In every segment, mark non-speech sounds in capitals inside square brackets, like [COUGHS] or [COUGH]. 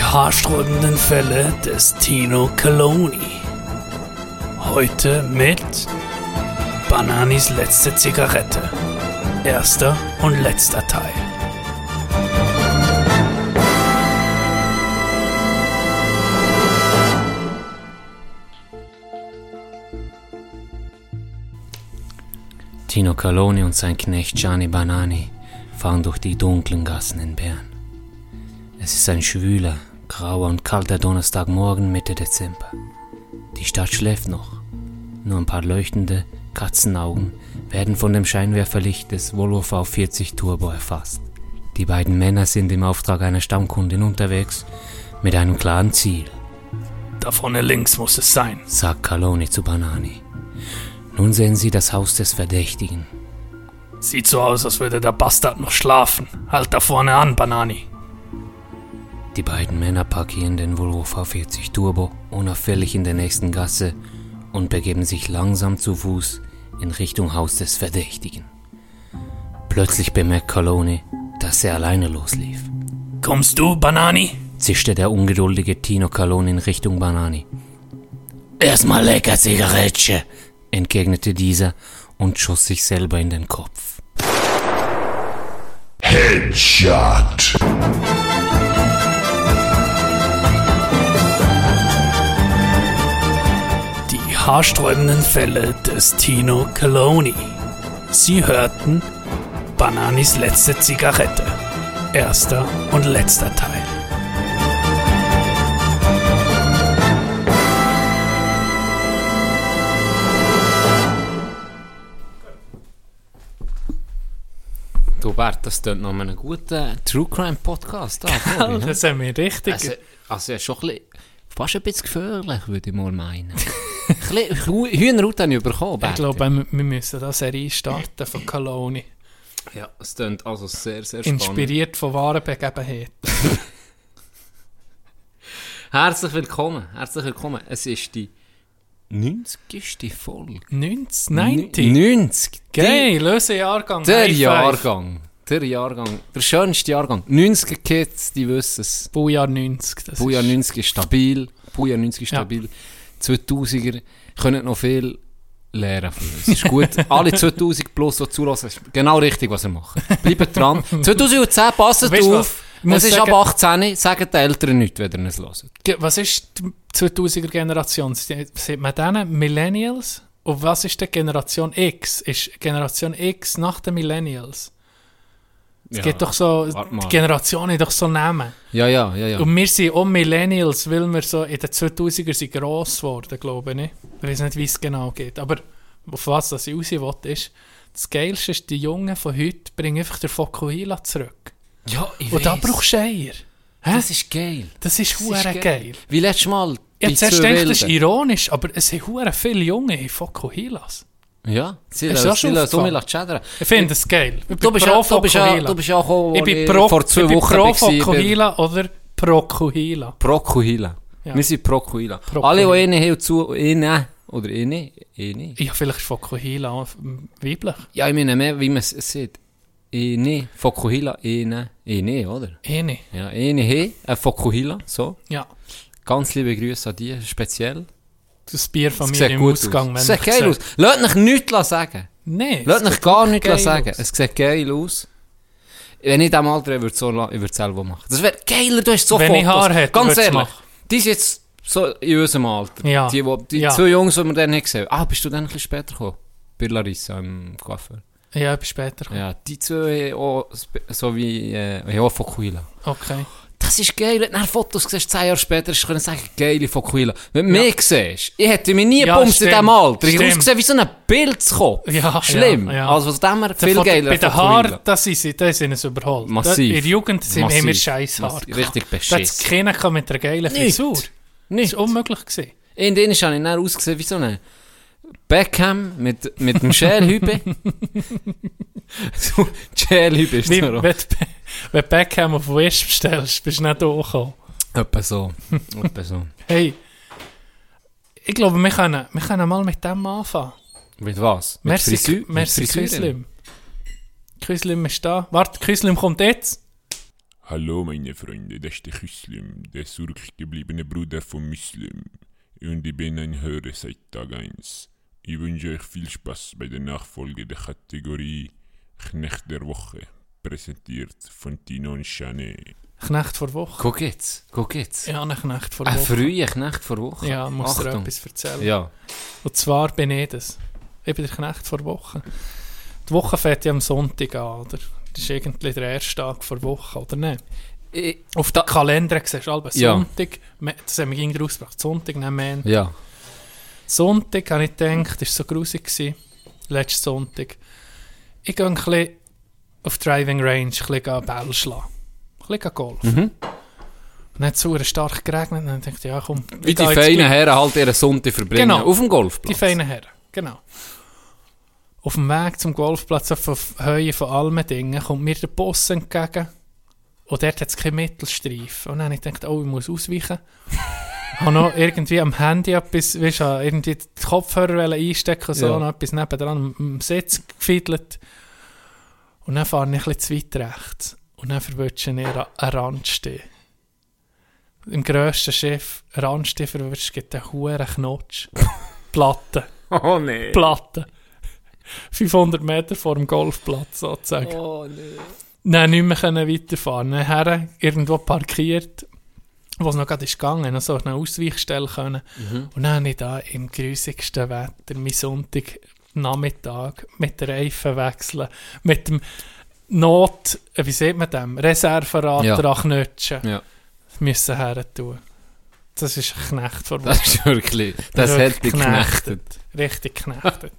haarsträubenden Fälle des Tino Coloni. Heute mit Bananis letzte Zigarette. Erster und letzter Teil. Tino Caloni und sein Knecht Gianni Banani fahren durch die dunklen Gassen in Bern. Es ist ein schwüler, grauer und kalter Donnerstagmorgen Mitte Dezember. Die Stadt schläft noch. Nur ein paar leuchtende Katzenaugen werden von dem Scheinwerferlicht des Volvo V40 Turbo erfasst. Die beiden Männer sind im Auftrag einer Stammkundin unterwegs mit einem klaren Ziel, Da vorne links muss es sein. sagt Caloni zu Banani. Nun sehen sie das Haus des Verdächtigen. Sieht so aus, als würde der Bastard noch schlafen. Halt da vorne an, Banani. Die beiden Männer parkieren den Volvo V40 Turbo unauffällig in der nächsten Gasse und begeben sich langsam zu Fuß in Richtung Haus des Verdächtigen. Plötzlich bemerkt Coloni, dass er alleine loslief. Kommst du, Banani? Zischte der ungeduldige Tino Coloni in Richtung Banani. Erstmal lecker Zigarette, entgegnete dieser und schoss sich selber in den Kopf. Headshot. Die haarsträubenden Fälle des Tino Coloni. Sie hörten Bananis letzte Zigarette. Erster und letzter Teil. Du Bert, das klingt noch einen guten True Crime Podcast an. [LAUGHS] Fabi, ne? ist ja mir richtig. Also, also schon ein bisschen, fast ein bisschen gefährlich, würde ich mal [LAUGHS] meinen. Ein bisschen Hu- Hühnerhaut habe ich bekommen, ich Berti. glaube, wir müssen da Serie starten von Coloni. Ja, es klingt also sehr, sehr spannend. Inspiriert von wahren Begebenheiten. Herzlich willkommen, herzlich willkommen. Es ist die 90. Folge. 90? 90? 90? 90. Geil, löse Jahrgang. Der High five. Jahrgang. Der Jahrgang. Der schönste Jahrgang. 90er Kids, die wissen es. Baujahr 90. Das Buja ist- 90 ist stabil. Buja 90 ist Ja. stabil. 2000er können noch viel lernen von uns. Ist gut. [LAUGHS] Alle 2000 plus, die zulassen, ist genau richtig, was ihr macht. Bleibt [LAUGHS] dran. 2010 passt Weißt du was? auf. Ich muss Es ist sagen- ab 18, sagen die Eltern nicht, wenn ihr es hört. Ge- Was ist die 2000er-Generation? Sieht man denen Millennials? Und was ist die Generation X? Ist Generation X nach den Millennials? Es Ja. gibt doch so, warte mal. die Generationen haben doch so Namen. Ja, ja, ja, ja. Und wir sind auch Millennials, weil wir so in den 2000er sind gross geworden, glaube ich. ne? Ich weiß nicht, wie es genau geht. Aber auf was das ich raus will, ist, das Geilste ist, die Jungen von heute bringen einfach den Fokuhila zurück. ja ich Und da weiss. brauchst du Eier. Hä? Das ist geil. Das ist Das ist hure geil. Wie letztes Mal. Ich die hab zuerst zwei gedacht, das ist Wilden. ironisch, aber es sind hure viele Junge in Fokuhilas. Ja, sie Ist lassen das schon sie lassen aufgefallen? mich schädern. Ich finde es geil. Ich Du bist pro ja, du bist ja, Fokuhila. du bist ja auch, ich bin pro, vor zwei ich bin Wochen pro gewesen, Fokuhila oder pro Kuhila. Pro Kuhila. Ja. Wir sind pro Kuhila. Pro Alle, die Kuhila. einen haben, zu, einen, oder einen, einen. Ja, vielleicht ist Fokuhila auch weiblich. Ja, ich meine mehr, wie man es sieht. Einen von Kuhila, einen, einen, oder? Eh nicht. Ja, einen haben, äh, von Kuhila, so. Ja. Ganz liebe Grüße an die, speziell. Das Bier von Es mir sieht im gut Ausgang. aus. Es wenn sieht ich geil aus. sehe. Lasst euch nichts la sagen. Nee. Lasst es euch sieht gar wirklich nichts la geil sagen. aus. Es sieht geil aus. Wenn ich in diesem Alter wäre, würde ich so la- ich würde es selber machen. Das wäre geiler, du hast so Wenn ich Fotos. Haare hätte, Ganz würde ich's ehrlich. machen. Die ist jetzt so in unserem Alter. Ja. Die, wo, die Ja. zwei Jungs, die wir dann nicht gesehen haben. Ah, bist du dann ein bisschen später gekommen? Bei Larissa im Coiffeur. Ja, ich bin später. gekommen. Ja, die zwei haben auch, sp- so wie, äh, haben auch von Kuila. Okay. Das ist geil. Wenn du dann Fotos siehst, zehn Jahre später, hast du können sagen, geile von Kuila. Wenn du mich siehst, ich hätte mich nie Ja, gepumpt in stimmt. diesem Alter. Ich Stimmt. habe ausgesehen wie so ein Pilzkopf. Ja, Schlimm. ja, ja. Also von dem her viel Von- geiler Bei den von Kuila. Haaren, das ist sie, das sind es überholt. Massiv. Da, in der Jugend sind haben wir Massiv. scheiß Haar. Massi- richtig Das beschissen. keiner kann mit einer geilen Nicht. Frisur. Das Nicht. war unmöglich. Gewesen. In denen habe ich dann ausgesehen wie so ein Beckham mit, mit dem [LAUGHS] Schälhübe. so, Schälhübe ist Wie, so. wenn, [LAUGHS] du- wenn du Beckham auf Wish bestellst, bist du nicht hochgekommen. Etwa so. Etwa so. Hey, ich glaube, wir können, wir können mal mit dem anfangen. Mit was? Mit merci, Frisü- mit merci Frisüren? Küslim. Küslim ist da. Warte, Küslim kommt jetzt. Hallo meine Freunde, das ist der Küslim, der zurückgebliebene Bruder von Muslim. Und ich bin ein Hörer seit Tag 1. Ich wünsche euch viel Spaß bei der Nachfolge der Kategorie Knecht der Woche, präsentiert von Tino und Chanet. Knecht vor Woche. Guck jetzt, guck jetzt. Ja, eine Knecht vor Ein Woche. früher Knecht vor Woche. Ja, muss dir Achtung. etwas erzählen. Ja. Und zwar bin ich das. Ich bin der Knecht vor Woche. Die Woche fängt ja am Sonntag an, oder? Das ist irgendwie der erste Tag vor Woche, oder nicht? Auf den Kalender siehst du, Alba, Ja. Sonntag, Me- das haben wir irgendwie rausgebracht, Sonntag, nein, Montag. Ja. Sonntag habe ich gedacht, es war so grusig, gewesen, letzten Sonntag. Ich gehe ein bisschen auf die Driving Range, ein bisschen gehen Bälle schlagen. Ein bisschen Golf. Mhm. Dann hat es verdammt stark geregnet, dann dachte ich, ja komm. ich Wie die gehe jetzt gleich- feinen Herren halt ihre Sonntag verbringen. Genau. Auf dem Golfplatz. Die feinen Herren, genau. Auf dem Weg zum Golfplatz auf der Höhe von Almendingen kommt mir der Boss entgegen. Und dort hat es keinen Mittelstreifen. Und dann habe ich gedacht, oh, ich muss ausweichen. [LAUGHS] habe noch irgendwie am Handy etwas, weißt du, irgendwie die Kopfhörer wollen einstecken und so, Ja. noch etwas nebendran am- am Sitz gefiedelt. Und dann fahre ich ein bisschen zu weit rechts. Und dann verwünsche ich ra- einen Randsteh. Im grössten Schiff, einen Randsteh verwünscht, gibt einen hohen Knotsch. Platte. [LAUGHS] Oh nee. Platte. 500 Meter vor dem Golfplatz sozusagen. Oh nee. Dann nicht mehr können weiterfahren. Dann her, irgendwo parkiert, wo es noch gerade ist gegangen. Dann so eine Ausweichstelle können. Mhm. Und dann habe ich da im grusigsten Wetter, mein Sonntag, Nachmittag, mit den Reifen wechseln, mit dem Not, äh, wie sieht man dem? Reserverad Ja. ja. dran knutschen. Ja. Müssen her tun. Das ist ein Knecht vor Das [LAUGHS] ist wirklich. Das hat dich geknechtet. Richtig geknechtet.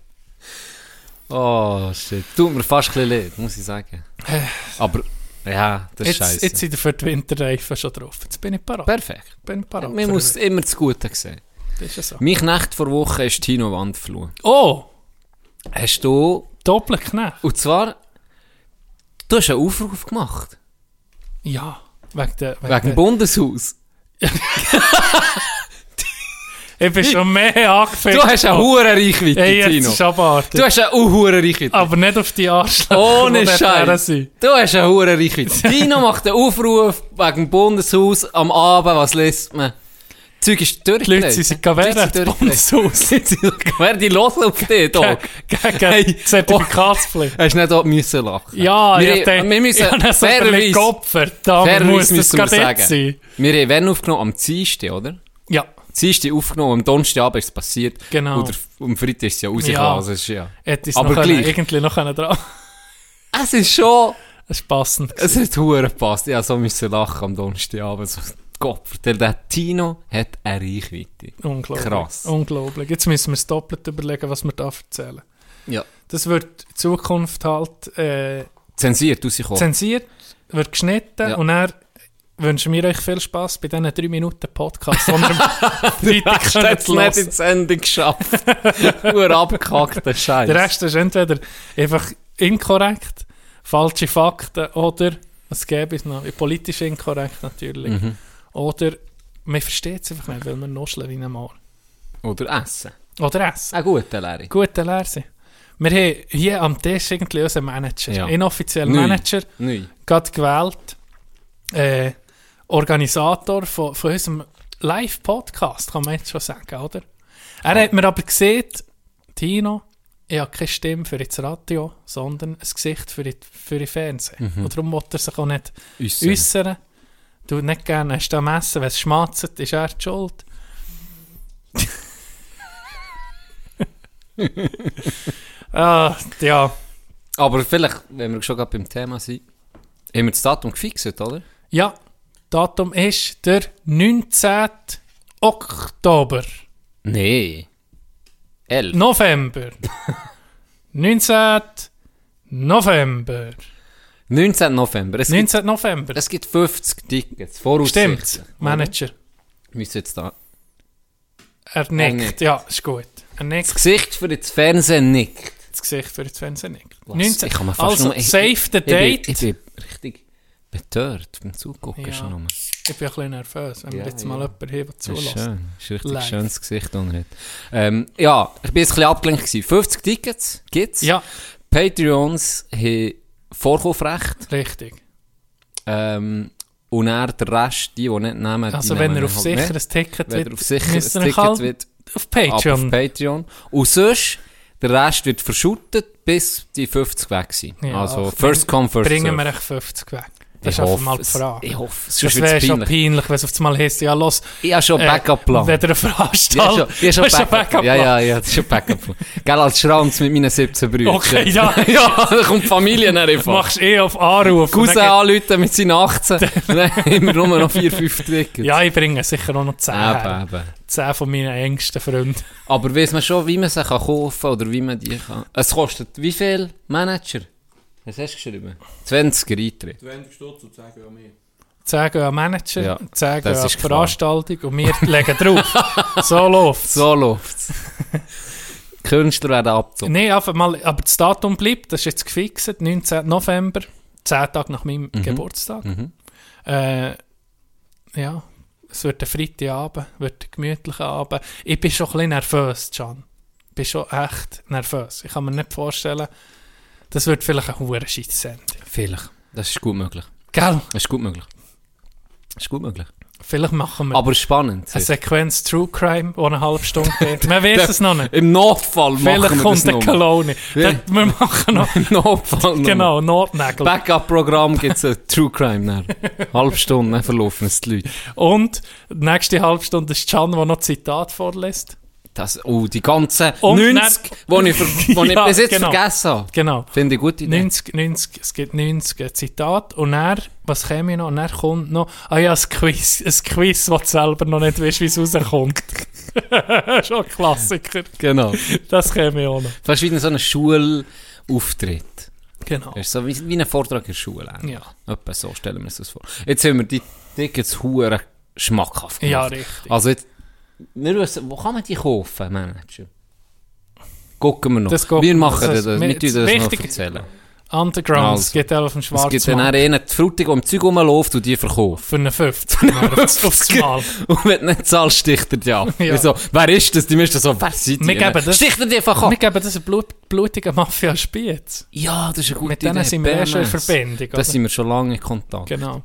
Oh shit. Tut mir fast ein bisschen leid, muss ich sagen. Eh. Aber ja, das ist Jetzt, scheiße. jetzt sind für die Winterreifen schon drauf. Jetzt bin ich parat. Perfekt. bin parat. Man muss immer das Gute sehen. Das ist ja so. Mein Knecht vor Woche ist Tino Wandfluh. Oh, Hast du. Doppelknecht. Und zwar. Du hast einen Aufruf gemacht. Ja, wegen der. Wegen dem der Bundeshaus. ich bin schon mehr angefangen. Du hast eine hohe Reichweite, Hey, jetzt Tino. ist abartig. Du hast eine hohe Reichweite. aber nicht auf die Arschlöcher. Ohne die dort her Scheiß. sind. Du hast eine hohe Reichweite. Tino macht einen Aufruf wegen dem Bundeshaus am Abend. Was lässt man? Das Zeug ist durchgelegt. Die Leute sind sich gewehrt, das [LAUGHS] Bundeshaus. Wer die los auf [LAUGHS] dich, Ge- Dog? Gegen Hey. die Zertifikatspflicht. Hast du nicht dort müssen lachen? Ja, wir, ich denke, wir müssen [LAUGHS] ich habe so fairerweise, den Kopf verdammt, fairerweise muss das müssen wir gerade sagen. jetzt sein. Wir haben werden aufgenommen am Dienstag, oder? Ja, Dienstag aufgenommen, am Donnerstagabend ist es passiert. Genau. Und der- am Freitag ist es ja Ja. rausgekommen. Also es ist ja. hätte ich es Aber noch können, gleich. irgendwie noch können dran. Es ist schon... Das ist passend. Es hat hure gepasst. Ich musste so müssen lachen am Donnerstagabend. So, Gott, der, der Tino hat eine Reichweite. Unglaublich. Krass. Unglaublich. Jetzt müssen wir es doppelt überlegen, was wir da erzählen. Ja. Das wird in Zukunft halt äh, Zensiert rausgekommen. [LAUGHS] zensiert, wird geschnitten Ja. und er wünschen wir euch viel Spaß bei diesen drei Minuten Podcast, die wir [LAUGHS] am Der Freitag können hat's nicht hören. ins Ende geschafft. [LAUGHS] Nur abgehackter Scheiß. Der Rest ist entweder einfach inkorrekt, falsche Fakten oder, es gäbe es noch, politisch inkorrekt natürlich, Mhm. oder man versteht es einfach nicht, weil wir nuscheln wie ein Mann. Oder Essen. Ah, Oder essen. Ein guter Lehrer. Guten Lerse. Wir haben hier am Tisch irgendwie unseren Manager, Ja. inoffiziellen Neu. Manager, Nein. gerade gewählt, äh, Organisator von, von unserem Live-Podcast, kann man jetzt schon sagen, oder? Er hat mir aber gesehen, Tino, ich habe keine Stimme für das Radio, sondern ein Gesicht für das für die Fernsehen. Mhm. Und darum will er sich auch nicht Uns. äußern. Du nicht gerne, hast du am Essen, wenn es schmatzt, ist er die schuld. [LAUGHS] ah, ja. Aber vielleicht, wenn wir schon gerade beim Thema sind, haben wir das Datum gefixt, oder? Ja, Datum ist der 19. Oktober. Nee. Elf. November. [LAUGHS] 19. November. 19. November. Es, 19. November. Gibt, es gibt 50 Tickets. Voraussichtlich. Stimmt, Manager. Wir müssen jetzt da. Er nickt. nickt. Ja, ist gut. Er Das nickt Gesicht für das Fernsehen nickt. das Gesicht für das Fernsehen nickt. Was? 19. Ich kann mir fast also, nur- ich- save the Ich bin, date. ich bin richtig betört beim Zugucken Ja. schon. Mal. Ich bin ein bisschen nervös, wenn Ja, wir jetzt ja. mal jemanden hier der Das ist zulässt. schön. Das ist ein richtig Live. schönes Gesicht, das er hat. Ähm, ja, ich bin jetzt ein bisschen abgelenkt gewesen. 50 Tickets gibt's. Ja, Patreons haben Vorkaufrecht. richtig. Ähm, Und er der Rest, die, die nicht nehmen, die Also wenn nehmen er auf halt sicher mit. ein Ticket wenn er wird, auf sicher ein müsst ihr ihn Ticket halt wird, auf ab auf Patreon. Patreon. Und sonst, der Rest wird verschüttet, bis die 50 weg sind. Ja, also also first come, first Bringen wir serve. echt 50 weg. Das ich ist einfach mal hoffe, die es- Frage. ich hoffe, es Das sonst wäre wird's schon peinlich. peinlich, wenn es auf einmal heisst, ja los, Eh, Ich habe schon einen Backup-Plan. wenn ihr eine Ja, Veranstaltung... schon, ja, schon Das ist ein [LAUGHS] Backup. Ja, Backup-Plan. ja, ja, das ist schon Backup. Gell, als Schranz mit meinen 17 Brüdern. Okay, ja, ja, [LAUGHS] da kommt die Familie dann einfach. machst eh auf Anruf. und Cousin dann anrufen mit seinen [LAUGHS] 18. Und dann haben wir nur noch 4, 5 Tickets. geht- Ja, ich bringe sicher auch noch 10 eben, her. eben. 10 von meinen engsten Freunden. Aber weiss man schon, wie man sie kann kaufen kann oder wie man die kann. Es kostet wie viel, Manager? Was hast du geschrieben? 20er Eintritt. 20 Stutz und 10 Gramm mehr. 10 gehen an Manager, Ja, 10 gehen das an ist die klar. Veranstaltung und wir [LAUGHS] legen drauf. so läuft's. So [LAUGHS] läuft's. Künstler werden abgezogen. Nein, einfach mal, aber das Datum bleibt, das ist jetzt gefixt, 19. November, 10 Tage nach meinem Geburtstag. Mhm. Äh, ja, es wird ein Freitagabend, wird ein gemütlicher Abend. Ich bin schon ein bisschen nervös, Can. Ich bin schon echt nervös. Ich kann mir nicht vorstellen, das wird vielleicht eine hure Scheissendung. Vielleicht. Das ist gut möglich. Gell? Das ist gut möglich. Das ist gut möglich. Vielleicht machen wir Aber spannend. eine Sequenz True Crime, die eine halbe Stunde geht. [LAUGHS] Man weiß es noch nicht. Im Notfall machen Vielleicht wir das kommt eine noch. Kolonne. Ja. Dann- Wir [LAUGHS] machen noch, Im [LAUGHS] Notfall noch. genau, Nordnägel. Backup-Programm gibt es ein True Crime. Dann. [LAUGHS] Halbe Stunde, dann verlaufen es die Leute. Und die nächste halbe Stunde ist Can, der noch Zitat vorliest. Das, oh, die ganzen Und 90, die ich, ver- wo [LAUGHS] Ja, ich bis jetzt genau. vergessen habe. Genau. Finde ich eine gute Idee. 90, 90, es gibt 90 Zitate und er, was käme noch? Und er kommt noch, ah ja, ein Quiz, ein Quiz, das du selber noch nicht weißt, wie es rauskommt. [LAUGHS] Schon ein Klassiker. Genau. Das käme auch noch. Fast wie so ein Schulauftritt. Genau. Das ist so wie, wie ein Vortrag in der Schule. Ja, Etwa so stellen wir uns das vor. Jetzt haben wir die Tickets hure schmackhaft ja gemacht. richtig. also jetzt, wir wissen, wo kann man die kaufen, Manager? Gucken wir noch. Das gucken wir wir. machen Das das, ist- wir mir- tun das noch wichtig- erzählen. Underground, Also, es geht auch auf dem Es gibt schwarzen dann Markt einen, die Frutig um Zeug rumläuft und die [LAUGHS] verkauft. für einen [LAUGHS] 50 [LAUGHS] aufs aufs Mal. Und wenn du nicht zahlst, sticht er die ab. Ja. Wieso? Wer ist das? Die müssen so, wer sind die? Wir geben das- Sticht er die einfach ab. Wir geben das einen blut, blutigen Mafia-Spiez. Ja, das ist eine gute Mit denen Idee. sind wir ja schon in BMS. Verbindung. Da oder? sind wir schon lange in Kontakt. Genau.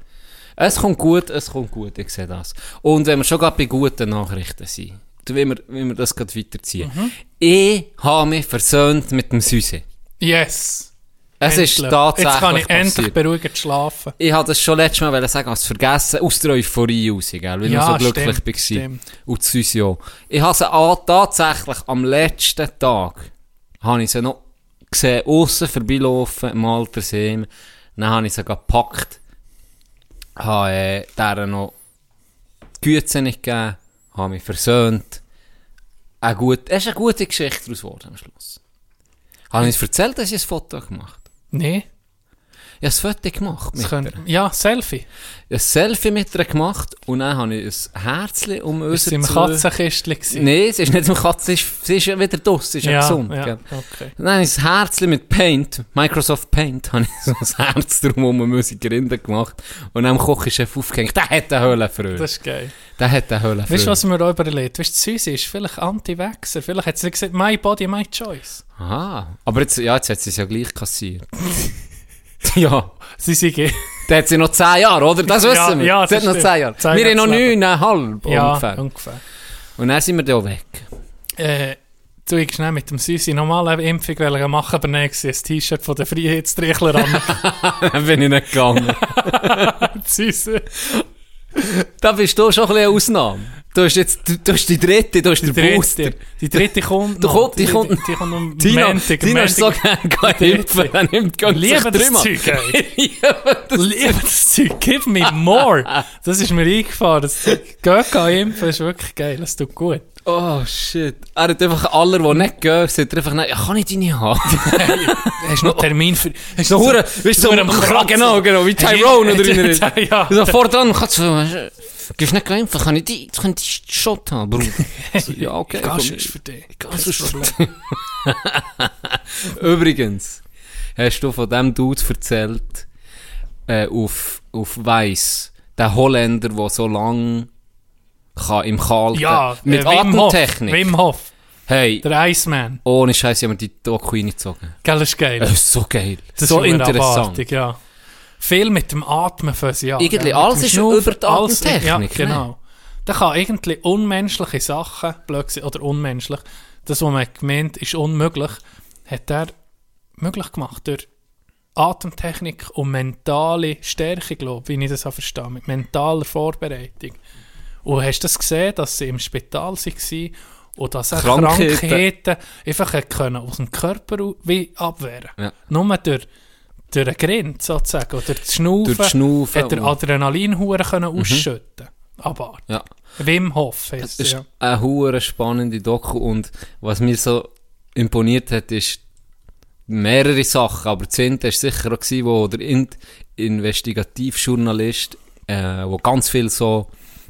Es kommt gut, es kommt gut, ich sehe das. Und wenn wir schon gerade bei guten Nachrichten sind, dann wollen wir, wollen wir das gerade weiterziehen. Mhm. Ich habe mich versöhnt mit dem Süße. Yes. Es ist Endlich. tatsächlich Jetzt kann ich endlich passiert. beruhigend schlafen. Ich habe das schon letztes Mal wollen sagen, als vergessen, aus der Euphorie raus, gell, weil Ja, ich so glücklich stimmt, war. stimmt. Und das Süße auch. Ich habe sie auch tatsächlich am letzten Tag, habe ich sie noch gesehen, aussen vorbeilaufen, im Altersheim. Dann habe ich sie gerade gepackt, habe äh, deren noch die Güte nicht gegeben, habe mich versöhnt. Eine gute, es ist eine gute Geschichte daraus geworden am Schluss. Habe ich es erzählt, dass ich ein Foto gemacht habe? Nein. Ich habe ein Foto gemacht Es mit könnte- ihr. Ja, Selfie. ein Selfie mit ihr gemacht und dann habe ich ein Herzchen um Es unser war im zwei- Katzenkistchen. gewesen. Nein, sie äh, ist nicht im Katzen, sie ist, sie ist ja wieder draus, sie ist ja, ja, gesund. Ja, gell? okay. Und Dann habe ich ein Herzchen mit Paint, Microsoft Paint, [LAUGHS] habe ich so ein Herz drumherum um unsere Grinde gemacht und dann am Küchenchef aufgehängt, der hat eine Höhlenfreude. Das ist geil. Der hat eine Höhlenfreude. Weißt du, was ich mir auch überlegt? Weißt du, Susi ist vielleicht Anti-Vaxxer. Vielleicht hat sie gesagt, my body, my choice. Aha, aber jetzt, ja, jetzt hat sie es ja gleich kassiert. [LAUGHS] ja, Sie sind ge- [LAUGHS] da hat sie noch 10 Jahre, oder? Das wissen Ja, wir. ja, sie hat das noch stimmt. 10 Jahre. Zehn wir haben Jahre noch zu leben. 9,5 ja, ungefähr. ungefähr. Und dann sind wir da weg. [LAUGHS] Äh, du hättest nicht mit dem Susi normale Impfung wollen machen aber nein, ich sehe ein T-Shirt von der Freiheitstrichler an. [LAUGHS] [LAUGHS] Dann bin ich nicht gegangen. Susi. Da bist du schon ein bisschen eine Ausnahme. Du hast jetzt, du, du hast die dritte, du hast den Booster. Dritte, die dritte kommt Du noch. kommt- die kommt- Die kommt am Tina, Montag, am Tina ist so Montag. [LAUGHS] gerne geimpft, dann nimmt [LAUGHS] ganz Liebe [LAUGHS] das Zeug, ey. Liebe das Zeug, give me more. Das ist mir eingefahren. Das Zeug. Geht gehen impfen, ist wirklich geil. Das tut gut. Oh shit. Er hat einfach alle, die nicht gehen, sind einfach nicht, ja, kann ich deine [LAUGHS] haben? [LAUGHS] Hast du noch Termin für... Hast So, hure, weißt du, so, so am ja, Kratzen. genau, genau, wie Tyrone oder wie er ist. [LAUGHS] Ja, So, vordran, kannst du, gehst nicht geimpft, kann ich die, kann ich die Shot haben, [LAUGHS] Bruder. So, ja, okay. Gas komm. ist für dich. Das ist Übrigens, hast du von dem Dude erzählt, äh, auf, auf Weiss, der Holländer, der so lange kann im Kalten, Ja, mit äh, Wim Hof. Atemtechnik. Wim Hof, Hey, der Iceman. ohne Scheiß haben wir die Doku reingezogen. Gell, das ist geil. Das ist so geil, Das so ist mir interessant. abartig, ja. Viel mit dem Atmen für sie an. Irgendwie gell? alles Mit dem ist Schnaufen, über die alles- Atemtechnik, ne? Ja, genau. Da kann irgendwie unmenschliche Sachen, blöd gewesen, oder unmenschlich, das, was man gemeint ist unmöglich, hat er möglich gemacht durch Atemtechnik und mentale Stärke, glaube ich, wie ich das auch verstehe, mit mentaler Vorbereitung. Und hast du das gesehen, dass sie im Spital waren und dass er Krankheiten. Krankheiten, einfach hat können aus dem Körper au- wie abwehren Ja. Nur durch, durch den Grind sozusagen, oder das Schnaufen, Durch das Schnaufen hat er und- Mhm. Adrenalinhuren können ausschütten Abartig. Ja. Wim Hof Das heisst ist ja. eine hure spannende Doku und was mir so imponiert hat, ist mehrere Sachen, aber Zint war sicher auch, gewesen, wo der In Investigativjournalist, äh, wo ganz viel so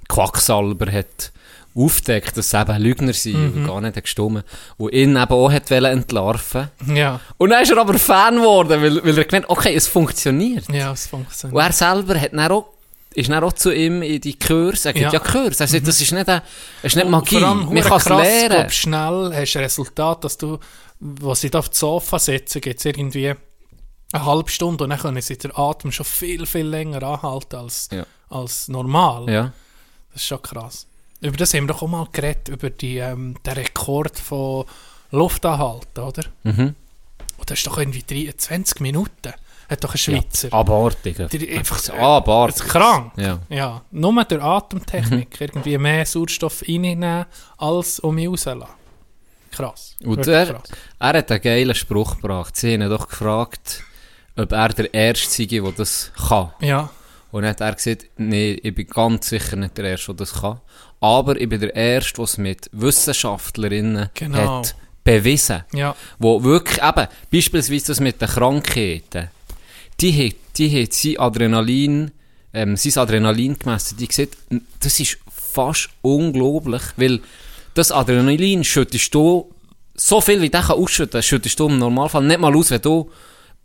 Quacksalber hat aufdeckt, dass sie eben Lügner sind und gar nicht hat gestummen, wo ihn eben auch hat wollen entlarven ja. Und dann ist er aber Fan geworden, weil, weil er gemerkt hat, okay, es funktioniert. Ja, es Und funktioniert. er selber hat dann auch, ist dann auch zu ihm in die Kurs. Er gibt ja, Ja. Kurs. Er sagt, das ist nicht, eine, das ist nicht Magie. Vor allem, Man kann es lernen. ob schnell hast du Resultat, dass du, was sie da auf das Sofa setzen, geht es irgendwie eine halbe Stunde und dann können sie den Atem schon viel, viel länger anhalten als, Ja. als normal. Ja. Das ist schon krass. Über das haben wir doch auch mal geredet, über die, ähm, den Rekord von Luftanhalten, oder? Mhm. Und Oh, das ist doch irgendwie 20 Minuten. Hat doch ein Schweizer. Abartig. Die- einfach- Abartig. Das ist krank. Ja. Ja, nur durch Atemtechnik. Mhm. Irgendwie mehr Sauerstoff reinnehmen, als um ihn rauszulassen. Krass. Und Wirklich er, krass. er hat einen geilen Spruch gebracht. Sie haben ihn doch gefragt, ob er der Erste sei, der das kann. Ja, Und dann hat er gesagt, nee, ich bin ganz sicher nicht der Erste, der das kann. Aber ich bin der Erste, der es mit Wissenschaftlerinnen Genau. hat bewiesen. ja, wo wirklich eben, beispielsweise das mit den Krankheiten, die hat, die hat sein Adrenalin, ähm, sein Adrenalin gemessen, die gesagt, n- das ist fast unglaublich, weil das Adrenalin schüttest du, so viel wie der kann ausschütten, schüttest du im Normalfall nicht mal aus, wenn du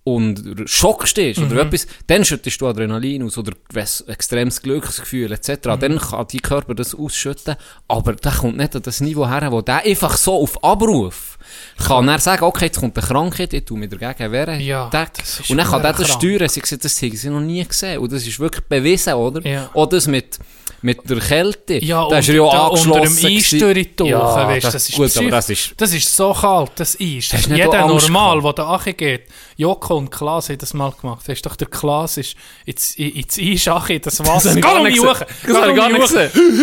und Schock stehst Mhm. oder etwas, dann schüttest du Adrenalin aus oder gewess- extremes Glücksgefühl etc. Mhm. Dann kann dein Körper das ausschütten, aber der kommt nicht an das Niveau her, wo der einfach so auf Abruf kann er sagen, okay, jetzt kommt eine Krankheit, ich tue mich dagegen wehren. Ja, Tack. das ist und dann kann der verdammt das steuern. Sie gesagt, das haben sie noch nie gesehen und das ist wirklich bewiesen, oder? Ja. Oder das mit, mit der Kälte, ja da ist er ja da angeschlossen. Unter dem Eis gewesen. durchtauchen, Ja, weißt, das- das, ist gut, psych- aber das ist- das ist so kalt, das Eis. Hast du nicht Jeder auch Angst normal, gehabt? der da angeht, Joko und Klaas haben das mal gemacht. Hast doch der Klaas ist ins, ins Eis angeht, das Wasser. hab ich gar Geh nicht um gesehen. die Uhr. Das Geh habe ich um gar die nicht Uhr.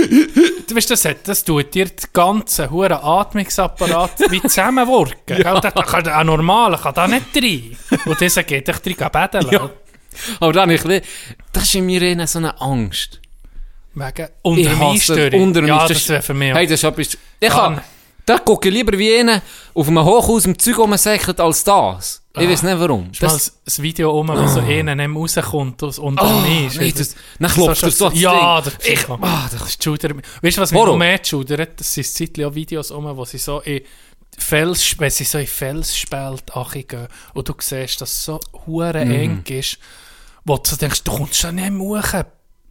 gesehen. Du weißt, das, hat, das tut dir den ganzen huren [LAUGHS] Atmungsapparat wie zusammenwirken. ja. Da kann ein Normaler kann da nicht rein. Und dieser geht dich drin betteln. Ja. Aber dann, ich, das ist in mir innen so eine Angst. Wegen unter dem hasse Eisstörung. unter dem ja, Eis- das wäre für mich auch- Hey, dus das ist etwas... Ich Kann. kann... Da gucke ich lieber wie einer auf einem Hochhaus im Zeug rumsäckelt als das. Ich weiß nicht warum. Ist mal das, das Video um, wo so einer nicht mehr rauskommt aus unter Ah, dem Eis. nee, das- dann klopft er so ans Ja, Ding. das Ich- Psycho. ah, das ist Schulter. Weißt du, was mich Horror. noch mehr schudert? Das sind zeitlich auch Videos um, wo sie so in Fels, wenn sie so in Felsspalt gehen und du siehst, dass es so hure Mhm. eng ist, wo du so denkst, du kommst schon nicht mehr hoch,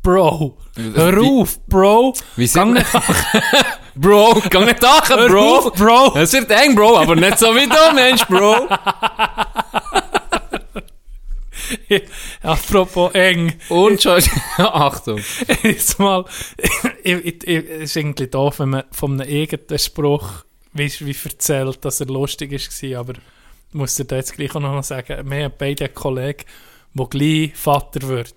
Bro. Hör wie- auf, [LAUGHS] Bro. Wie Gang sind wir... nicht- [LAUGHS] Bro, geh nicht nach, Hör Bro. auf, Bro. [LAUGHS] Es wird eng, Bro, aber nicht so wie du, Mensch, Bro. Apropos eng. Und schon... [LAUGHS] Achtung. [LAUGHS] jetzt mal, ich, ich, ich, es ist irgendwie doof, wenn man von einem eigenen Spruch weißt, wie erzählt, dass er lustig war, aber ich muss dir da jetzt gleich auch noch mal sagen, wir haben beide einen Kollegen, der gleich Vater wird.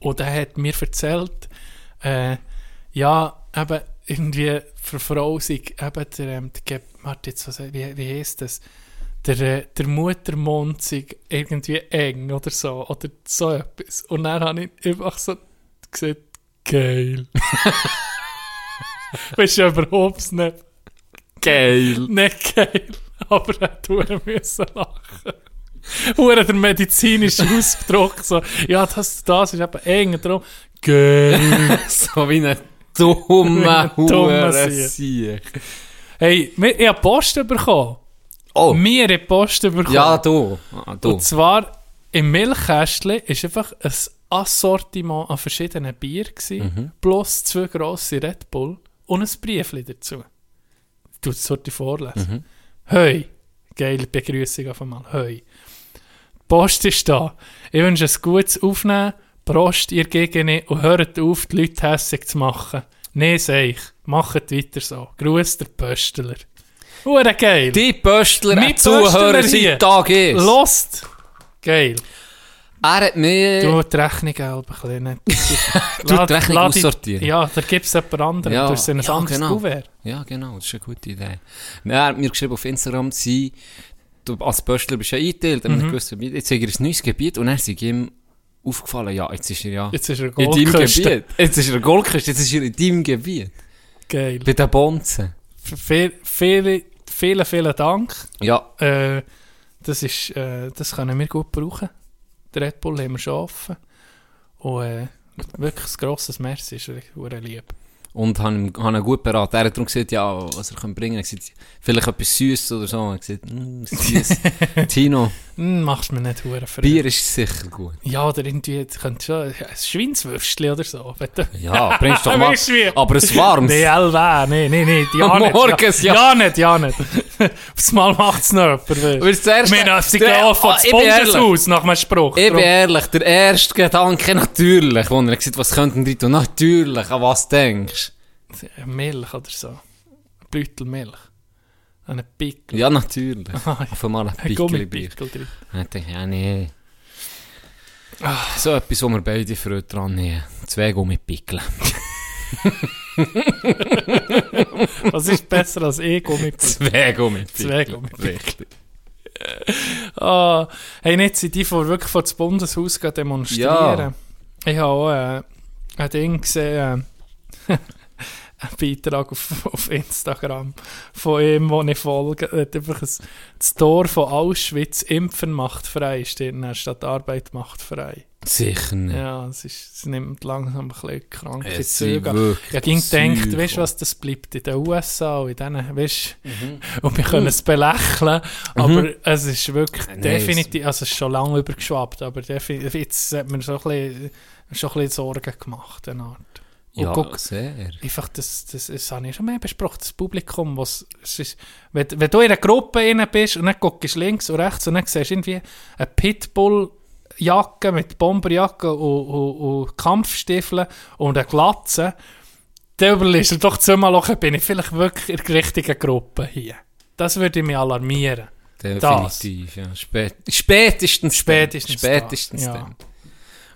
Und er hat mir erzählt, äh, ja, eben, irgendwie für Frau sei eben der, ähm, der Ge- warte jetzt, was, wie, wie heisst das? Der, äh, der Muttermond sei irgendwie eng oder so, oder so etwas. Und dann habe ich einfach so gesagt, geil. [LAUGHS] weißt du, überhaupt es nicht, Geil. nicht geil, [LAUGHS] aber er hat verdammt müssen lachen. Hure der medizinische Ausdruck, so, ja, das, das ist eben eng, und darum, geil. [LAUGHS] So wie ein Wie ein dummer, dummer hoher Sieg. Sieg. Hey, wir- ich habe Post bekommen. Oh. Wir haben Post bekommen. Ja, du. Ah, du. Und zwar im Milchkästchen war einfach ein Assortiment an verschiedenen Bier, mhm. plus zwei grosse Red Bull und ein Briefli dazu. Du Mhm. das sollte ich vorlesen. Hoi, geile Begrüßung auf einmal. Hoi. Post ist da. Ich wünsche ein gutes Aufnehmen. Prost, ihr Gegene, und hört auf, die Leute hässig zu machen. Nee, sag ich. Macht weiter so. Grüß der Pöstler. Hure geil. Die Pöstler, Mein ein Zuhörer Pöstler hier. seit Tag ist. Lost. Geil. Er hat mir... Du, die Rechnung halb [LAUGHS] ein Äh, bisschen. ne? Du, Lad- die Rechnung lad- aussortieren. Ja, da gibt es jemand anderen. Ja, Ja, durch ein ja, anderes genau. Kuvert. Ja, genau, das ist eine gute Idee. Nein, Er hat mir geschrieben auf Instagram, sie, du als Pöstler bist ja eingeteilt, in einem Mhm. gewissen Gebiet. jetzt sei er ein neues Gebiet und er sei ihm aufgefallen, ja, jetzt ist er ja Jetzt ist er in deinem Goldkosten. Gebiet. Jetzt ist er Goldküste, jetzt ist er in deinem Gebiet. Geil. Bei den Bonzen. Viel, viele, vielen, vielen Dank. Ja, Äh, das, ist, äh, das können wir gut brauchen. Der Red Bull haben wir schon offen. Und äh, wirklich ein grosses Merci, ist wirklich lieb. und habe ihn, hab ihn gut beraten. Er hat darum gesagt, ja, was er kann bringen kann. Er hat gesagt, vielleicht etwas Süßes oder so. Er hat gesagt, mm, süß. [LAUGHS] Tino, Hm, machst mir nicht hure für Bier ist sicher gut. Ja, oder irgendwie, du könntest schon ja, ein Schweinswürstchen oder so. wenn du- Ja, bringst doch mal. Weisst du wie? Aber es warmes. Nee, Elva, nee, nee, nee, ja Am nicht. Morgens, ja. ja. nicht, ja [LAUGHS] nicht. Aufs Mal macht es nicht jemand. Aber das Erste- Wir haben sie Der- gehen von Ah, ich das bin ehrlich. Bundeshaus nach einem Spruch. Ich bin Drum- ehrlich, der erste Gedanke natürlich, wo er gesagt was könnten die tun? Natürlich, an was denkst Milch oder so. Ein Beutel Milch. Ein du? Pickel. Ja, natürlich. Aha, Auf einmal ein Ein Pickelbier. Gummipickel drin. Ich dachte, ja, nee. So etwas, wo wir beide Freude dran nehmen. Zwei Gummipickel. Was ist besser als [LAUGHS] eh Gummipickel? Zwei Gummipickel. Zwei Gummipickel. Richtig. Ah, hey, nicht sind die vor wirklich vor das Bundeshaus gehen demonstrieren. Ich habe auch äh, ein Ding gesehen, äh, [LAUGHS] einen Beitrag auf, auf Instagram von ihm, wo ich folge. Er hat einfach ein, das Tor von Auschwitz Impfen macht frei, steht dann statt Arbeit macht frei. Sicher nicht. Ja, es, ist, es nimmt langsam ein bisschen kranke Es sind Züge. an. wirklich Ich ging denkt, Psycho. weißt du was, das bleibt in den USA und in denen, weißt und wir können es belächeln, aber es ist wirklich Nein, definitiv, also es ist schon lange übergeschwappt, aber definitiv, jetzt hat mir so ein bisschen, schon ein bisschen Sorgen gemacht, eine Art. Und Ja, guck, sehr. einfach das, das, das habe ich schon mehr besprochen, das Publikum, was es ist, wenn, wenn du in einer Gruppe rein bist und dann guckst du links und rechts und dann siehst du irgendwie eine Pitbull-Jacke mit Bomberjacke und, und, und Kampfstiefeln und eine Glatze, dann überlegst du dir doch zweimal, okay, bin ich vielleicht wirklich in der richtigen Gruppe hier. Das würde mich alarmieren. Definitiv, ja. Spät, spätestens, Spätestens das, spätestens ja. dann.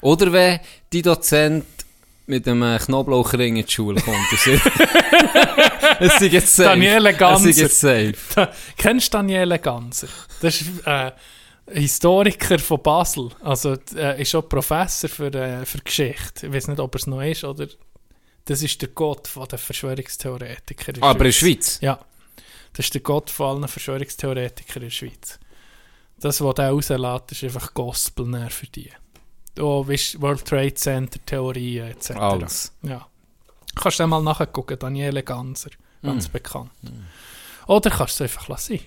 Oder wenn die Dozent mit einem Knoblauchring in die Schule kommt. und [LAUGHS] sagt, es ist jetzt safe. Daniele Es ist Ganser. jetzt safe. Kennst du Daniele Ganser? Das ist äh, Historiker von Basel. Also äh, ist auch Professor für, äh, für Geschichte. Ich weiß nicht, ob er es noch ist oder. Das ist der Gott von den Verschwörungstheoretikern. in der Ah, Aber in der Schweiz. Ja. Das ist der Gott von allen Verschwörungstheoretikern in der Schweiz. Das, was der rauslässt, ist einfach Gospel näher für die. Oh, weißt, World Trade Center Theorien etc. Alles. Ja. Kannst du dann mal nachgucken, Daniele Ganser, ganz Mm. bekannt. Oder kannst du es einfach lassen. sein.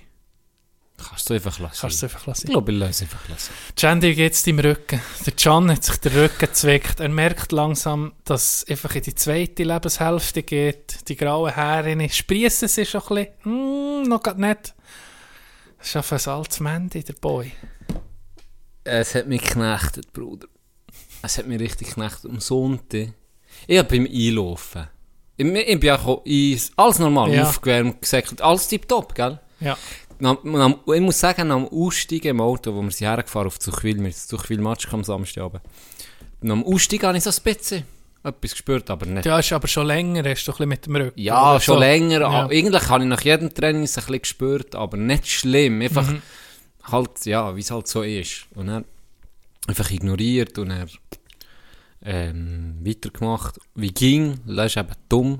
Kannst du einfach lassen. Kannst du es einfach lassen. ich glaube, ich lasse einfach lassen. Chandy geht's deinem Rücken. Der Can hat sich den Rücken gezwickt. Er merkt langsam, dass es einfach in die zweite Lebenshälfte geht. Die grauen Haare sprießen sie schon ein bisschen. Mm, noch grad nicht. Es ist einfach ein altes Mandy, der Boy. Es hat mich geknechtet, Bruder. Es hat mich richtig geknechtet. Am Sonntag. Ich hab beim Einlaufen. Ich, ich bin auch alles normal, Ja. aufgewärmt, gesäckelt, alles tipptopp, gell? Ja. Nam- nam- Ich muss sagen, am Aussteigen im Auto, wo wir sie hergefahren auf Zuchwil, wir sind Zuchwil Matsch am Samstagabend. Am Aussteigen habe ich so ein bisschen etwas gespürt, aber nicht. Ja, Du hast aber schon länger hast du ein bisschen mit dem Rücken. Also, oder schon so. länger. Ja. aber Eigentlich habe ich nach jedem Training es ein bisschen gespürt, aber nicht schlimm. Einfach Mhm. halt, ja, wie es halt so ist. Und er einfach ignoriert und er ähm, weitergemacht. Wie ging, lässt eben dumm.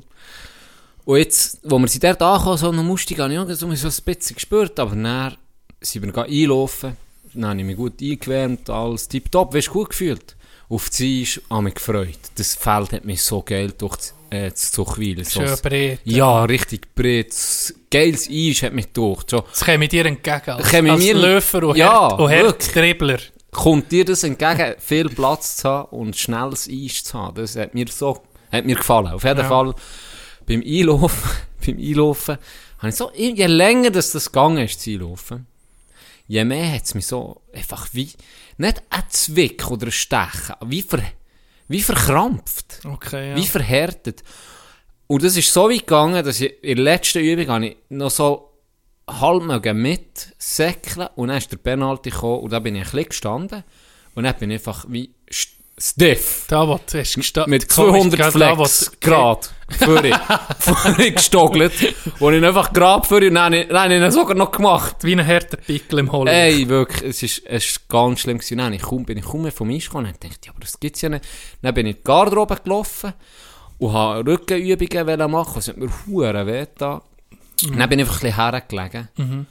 Und jetzt, wo wir sie dort angekommen sind, am Ausstieg, habe ich auch so ein bisschen gespürt, aber dann sind wir gehen einlaufen, dann habe ich mich gut eingewärmt, alles tipptopp, weißt du, gut gefühlt. Auf die Eis habe ich mich gefreut. Das Feld hat mich so geil durch das, äh, das Zuchwil. So Schön ein- breit. Ja, richtig breit. Das Geiles Eis hat mich durch. So, Das käme dir entgegen. Als, Käme als mir- Läufer und, Ja, Herd, und wirklich. Herdtribbler. kommt dir das entgegen, viel Platz zu haben und schnelles Eis zu haben? Das hat mir so, hat mir gefallen. Auf jeden Ja. Fall, beim [LAUGHS] Einlaufen, beim Einlaufen, habe ich so, je länger das das gegangen ist, das Einlaufen, je mehr hat es mich so einfach wie, nicht ein Zwick oder ein Stechen, wie, ver, wie verkrampft. Okay, ja. Wie verhärtet. Und das ist so weit gegangen, dass ich in der letzten Übung habe ich noch so halb mögen mitsäckeln und dann ist der Penalty gekommen und da bin ich ein bisschen gestanden und dann bin ich einfach wie st- stiff. Da, wo du hast gesta- Mit komisch, 200 gerade da, wo Flex du- Grad vorne, [LAUGHS] vorne gestogelt und ich einfach gerade vorne und dann, habe ich- dann habe ich ihn sogar noch gemacht. Wie ein harter Pickel im Holland. Ey, wirklich, es ist, es ist ganz schlimm gewesen. Dann habe ich kaum, bin ich kaum mehr vom Eis gekommen und dachte, ja, aber das gibt's ja nicht. Dann bin ich in die Garderobe gelaufen und habe Rückenübungen wollen machen das hat mir verdammt weh getan. Mhm. Dann bin ich einfach ein bisschen hergelegen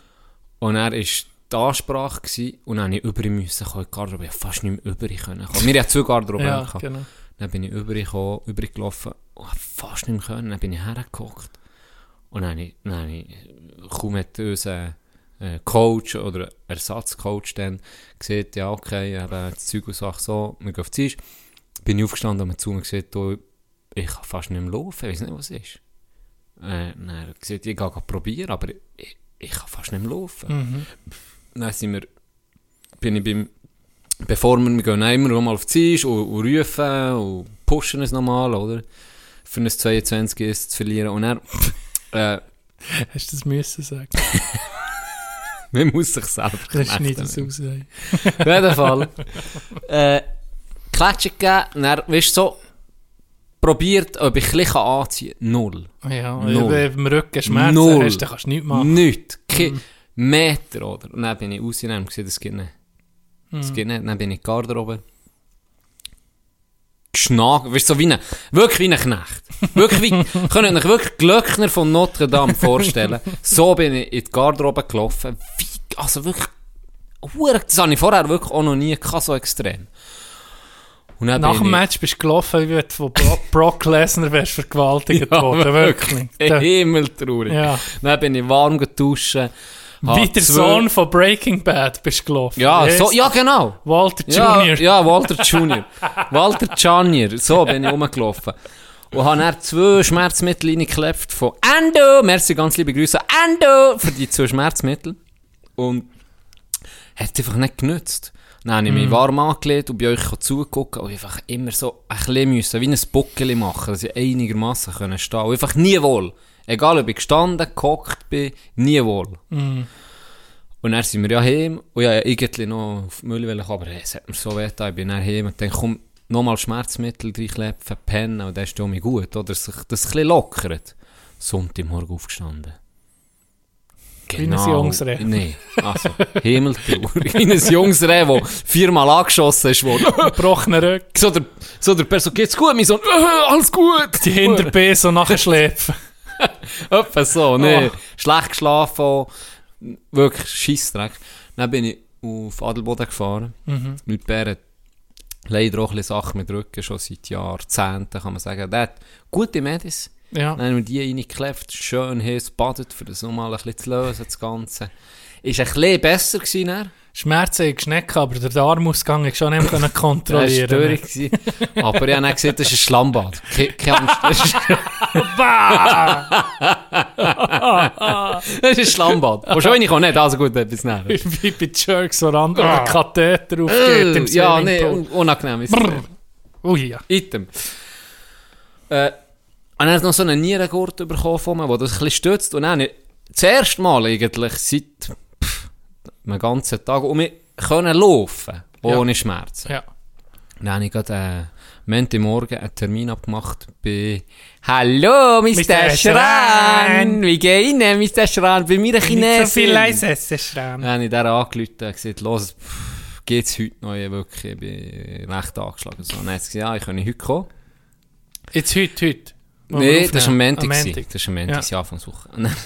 und er ist die Ansprache gewesen, und dann habe ich über müssen kommen in die Garderobe. Ich habe fast nicht mehr über können. kommen. Wir hatten zwei Garderoben. Ja, gehabt. genau. Dann bin ich übergekommen, übergelaufen und habe fast nicht mehr können. Dann bin ich hergekocht. Und dann, habe ich- dann habe ich kaum hat unser äh, Coach oder Ersatzcoach dann gesagt, ja okay, eben, das Zeug und Sache so, wir gehen auf die Eis. Bin ich aufgestanden und mir zu mir gesagt, du, ich kann fast nicht mehr laufen, ich weiß nicht, was ist. Äh, dann hat er gesagt, ich gehe probieren, aber ich, ich kann fast nicht mehr laufen. Mhm. Dann sind wir, bin ich beim, bevor wir, wir gehen immer noch mal auf die Eis und, und rufen und pushen es nochmal, oder? Für ein 22 ist zu verlieren. Und er, [LAUGHS] äh, Hast du das müssen sagen? man muss sich selber Das schneidet knechten. es raus. ey. Auf jeden Fall. äh, Klatschen gegeben, dann, weißt du, so, probiert, ob ich ein bisschen anziehen kann. Null. Oh Ja, Null. wenn du im Rücken Schmerzen Null. hast, dann kannst du nichts machen. Nichts. Kein Mm. Meter, oder? Und dann bin ich rausgenommen und gesehen, das geht nicht. Das Mm. geht nicht. Dann bin ich in die Garderobe. Geschnagt. Weißt du, so wie ein, wirklich wie ein Knecht. Wirklich wie, [LAUGHS] könnt ihr euch wirklich Glöckner von Notre Dame [LAUGHS] vorstellen. so bin ich in die Garderobe gelaufen. Wie, also wirklich, Hure, das habe ich vorher wirklich auch noch nie gehabt, so extrem. Und dann Nach bin dem ich- Match bist du gelaufen, wie wenn du von Bro Brock Lesnar wärst vergewaltigt [LAUGHS] Ja, worden. Wirklich. [LAUGHS] Da- Himmeltraurig. Ja. Dann bin ich warm getuscht. Wie der Sohn von Breaking Bad bist du gelaufen. Ja, Yes. so, ja, genau. Walter Ja, Jr. ja, Walter Junior. Walter Junior. So bin ich rumgelaufen. Und habe dann zwei Schmerzmittel reingeklopft von Endo. Merci, ganz liebe Grüße. Endo! Für die zwei Schmerzmittel. Und hat einfach nicht genützt. Dann habe ich mich warm angelegt und bei euch zugucken und einfach immer so ein bisschen müssen, wie ein Buckel machen, dass ich einigermaßen können stehen konnte. Und einfach nie wohl. Egal, ob ich gestanden, gehockt bin, nie wohl. Und dann sind wir ja heim und ja, irgendwie noch auf die Mühle wollen, aber hey, es hat mir so weh getan. Ich bin dann heim und dann komm, nochmal Schmerzmittel reinkläpfen, pennen und dann ist ja mir gut, oder? Dass sich das ein bisschen lockert. Sonntagmorgen aufgestanden. Genau. ein junges Reh. Nein, also, Himmeltrauer. Wie ein junges Reh, das viermal angeschossen ist worden. Gebrochener Rücken. so, der, so der Person, geht's gut, mein Sohn? «Äh, alles gut! Die Hinterbeine so nachschläfen. Etwa so, ne? Oh. Schlecht geschlafen, auch. wirklich Scheissdreck. Dann bin ich auf Adelboden gefahren. Mit Bären leider auch ein bisschen Sachen mit Rücken, schon seit Jahrzehnten kann man sagen. Der hat gute Medis. Ja. Dann haben wir die reingeklebt, schön heiß badet, für das nochmal ein bisschen zu lösen, das Ganze. Ist ein bisschen besser gewesen, dann. Schmerzen in Geschnecken, aber der Darmausgang ist schon nicht mehr kontrollieren. Das war störend. gewesen. Aber ich habe dann gesehen, das ist ein Schlammbad. Ke- Keine Angst. Das ist- [LAUGHS] das ist ein Schlammbad. Wahrscheinlich auch nicht. Also gut, etwas näher. [LAUGHS] Wie bei Jerks oder anderen, der Katheter aufgeht im Ah. Eh, Ja, nee, Swimmingpool. un- unangenehm ist Brr. Ui, ja. Item. Äh, und er hat noch so einen Nierengurt bekommen von mir, der das ein bisschen stützt. Und dann habe ich das erste Mal eigentlich seit pff, einem ganzen Tag um mich können laufen, ohne Schmerzen. ja. Dann habe ich gerade äh, Montag Morgen einen Termin abgemacht bei Hallo, Mr. Mr. Schran! Schran. Wie nou, geht Ihnen, Mr. Schran? Bei mir ein Chinesin. Nicht so viel leise essen, Schran. Dann habe ich den angerufen und gesagt, los, pff, geht's heute noch? Ich, wirklich, ich bin recht angeschlagen. So. Dann hat sie gesagt, ja, ich kann heute kommen. Jetzt heute, heute. Wo wir Nein, aufnehmen. das war am Montag. Am gewesen. Montag. Das war am Montag, ja. Anfangswoche. Und [LAUGHS] dann-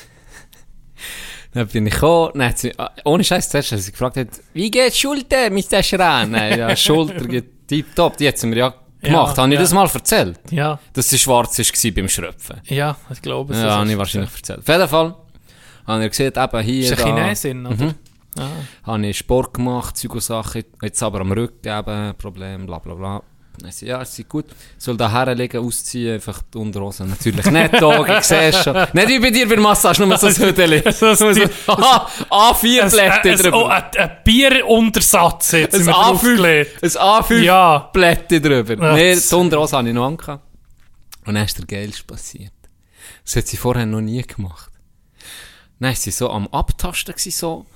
Dann bin ich gekommen, dann hat sie, ah, ohne Scheiß, zuerst hat sie gefragt, hat, wie geht Schulter, Mr. Schran? Nein, [LAUGHS] ja, Schulter geht tipptopp, die hat sie mir ja gemacht. Ja, habe ich ja. das mal erzählt, Ja, dass sie schwarz war beim Schröpfen? ja, ich glaube es. ja, habe ich wahrscheinlich erzählt. Auf jeden Fall habe ich gesehen, eben hier, Ist ein da, Chinesin, oder? Mhm. Ah. habe ich Sport gemacht, Zeug und Sachen, jetzt aber am Rücken eben, Problem, bla bla bla. Dann sie, ja, sie gut. Soll da herlegen, ausziehen, einfach die Unterhosen. Natürlich nicht, Tag, [LAUGHS] ich sehe schon. Nicht wie bei dir bei der Massage, nur so ein Hüdeli. So ein Nur so, [LAUGHS] Tier- aha, A4-Blätter Ein, ein, drüber. ein, ein Bieruntersatz jetzt Ein sind wir A5, draufgelegt. ein A5 Ja. Blätter drüber. Ja. Nee, die Unterhose habe ich noch angehabt. Und dann ist der Geilste passiert. Das hat sie vorher noch nie gemacht. Dann war sie so am Abtasten, gewesen, so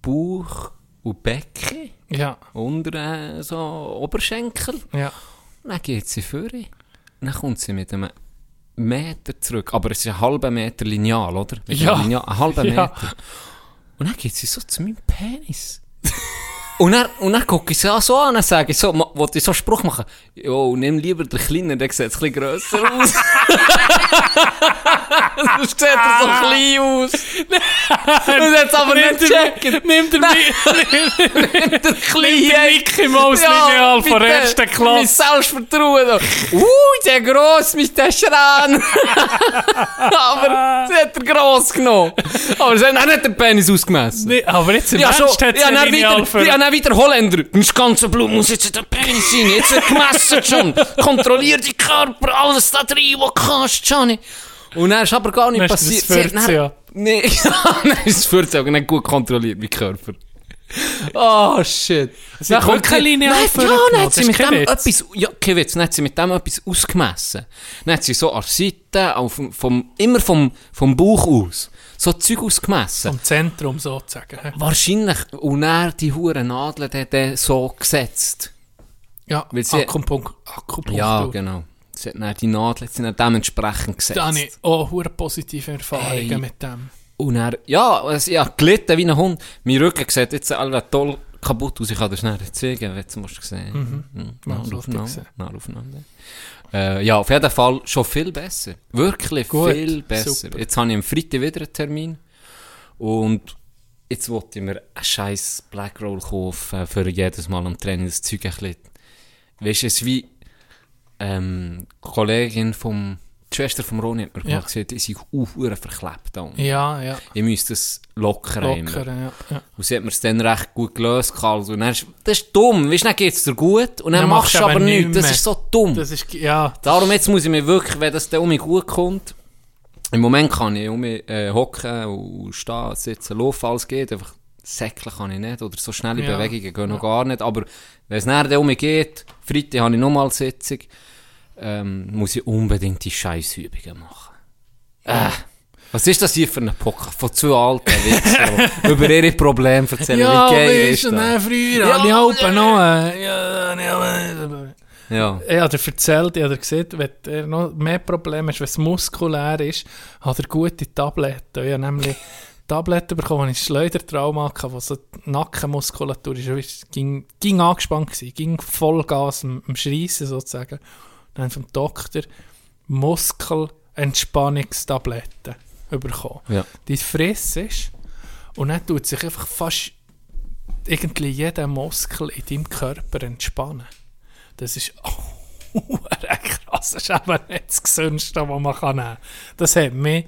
Bauch und Becken Ja, und äh, so Oberschenkel. ja. Und dann geht sie vor. Dann kommt sie mit einem Meter zurück. Aber es ist ein halber Meter lineal, oder? Mit Ja. einem Lineal, ein halber [LAUGHS] Ja. Meter. Und dann geht sie so zu meinem Penis. und dann, und dann gucke ich sie auch so an und sage ich so, ma- wollte ich so einen Spruch machen? Jo, nimm lieber den kleinen, der sieht ein bisschen grösser aus. Sonst sieht er so klein aus. Und jetzt aber nicht checken. Nimm den [LAUGHS] Der kleine. Mickey Mouse Lineal von der ersten Mein Klasse. Selbstvertrauen. Uh, der gross, mich der [LAUGHS] Schran. Aber sie hat den gross genommen. Aber sie hat auch nicht den Penis ausgemessen. Nee, aber jetzt im Ja, schon. Ernst hat Ja, sie dann Lineal wieder, für... ja, dann wieder Holländer. Mein ganzer Blut muss jetzt der Penis sein. Jetzt wird gemessen schon. Kontrollier die Körper, alles da drin, wo du kannst, Johnny. Und dann ist aber gar nicht Dann ist das passiert. Sie hat 14, dann- ja. Nee, [LAUGHS] nein, ist 14 Jahre nicht gut kontrolliert, mein Körper. Oh, shit. Sie hat Dann kommt wirklich sie- lineal Nein, Ja, vorgenommen. dann hat Das sie ist mit kein dem Witz. etwas, ja, kein Witz, dann hat sie mit dem etwas ausgemessen. Dann hat sie so an der Seite, auf, dem- vom, immer vom, vom Bauch aus, so Zeug ausgemessen. Am Zentrum sozusagen. hä? Wahrscheinlich. Und er die hure Nadel hat er so gesetzt. Ja, Weil sie- Akupunktur. Akupunktur. Ja, genau. Sie hat dann die Nadel hat sie dann dementsprechend gesetzt. Da habe ich auch hure positive Erfahrungen Hey. mit dem. Und er, ja, also, ich hab gelitten wie ein Hund. Mein Rücken sieht jetzt alle toll kaputt aus. Ich kann das schnell zeigen, wenn du musst sehen. Mhm. Mal so gesehen. aufeinander. Äh, ja, auf jeden Fall schon viel besser. Wirklich Gut, viel besser. super. Jetzt habe ich am Freitag wieder einen Termin. Und jetzt wollte ich mir einen scheiß Black Roll kaufen, für jedes Mal am Training das Zeug ein bisschen. Weißt du, es ist wie, ähm, die Kollegin vom, die Schwester vom Ronny hat mir Ja. gesagt, ich sei auch verdammt verklebt da unten. Ja, ja. Ich müsste es locker Locker, nehmen. ja. ja. Und sie hat mir es dann recht gut gelöst. gehabt. Also, und dann ist, das ist dumm. Weißt du, dann geht es dir gut und dann, Dann machst du machst du aber eben nichts. Das nichts ist so dumm. Das ist, ja, Darum jetzt muss ich mir wirklich, wenn das dann um mich gut kommt, im Moment kann ich um mich äh, hocken und stehen, sitzen, laufen, alles geht. Einfach säckeln kann ich nicht. Oder so schnelle Ja. Bewegungen gehen noch gar nicht. Aber wenn es nachher dann um mich geht, Freitag habe ich nochmal Sitzung, ähm, muss ich unbedingt die Scheißübungen machen. Äh. Was ist das hier für ein Poker von zwei alten Wichsern, [LAUGHS] die über ihre Probleme erzählen? Ja, Wie geil weißt ist du, ne, das? früher Ja, ja, habe ich ja. Alpen noch... Äh, ja, ja, ja. Ja. Ich habe dir erzählt, ich habe dir gesagt, wenn du noch mehr Probleme hast, wenn es muskulär ist, hat er gute Tabletten. Ich [LAUGHS] habe nämlich Tabletten bekommen, als ich Schleudertrauma hatte, wo so die Nackenmuskulatur ist, weißt, ging, ging angespannt gewesen, ging Vollgas am, am Schreissen sozusagen. Dann vom Doktor Muskelentspannungstabletten bekommen. Ja. Die frisst ist und dann tut sich einfach fast irgendwie jeder Muskel in deinem Körper entspannen. Das ist [LAUGHS] oh, krass. Das ist aber nicht das Gesündeste, was man kann nehmen kann. Das hat mich...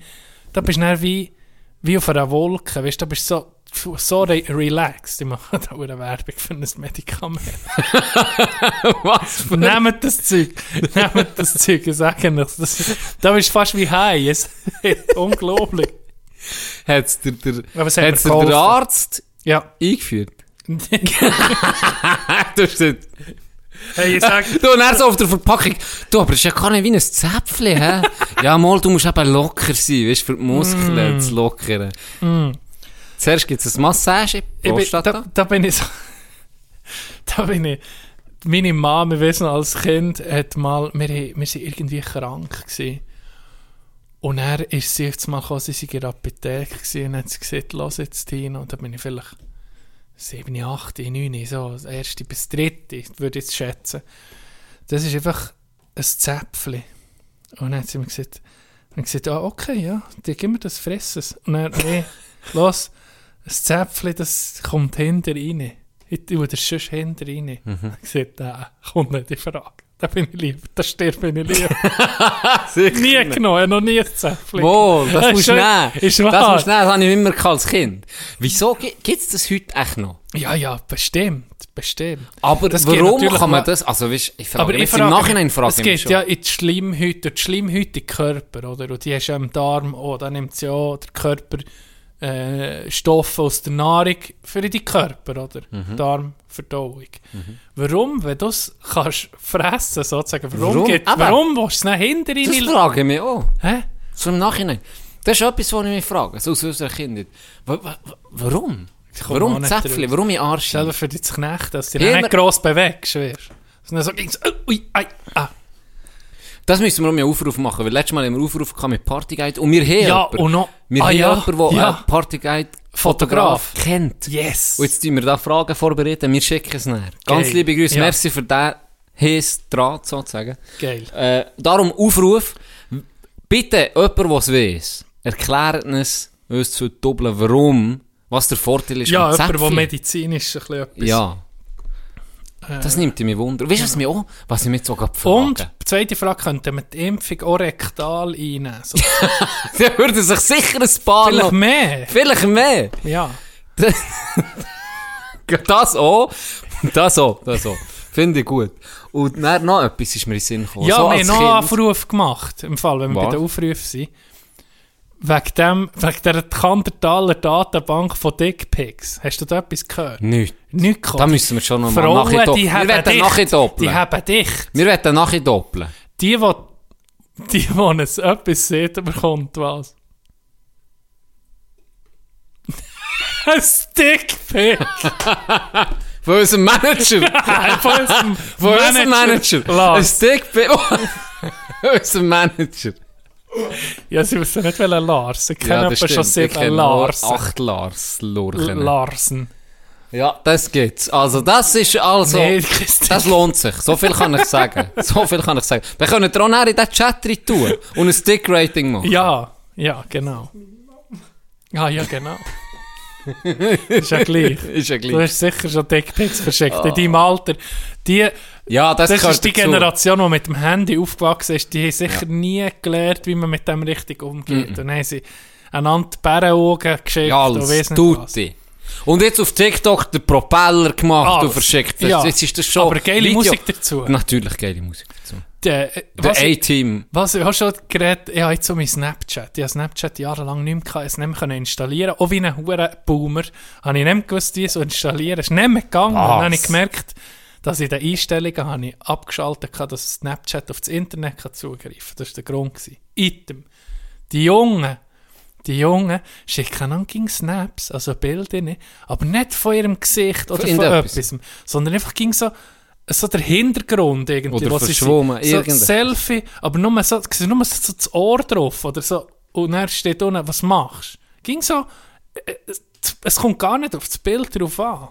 Da bist du dann wie, wie auf einer Wolke, weißt du, da bist du so, so re relaxed. Ich mache [LAUGHS] da auch eine Werbung für ein Medikament. [LAUGHS] Was für Nehmt das Zeug. Nehmt das Zeug, ich sage euch. Das, da bist du fast wie high. Es [LAUGHS] unglaublich. Hat's dir der, Aber es hat mir hat's dir geholfen. der Arzt Ja. eingeführt? [LAUGHS] du hast gesagt, Hey, [LAUGHS] ich sag... du, und er so auf der Verpackung, du, aber es ist ja gar nicht wie ein Zäpfchen, hä? ja, mal, du musst eben locker sein, weißt du, für die Mm. Muskeln zu lockern. Zuerst gibt es eine Massage, Ich bin, da, Prostata. da bin ich so. [LAUGHS] da bin ich. Meine Mama, wir wissen als Kind, hat mal, wir, haben- wir sind irgendwie krank gewesen. Und er ist sie jetzt mal gekommen, sie sei in der Apotheke gewesen und hat sie gesagt, los jetzt hin. Und da bin ich vielleicht 7, 8, 9, so, das erste bis dritte, würde ich jetzt schätzen. Das ist einfach ein Zäpfchen. Und dann hat sie mir gesagt, dann gesagt, ah, okay, ja, dann gib mir das Fressen. Und dann, nee, [LAUGHS] los, ein Zäpfchen, das Mhm. [LAUGHS] kommt hinter rein. Ich tue das sonst hinter rein. Ich gesagt, ah, kommt nicht in Frage. Da bin ich lieb. Da stirb ich lieb. [LAUGHS] Sicher nie nicht. genommen, ich noch nie gezäpfelt. Wohl, [LAUGHS] das musst du nehmen. Ist Das wahr. musst du nehmen, das habe ich immer gehabt als Kind. Wieso gibt es das heute echt noch? ja, ja, bestimmt. Bestimmt. Aber Das geht warum natürlich kann man mal- das? Also, weißt, ich frage mich jetzt im frage mich, Nachhinein frage ich Es mich geht schon. ja in die Schleimhäute, die Schleimhäute in den Körper, oder? Und die hast du am Darm oh, auch, dann nimmt sie auch der Körper äh, Stoffe aus der Nahrung für in deinen Körper, oder? Mhm. Darmverdauung. Warum, wenn du es kannst fressen, sozusagen, warum, Warum? warum? Geht, Aber- warum willst du es dann hinter Das rein? frage ich mich auch. Hä? So im Nachhinein. Das ist etwas, was ich mich frage, so aus unserer Kindheit. Wa- wa- wa- Warum? komme auch Warum nicht Zäpfchen? drauf. Warum in Arsch? Selber für dich zu knechten, dass du dich Immer- nicht gross bewegst, wirst. Sondern so ging's, äh, ui, ei, ah. Das müssen wir auch einen Aufruf machen, weil letztes Mal haben wir einen Aufruf gehabt mit Partyguide und wir haben Ja, jemanden. und noch- Wir Ah, haben ja, jemanden, der ja. einen Partyguide-Fotograf Fotograf. kennt. Yes! Und jetzt tun wir da Fragen vorbereiten, wir schicken es näher. Ganz Geil. liebe Grüße, Ja. merci für den heissen Draht sozusagen. Geil. Äh, darum Aufruf, bitte jemand, der es weiss, erklärt uns, uns zu doppeln, warum, was der Vorteil ist Ja, mit jemand, der Zäpfchen. medizinisch ein bisschen etwas... Ja. Das nimmt mich Wunder. Weißt du, was mich auch, was ich mich jetzt sogar frage? Äh, Und [LAUGHS] die zweite Frage, könnte man die Impfung auch rektal einnehmen? [LAUGHS] So, Sie würden sich sicher ein paar vielleicht noch- mehr. Vielleicht mehr. Ja. Das auch. Das auch. Das auch. Finde ich gut. Und dann noch etwas ist mir in den Sinn gekommen. ja, Oh, so wir als haben noch einen Kind. Aufruf gemacht, im Fall, wenn wir Was? bei den Aufrufen sind. Wegen, dem, wegen der Kandertaler Datenbank von Dickpics. Hast du da etwas gehört? Nicht. Nicht gehört. Da müssen wir schon noch mal nachher Frauen, die doppeln. Wir haben werden dich. nachher doppeln. Die haben dich. Wir werden nachher doppeln. Die, die, die, die es etwas sieht, bekommt was. [LAUGHS] Ein Dickpic. Von unserem Manager. [LAUGHS] Nein, [LAUGHS] von unserem Von unserem Manager. Ein [LAUGHS] Lars. Stickpick. Unser Manager. Ja, sie wissen nicht, welcher Lars. Sie kennen aber schon Ich kenne sieben Lars. nur Acht Lars. Lurchen. Larsen. Ja, das gibt's. Also, das ist also. Nee, Christi. das lohnt sich. So viel kann ich [LAUGHS] sagen. So viel kann ich sagen. Wir können auch näher in diesen Chat rein tun und ein Stick-Rating machen. Ja, ja, genau. Ah, [LAUGHS] ja, genau. ist ja gleich. Ist ja Du gleich. hast sicher schon Dickpics verschickt Ah. in deinem Alter. Die, Ja, das, das gehört ist die dazu. Generation, die mit dem Handy aufgewachsen ist. Die haben sicher nie gelernt, wie man mit dem richtig umgeht. Und dann haben sie einander die Bärenaugen geschickt. Ja, und alles. weiss nicht was. Tutti. Und jetzt auf TikTok den Propeller gemacht und Alles. verschickt. Das, Ja. Jetzt ist das schon. Aber geile Musik dazu. Natürlich geile Musik dazu. Der, Der was, A-Team. Was, ich habe schon geredet, ich habe jetzt um mein Snapchat. Ich habe Snapchat jahrelang nicht mehr, gehabt, es nicht mehr können installieren Auch wie ein hoher Boomer habe ich nicht mehr gewusst, wie so installieren. Es ist nicht mehr gegangen. Und Was? Dann habe ich gemerkt, dass in den Einstellungen habe ich abgeschaltet habe, dass Snapchat auf das Internet kann zugreifen kann. Das war der Grund. Gewesen. Item. Die Jungen, die Jungen schicken an Snaps, also Bilder, nicht, aber nicht von ihrem Gesicht oder Von von irgendetwas. etwas, sondern einfach ging so, so der Hintergrund irgendwie. Oder wo sie verschwommen, sind. so irgendetwas. Selfie, aber nur so, sie sind nur so, so das Ohr drauf oder so. Und dann steht unten, was machst du? Ging so, äh, es- es kommt gar nicht auf das Bild drauf an.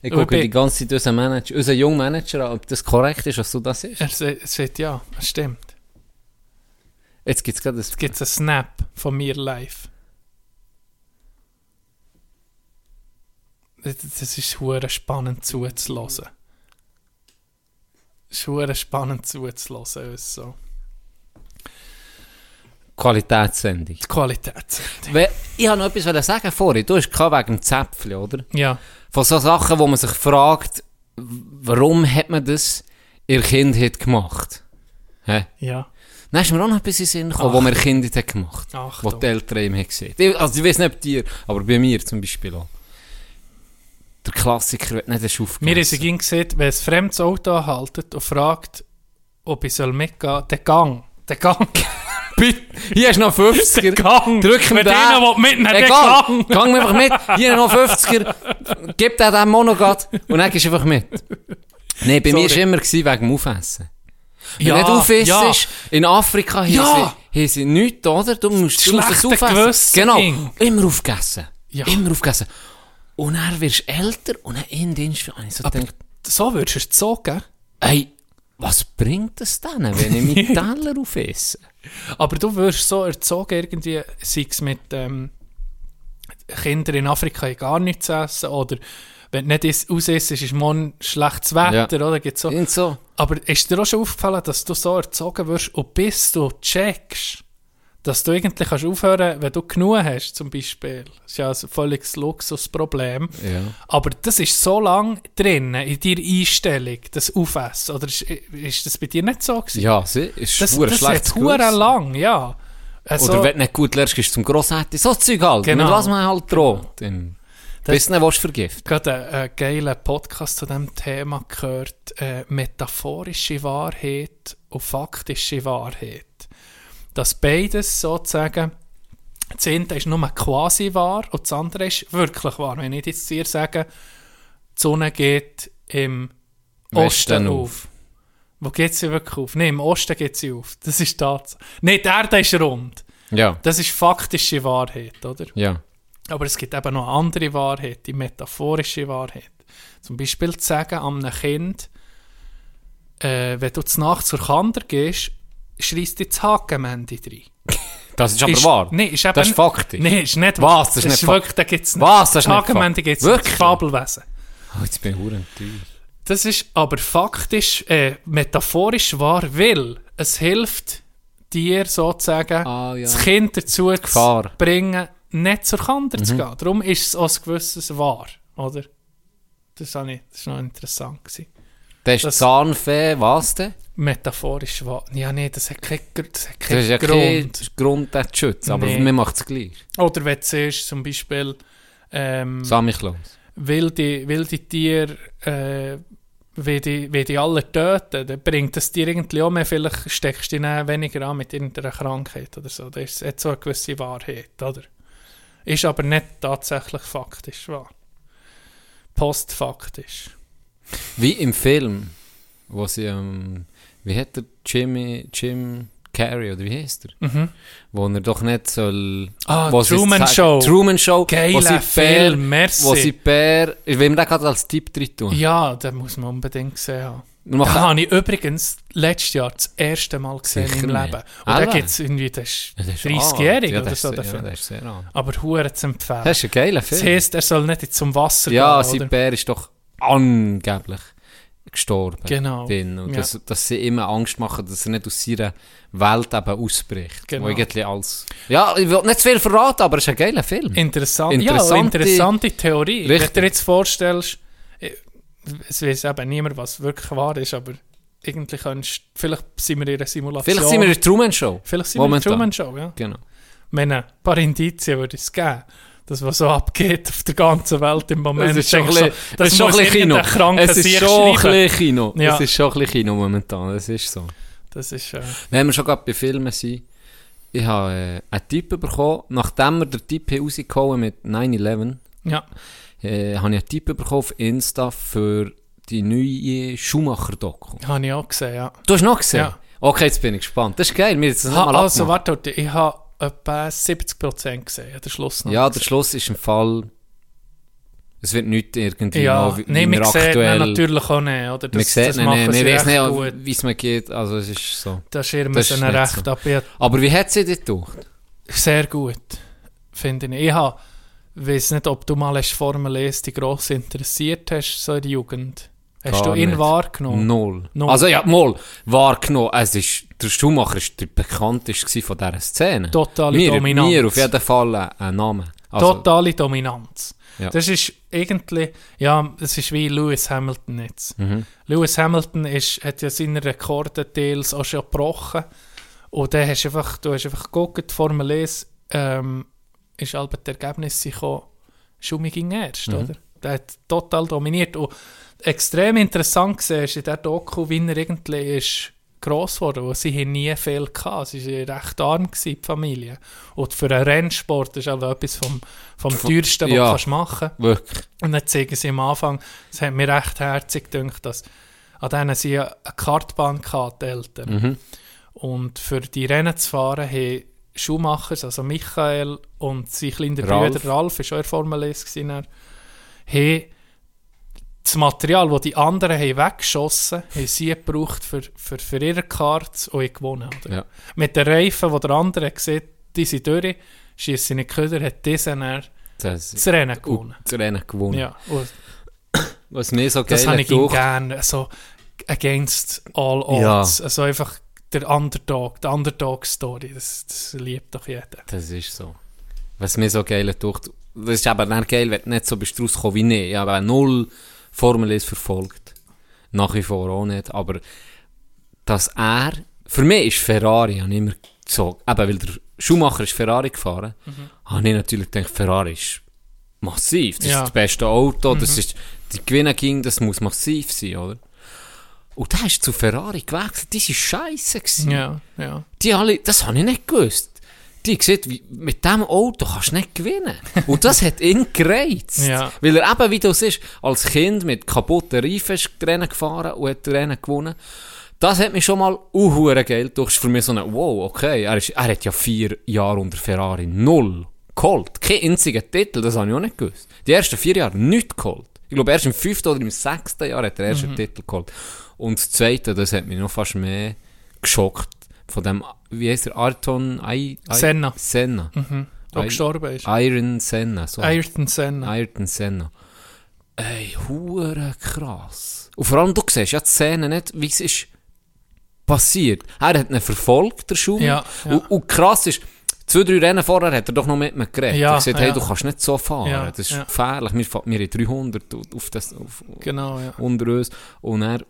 Ich Aber gucke bei- die ganze Zeit unseren Manager, unseren jungen Manager an, ob das korrekt ist, was du das ist. Er se- sagt, ja, das stimmt. Jetzt gibt es gerade das. Jetzt gibt es einen Snap von mir live. Das das ist hure spannend zuzuhören. Es ist hure spannend zuzuhören, uns so. Qualitätssendung. Die Qualität. We- Ich wollte noch etwas wollen sagen vorhin. Du hast gehabt wegen dem Zäpfchen, oder? Ja. Von so Sachen, wo man sich fragt, w- warum hat man das in der Kindheit gemacht? Hä? Ja. Dann ist mir auch noch etwas in den Sinn gekommen, wo man in der Kindheit hat gemacht hat. Wo Achtung. die Eltern ihm haben gesehen Ich- Also ich weiß nicht bei dir, aber bei mir zum Beispiel auch. Der Klassiker wird nicht erst Mir ist aufgegessen. es gesehen, wenn ein fremdes Auto anhaltet und fragt, ob ich soll mitgehen soll, der Gang. Der [LAUGHS] Gang. Hier hast du noch 50er. [LAUGHS] Der Gang. Drück mir Wenn den. einer will mitnehmen der Egal, Gang. gang mir einfach mit. Hier noch 50er, gib dir den Monogat und dann gehst du einfach mit. Nein, bei mir war Sorry. immer gewesen wegen dem Aufessen. Wenn Ja, du nicht aufisst, ja. in Afrika haben Ja. sie, haben sie nichts, oder? Du musst, du musst es schlechte aufessen. Gewissen, genau, Ding. immer aufgegessen. Ja. Immer aufgegessen. Und dann wirst du älter und dann in den Dienst habe ich so gedacht, So würdest du es zogen. ey, was bringt es denn, wenn ich meinen [LAUGHS] Teller aufesse? Aber du wirst so erzogen, irgendwie, sei es mit ähm, Kindern in Afrika haben gar nichts zu essen oder wenn du nicht is- raus isst, ist morgen schlechtes Wetter, oder? Gibt's so. Irgend so. Aber ist dir auch schon aufgefallen, dass du so erzogen wirst und bis du checkst, dass du eigentlich kannst aufhören wenn du genug hast, zum Beispiel. Das ist ja ein völliges Luxusproblem. Ja. Aber das ist so lange drin, in deiner Einstellung, das Aufessen. Oder ist, ist das bei dir nicht so gewesen? Ja, sie ist das verdammt das schlechtes hat hure Gewissen. lang, ja. Also, Oder wenn du nicht gut lernst, gehst du zum Grosshetti. So Zeug halt. Genau. Mit was man halt droht. Im- Das- Bis du nicht willst vergiften. gerade einen, einen geilen Podcast zu diesem Thema gehört. Äh, metaphorische Wahrheit und faktische Wahrheit. Dass beides sozusagen, das eine ist nur quasi wahr und das andere ist wirklich wahr. Wenn ich jetzt dir sage, die Sonne geht im Westen Osten auf. auf. Wo geht sie wirklich auf? Nein, im Osten geht sie auf. Das ist Tatsache. Nein, die Erde ist rund. Ja. Das ist faktische Wahrheit, oder? Ja. Aber es gibt eben noch eine andere Wahrheit, die metaphorische Wahrheit. Zum Beispiel zu sagen an einem Kind, äh, wenn du zu Nacht zur Kander gehst, schreist du das Hakenmende rein. Das ist aber wahr. Nee, ist eben, Das ist faktisch. Nein, ist nicht Was? Das ist nicht fak- wirklich, da gibt's nicht. Was? Das ist nicht Hakenmende fak- gibt es nicht. Das Wirklich? Fabelwesen. Oh, jetzt bin ich verdammt enttäuscht. Das ist aber faktisch, äh, metaphorisch wahr, weil es hilft dir sozusagen, Ah, ja. das Kind dazu zu Gefahr. bringen, nicht zur Kander Mhm. zu gehen. Darum ist es auch ein gewisses wahr, oder? Das, habe ich, das ist noch interessant. Gewesen. Das ist Das- Zahnfee, was denn? Metaphorisch wahr. Ja, nee, das hat keinen Gr- das hat Das ist keinen ja kein Grund. Grund, das zu schützen. Aber Nee. man macht es gleich. Oder wenn du siehst, zum Beispiel, ähm, Sammy Klaus. wilde, wilde Tiere, äh, wenn die, wenn die alle töten, dann bringt es dir irgendwie auch mehr. Vielleicht steckst du dich dann weniger an mit irgendeiner Krankheit oder so. Das ist jetzt so eine gewisse Wahrheit, oder? Ist aber nicht tatsächlich faktisch wahr. Postfaktisch. Wie im Film, wo sie, ähm, wie hat der Jimmy, Jim Carrey, oder wie heißt er? Mhm. Wo er doch nicht soll... Ah, wo sie Truman zeigen- Show. Truman Show. wo sie Geiler Bär- Film, merci. Wo sie Bär... Ich will mir den gerade als Tipp drin tun. ja, das muss man unbedingt gesehen haben. Wir Das machen- habe ich übrigens letztes Jahr das erste Mal gesehen Sicher im nicht. Leben. Und da Alle? gibt es irgendwie, das ist Ja, das ist 30-jährig alt. Ja, oder das so. ist- der Ja, Film. das ist sehr alt. Aber Huren zu empfehlen. Das ist ein geiler Das Film. heisst, er soll nicht zum Wasser Ja, gehen. sein oder? Bär ist doch angeblich gestorben. Genau. Drin. Und Ja. dass, dass sie immer Angst machen, dass er nicht aus ihrer Welt eben ausbricht. Genau. Wo irgendwie alles... Ja, ich will nicht zu viel verraten, aber es ist ein geiler Film. Interessant. Ja, Interessante- interessante Theorie. Wenn Richtig. du dir jetzt vorstellst, ich- es weiß eben niemand, was wirklich wahr ist, aber irgendwie kannst vielleicht sind wir in einer Simulation. Vielleicht sind wir in der Truman Show. vielleicht sind wir in Momentan. der Truman Show, ja. Genau. Ich meine, ein paar Indizien würde es geben. Das, was so abgeht auf der ganzen Welt im Moment. Es ist schon ein Denkst bisschen, du so, es ist schon ein muss bisschen Kino. irgendein kranker Es ist Sieg schon ein schreiben. bisschen Kino. Ja. Es ist schon ein bisschen Kino momentan. Das ist so. Das ist, äh, Wenn wir schon gerade bei Filmen sind, ich habe äh, einen Tipp bekommen, nachdem wir den Tipp haben rausgehauen mit 9-11, ja. äh, habe ich einen Tipp bekommen auf Insta für die neue Schumacher-Doku. Habe ich auch gesehen, ja. Du hast noch gesehen? Ja. Okay, jetzt bin ich gespannt. Das ist geil, mir jetzt das Ha, nochmal also, also, warte, warte, ich habe etwa 70% gesehen, ja, der Schluss noch. Ja, der Schluss ist im Fall, es wird nicht irgendwie Ja, noch nee, immer man sieht ihn aktuell. natürlich auch nicht. Oder? Das, man sieht das ihn machen nicht, sie man weiß recht nicht, gut. wie es mir geht, also es ist so. Da schirmen Das sie ist ihn nicht recht so. ab. Ja, Aber wie hat sie dich gedacht? sehr gut, finde ich. Ich habe, weiß nicht, ob du mal hast Formel 1 die gross interessiert hast, so in der Jugend. Hast Gar du ihn nicht. wahrgenommen? Null. Null. Also ja, mal, wahrgenommen, es ist, der Schumacher ist der bekannteste gewesen von dieser Szene. Totale mir, Dominanz. Mir auf jeden Fall äh, ein Name. Also, Totale Dominanz. Ja. Das ist irgendwie, ja, das ist wie Lewis Hamilton jetzt. Mhm. Lewis Hamilton ist, hat ja seine Rekorde teils auch schon gebrochen. Und dann hast du einfach, du hast einfach geguckt, die Formel 1 ähm, ist halb die Ergebnisse gekommen. Schumi ging erst, oder? Der hat total dominiert. Und extrem interessant gesehen ist in der Doku, wie er irgendwie ist gross geworden ist. Sie haben nie viel gehabt. Sie waren recht arm, gewesen, die Familie. Und für einen Rennsport ist also etwas vom, vom teuersten, was ja. du kannst machen Wirklich. und dann zeigen sie am Anfang, es hat mir recht herzig gedacht, dass an denen sie ja eine Kartbahn hatten, Mhm. die Eltern. Und für die Rennen zu fahren, haben Schuhmachers, also Michael und sein kleiner Ralf. Bruder Ralf, ist auch in der Formel 1 gewesen, er, haben das Material, das die anderen haben weggeschossen haben, haben sie gebraucht für, für, für ihre Karts und haben gewonnen. Oder? Ja. Mit den Reifen, die der andere sieht, die sind durch, schiessen in den Köder, hat dieser dann Das das Rennen gewonnen. und zu Rennen gewonnen. Ja, und Was mir so Das habe geil ich ihm gedacht. gerne. Also, against all Ja. odds. Also einfach der Underdog, die Underdog-Story. Das, das liebt doch jeder. Das ist so. Was mir so geil gedacht. Das ist eben dann geil, wenn du nicht so bist rausgekommen wie ich. Ich habe auch null Formel 1 verfolgt. Nach wie vor auch nicht. Aber dass er... Für mich ist Ferrari habe ich immer gezogen. Eben, weil der Schumacher ist Ferrari gefahren. Habe ich natürlich gedacht, Ferrari ist massiv. Das Ja. ist das beste Auto. Das ist... Die Gewinner ging, das muss massiv sein, oder? Und der ist zu Ferrari gewechselt. Das war scheisse. gewesen. Ja, ja. Die alle, das habe ich nicht gewusst. Die sieht, wie, mit diesem Auto kannst du nicht gewinnen. Und das hat ihn gereizt. Ja. Weil er eben, wie du siehst, als Kind mit kaputten Reifen ist Rennen gefahren und hat die Rennen gewonnen. Das hat mich schon mal unhure geil durch. Für mich so ein, wow, okay, er, ist, er hat ja vier Jahre unter Ferrari null geholt. Kein einziger Titel, das habe ich auch nicht gewusst. Die ersten vier Jahre nichts geholt. Ich glaube, erst im fünften oder im sechsten Jahr hat er erst einen Mhm. Titel geholt. Und das zweite, das hat mich noch fast mehr geschockt. Von dem, wie heißt er, Arton I, I, Senna. Senna. Der Ei- gestorben ist. Iron Senna. So. Ayrton Senna. Ayrton Senna. Ey, hure krass. Und vor allem, du siehst ja die Szene nicht, wie es ist passiert. Er hat ihn verfolgt, der Schuh. Ja, ja. Und, und krass ist, zwei, drei Rennen vorher hat er doch noch mit mir geredet. Ja, er hat gesagt, hey, ja. du kannst nicht so fahren. Ja, das ist ja. gefährlich. Wir, fa- wir haben 300 auf- auf das, auf, Genau, ja. unter uns. Und er,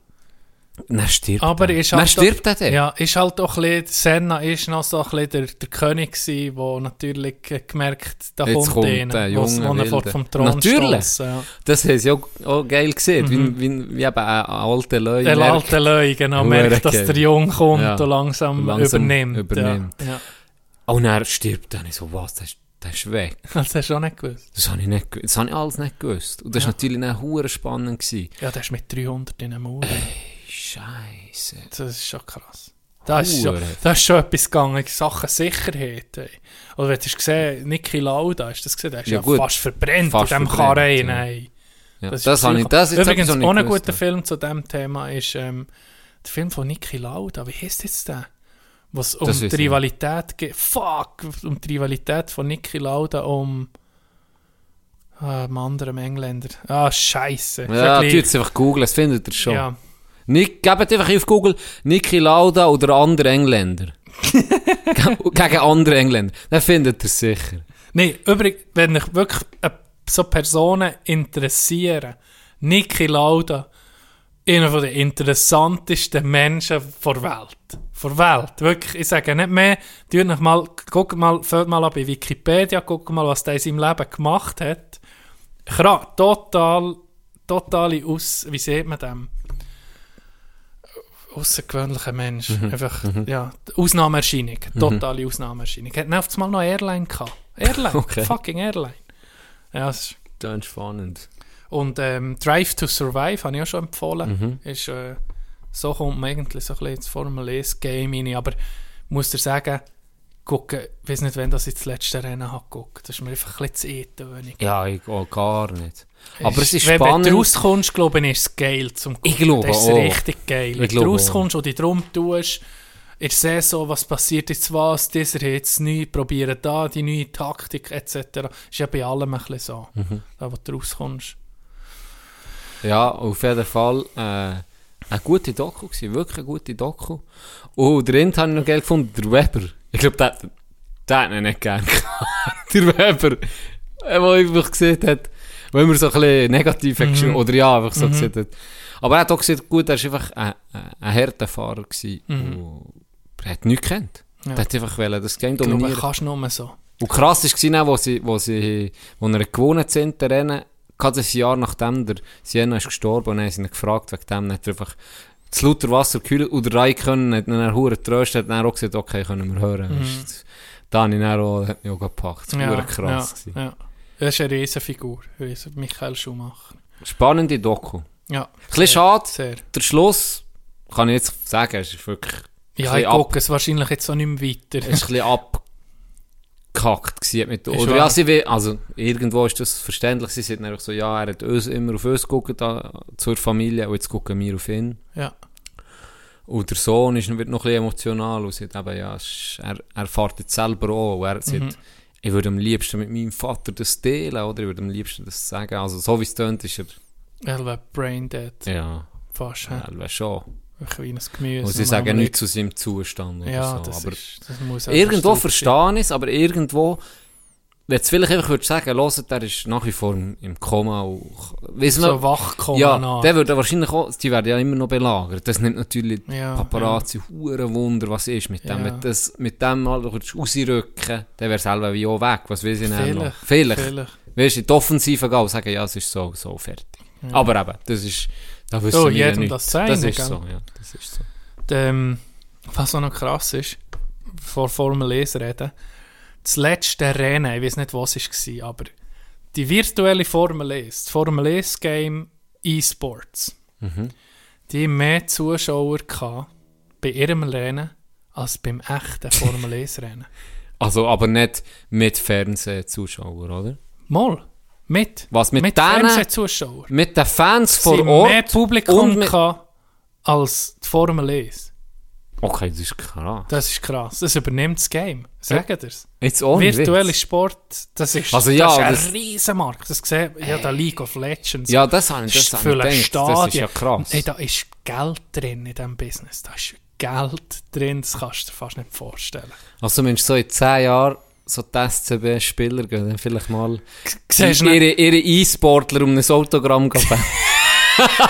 dann stirbt Aber er. ist Dann halt stirbt er auch, dann. Ja, ist halt auch ein bisschen, Senna ist noch so ein bisschen der, der König gewesen, der natürlich äh, gemerkt, da Jetzt kommt, kommt einer, der wo's- junge wo er fort Wilde. vom Thron Natürlich. stossen, Ja. Das haben sie auch, auch geil gesehen, Mhm. wie, wie, wie eben ein alter Leute. Der alte Löwe, genau, Hure merkt, dass geil. der Jung kommt Ja. und langsam, Langsam übernimmt. übernimmt. Ja. [LAUGHS] Ja. Und er stirbt dann. Ich so, was, der ist, der ist weg. Das hast du auch nicht gewusst. Das habe ich, nicht, ge- das habe ich alles nicht gewusst. Und das war natürlich dann hure spannend. Gewesen. Ja, der ist mit 300 in einem Mauer. Scheiße. Das ist schon krass. Da ist Hure. schon, da ist schon etwas gegangen, Sachen Sicherheit. Ey. Oder wenn du hast gesehen, Niki Lauda, hast du das gesehen? Der ist Ja, ja, gut. fast verbrennt Fast in diesem verbrannt, Karren. ja. ey. Ja, das ist habe ich, Psycho. das ist etwas, Übrigens, was ich auch ein nicht gewusst guter habe. Film zu diesem Thema ist ähm, der Film von Niki Lauda. Wie heißt jetzt der? Was um Das die weiss ich Rivalität geht. Fuck! Um die Rivalität von Niki Lauda um. Ah, einem anderen Engländer. Ah, Scheiße. Ist Ja, gleich. tut es einfach googeln, das findet ihr schon. Ja. Nick, gebt einfach auf Google Niki Lauda oder andere [LAUGHS] Engländer. Ge- Gegen andere Engländer. Dann findet ihr es sicher. Nein, übrigens, wenn euch wirklich äh, so Personen interessieren, Niki Lauda, einer von den interessantesten Menschen der Welt. Der Welt, wirklich. Ich sage nicht mehr, tut noch mal, guckt mal, fällt mal an bei Wikipedia, guckt mal, was der in seinem Leben gemacht hat. Kra total, totale Aus... Wie sieht man dem? Außergewöhnlicher Mensch. Einfach, ja, Ausnahmeerscheinung. Totale Ausnahmeerscheinung. Hat nervt mal noch Airline gehabt. Airline, Okay. fucking Airline. Ja, es ist Das ist spannend. und ähm, Drive to Survive habe ich auch schon empfohlen. Mhm. Ist, äh, so kommt man eigentlich so ein bisschen ins Formel 1 Game rein. Aber ich muss dir sagen, gucken, ich weiß nicht, wann das ich das letzte Rennen habe geguckt. Das ist mir einfach ein bisschen zu eintönig. Ja, ich oh, gar nicht. Aber es ist wenn, spannend. Wenn du rauskommst, glaube ich, ist es geil zum gucken. glaube Das ist auch. richtig geil. wenn du glaube rauskommst und dich drum tust, ich sehe so, was passiert jetzt was, dieser hat jetzt neu, probieren da, die neue Taktik etc. Ist ja bei allem ein bisschen so. Mhm. Da, wo du rauskommst. Ja, auf jeden Fall äh, eine gute Doku gewesen, wirklich eine gute Doku. Und drin habe ich noch geil gefunden, der Weber. Ich glaube, der, der hat ihn nicht gern [LAUGHS] gehabt. Der Weber, Äh, der einfach gesehen hat, wenn man so ein bisschen negativ Mhm. hat geschrieben, oder ja, einfach so gesehen hat. Aber er hat auch gesagt, gut, er war einfach ein, ein- ein Härtefahrer gewesen. Und er hat nichts gekannt. Mhm. Ja. Er hat einfach wollen, das Game Ich glaube, dominieren. kannst du nur so. Und krass war auch, wo sie, wo sie, wo er gewonnen sind, der Rennen, gerade ein Jahr nachdem der Sienna ist gestorben, und dann haben sie ihn gefragt, wegen dem, dann hat er einfach das lauter Wasser gekühlt, und der Raikön hat ihn dann hure getröstet, hat dann auch gesagt, okay, können wir hören. Ist- Da habe ich dann auch, hat mich auch gepackt. Das war hure krass. Mhm. Ja, gewesen. ja. Das ist eine Riesenfigur, Riesen- Michael Schumacher. Spannende Doku. Ein Ja, bisschen schade, sehr. der Schluss, kann ich jetzt sagen, es ist wirklich, Ja, bisschen ich ab- gucke es wahrscheinlich jetzt auch nicht mehr weiter. es ist ein bisschen abgekackt gewesen mit Ist oder wahr. ja, sie will, also irgendwo ist das verständlich, sie sind einfach so, ja, er hat uns immer auf uns geguckt, da, zur Familie, und jetzt gucken wir auf ihn. Ja. Und der Sohn ist, wird noch ein bisschen emotional und sagt eben, ja, es ist- er, er fährt jetzt selber auch. Und er Mhm. sagt, ich würde am liebsten mit meinem Vater das teilen, oder ich würde am liebsten das sagen. Also so wie es tönt, ist er Elwe Braindead. Ja, Fast. Ja. ja schon. Ein kleines Gemüse. Und sie am sagen Omelette. nichts zu seinem Zustand oder Ja, so. das, Aber ist, das muss auch irgendwo verstehe ich verstanden sein. es, aber irgendwo, wenn du es vielleicht einfach würdest sagen, hört, der ist nach wie vor im im Koma. Und, weiss So man, wach kommen ja, nach. der würde wahrscheinlich auch, die werden ja immer noch belagert. Das nimmt natürlich ja, Paparazzi, hure Wunder, was ist mit dem. Ja. Wenn das mit dem mal würdest rausrücken, dann wäre selber wie auch weg. Was weiß ich denn noch? Vielleicht, Vielleicht. Vielleicht. Vielleicht. Weißt du, in die Offensive gehen und sagen, ja, es ist so, so fertig. Ja. Aber eben, das ist, da wissen So, wir ja jedem nicht. das sein. Das ist gell? so, ja, das ist so. Ähm, was auch noch krass ist, vor Formel 1 reden, das letzte Rennen, ich weiß nicht, was es war, aber die virtuelle Formel 1, das Formel 1 Game E-Sports, Mhm. die haben mehr Zuschauer gehabt bei ihrem Rennen als beim echten Formel 1 [LAUGHS] Rennen. Also, aber nicht mit Fernsehzuschauern, oder? Mal, mit, Was mit, mit denen, Fernsehzuschauern. mit den Fans Sie vor haben mehr Ort Publikum mit- gehabt als die Formel 1. Okay, das ist krass. Das ist krass. Das übernimmt das Game. Sagt ihr's? Jetzt ohne Virtuelle Witz. Sport, das ist, Also ja, das ist ein das- Äh, Riesenmarkt. Das sehe ich ja, der League of Legends. Ja, das habe ich, das das ist habe für ich gedacht. Das ist ja krass. Hey, da ist Geld drin in diesem Business. Da ist Geld drin, das kannst du dir fast nicht vorstellen. Also meinst du, so in 10 Jahren so die SCB-Spieler gehen dann vielleicht mal Siehst du ihre, nicht? ihre E-Sportler um ein Autogramm geben? [LAUGHS]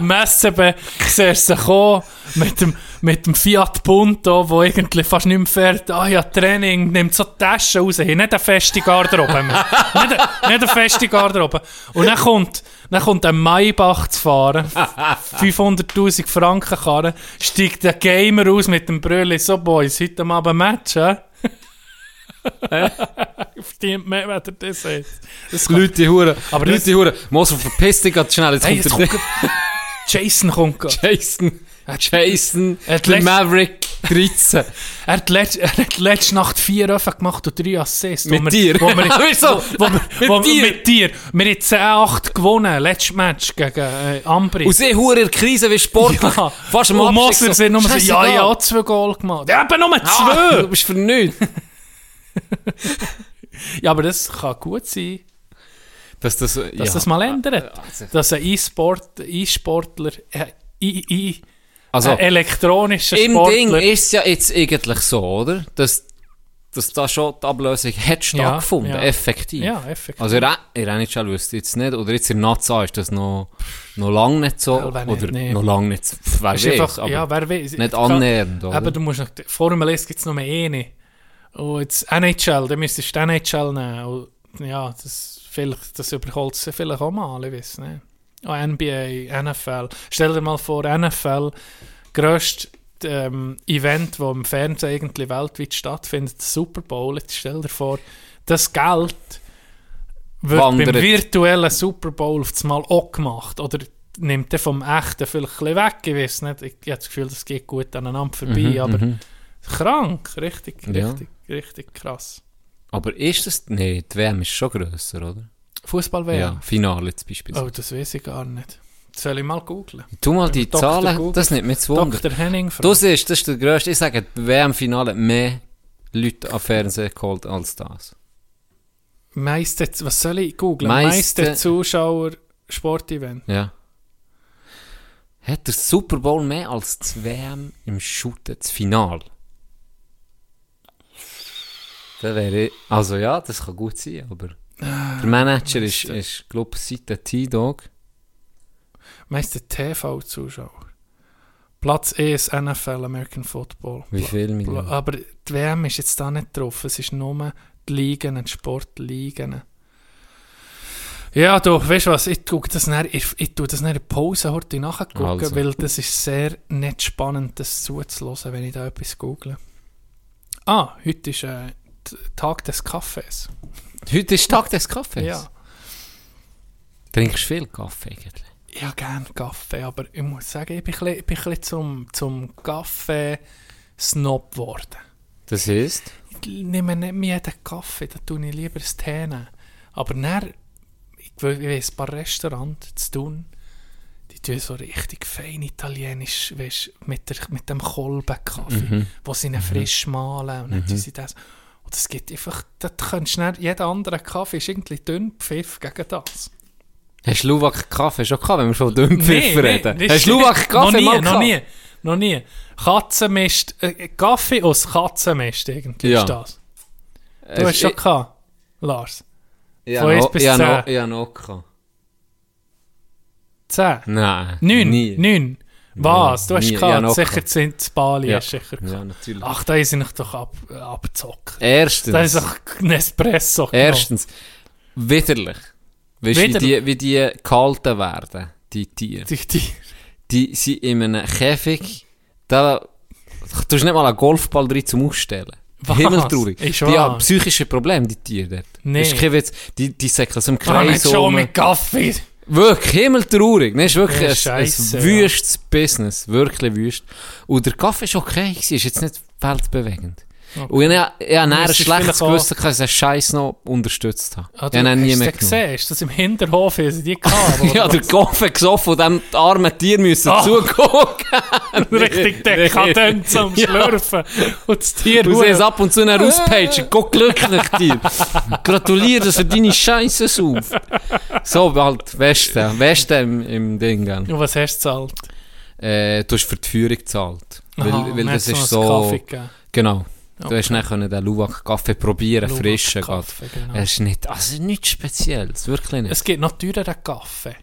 Messeben, siehst du sie kommen mit dem, mit dem Fiat Punto, wo irgendwie fast nicht mehr fährt. Ah ja, Training, nimmt so die Taschen raus. Hey, nicht eine feste Garderobe. Mann. nicht, eine, nicht eine feste Garderobe. Und dann kommt, dann kommt ein Maybach zu fahren. 500.000 Franken Karre. Steigt der Gamer aus mit dem Brülli. So, Boys, heute Abend Match, hä? Verdient mehr, wenn ihr das seht. Das kann- Leute, Hure. Aber Leute, das- Hure. Moser, verpiss dich ganz schnell. Jetzt Hey, jetzt kommt der kommt Jason kommt gerade. [LAUGHS] Jason. Jason. Er hat Der letzt- Maverick 13. Er hat, letzt, er hat letzte Nacht vier Öfen gemacht und drei Assists. Mit wo wir, dir? Wo [LAUGHS] wir, Wieso? wo wir, wo Mit dir? wir, mit dir. Wir haben 10-8 gewonnen, letztes Match gegen äh, Ambri. Und sie Hure in der Krise wie sportlich. ja. Fast am Und Abstieg so, Moser sind nur so, ja, «Scheissegal.» ja, auch zwei Goal gemacht. Ja, eben nur Ah, zwei! du bist für nichts. Ja, aber das kann gut sein, Dass das, ja. dass das mal ändert. Also- Dass ein E-Sport- E-Sportler, äh, I, I, Also, ein elektronischer Im Sportler... Ding ist es ja jetzt eigentlich so, oder? Dass, dass da schon die Ablösung hat stattgefunden, ja. effektiv. ja, effektiv. Also in der NHL wüsste ich jetzt nicht, oder jetzt in der Nazza ist das noch, noch lange nicht so, Well, wenn nicht, oder nee. noch lange nicht, so- pf, wer Ist weiß, einfach, aber ja, wer weiß. nicht Ich kann- annähernd, oder? Aber du musst noch, Formel 1 gibt es nur eine. Und jetzt NHL, dann müsstest du die NHL nehmen. Und, ja, das, vielleicht, das überholt sie vielleicht auch mal, ich weiß nicht. Oh, Auch NBA, NFL. Stell dir mal vor, NFL, grösste ähm, Event, das im Fernsehen irgendwie weltweit stattfindet, der Super Bowl. Jetzt stell dir vor, das Geld wird Wandert. beim virtuellen Super Bowl auf das Mal auch gemacht. Oder nimmt er vom echten vielleicht ein bisschen weg, ich weiß nicht. Ich, ich habe das Gefühl, das geht gut aneinander vorbei, Mhm, aber mhm. krank, richtig, Ja. richtig, richtig krass. aber ist das, nee, die WM ist schon grösser, oder? fußball Ja, ja. Finale zum Beispiel. Oh, das weiß ich gar nicht. Das soll ich mal googlen. Tu mal die Dr. Zahlen, Google. das nimmt mich zu Wunder. Dr. Henning Du fragt. siehst, das ist der grösste, ich sage, die WM-Finale mehr Leute am Fernsehen geholt als das. Meiste, was soll ich googlen? Meiste- Meiste, Zuschauer Sportevent. Ja. Hat der Super Bowl mehr als die WM im Shooten, das Finale? Das wäre ich. Also ja, das kann gut sein, aber. Der Manager ist, ist glaube ich, seit der T-Dog. Meiste TV-Zuschauer. Platz E 1 NFL, American Football. Wie viel Bla- Millionen? Aber die WM ist jetzt da nicht drauf. Es ist nur die Ligen, die Sportligen. Ja, du, weißt du was? Ich gucke das näher, ich, ich tue das näher in die Pause heute nachgucken, Also. weil das ist sehr nicht spannend, das zuzuhören, wenn ich da etwas google. Ah, heute ist äh, t- Tag des Kaffees. Heute ist Tag des Kaffees. Ja. Trinkst du viel Kaffee eigentlich? Ich habe gerne Kaffee, aber ich muss sagen, ich bin ein bisschen, ich bin ein bisschen zum, zum Kaffee-Snob geworden. Das ist? nehme nicht mehr jeden Kaffee, da tue ich lieber das Tee. nehmen. Aber dann, ich we- ich weiss, ein paar Restaurants zu tun, die tun so richtig fein italienisch, weißt, mit, der, mit dem Kolbenkaffee, wo sie ihn frisch mahlen und dann tun sie das. Und es gibt einfach, da kannst du dann, jeder andere Kaffee ist irgendwie dünn Pfiff gegen das. Hast du Luwak Kaffee schon gehabt, wenn wir schon Dünnpfiffer reden? das Hast du stimmt. Luwak Kaffee noch nie, mal Noch gehabt? nie, noch nie. Katzenmist, äh, Kaffee aus Katzenmist irgendwie Ja. e- ist das. Du Hast- hast schon ich- gehabt, Lars. ich von hab eins noch- bis ich hab noch- zehn. Ich hab noch gehabt. Zehn. Nein. Neun, nie. neun. Was? Du hast nie. gehabt, Ja, noch sicher gehabt. sind die Bali Ja. hast du sicher gehabt. Ja, natürlich. Ach, da ist ich doch ab, äh, abgezockt. Erstens. Da ist doch Nespresso genommen. Erstens, widerlich. Weißt du, wie Widerlich. die, wie die gehalten werden, die Tiere. Die, die, Die sind in eh, einem Käfig, da tust du nicht mal einen Golfball drin zum Ausstellen. Was? Himmeltraurig. Ist die wahr. haben psychische Probleme, die Tiere dort. Nee. Ist kein Witz. Die, die säckeln so im Ah, [LAUGHS] nicht Kreis schon um. mit Kaffee. Wirklich, himmeltraurig. Ne, ist wirklich Ja, ein, scheisse, ein wüstes Business. Wirklich wüst. Und der Kaffee ist okay gewesen, ist jetzt nicht weltbewegend. Okay. Und ich, hab- ich habe ein es ist schlechtes vielleicht auch- Gewissen, dass ich den Scheiß noch unterstützt habe. Ah, ich habe ihn nie hast mehr [LAUGHS] genommen. du gesehen? Ist das im Hinterhof? Haben sie die gehabt? [LAUGHS] oder Ja, was? der Koffer gesoffen und dem armen Tier müssen Ah. zugucken. [LAUGHS] [LAUGHS] richtig dekadent am Schlürfen. Und das Tier Du siehst ab und zu einen [LAUGHS] auspeitschen. Gott glücklich dir. Gratuliere, dass er deine Scheiße sauft. So, halt, Westen. Westen im, im Ding. gell. Und was hast du gezahlt? Äh, du hast für die Führung gezahlt. Weil, Aha, weil dann das hat's ist noch einen so... Kaffee gegeben. Genau. Du Okay. hast dann können den Luwak-Kaffee probieren, Luwak frischen. Kaffee, Kaffee, genau. Es ist nicht, also nichts Spezielles, wirklich nicht. Es gibt noch teureren Kaffee.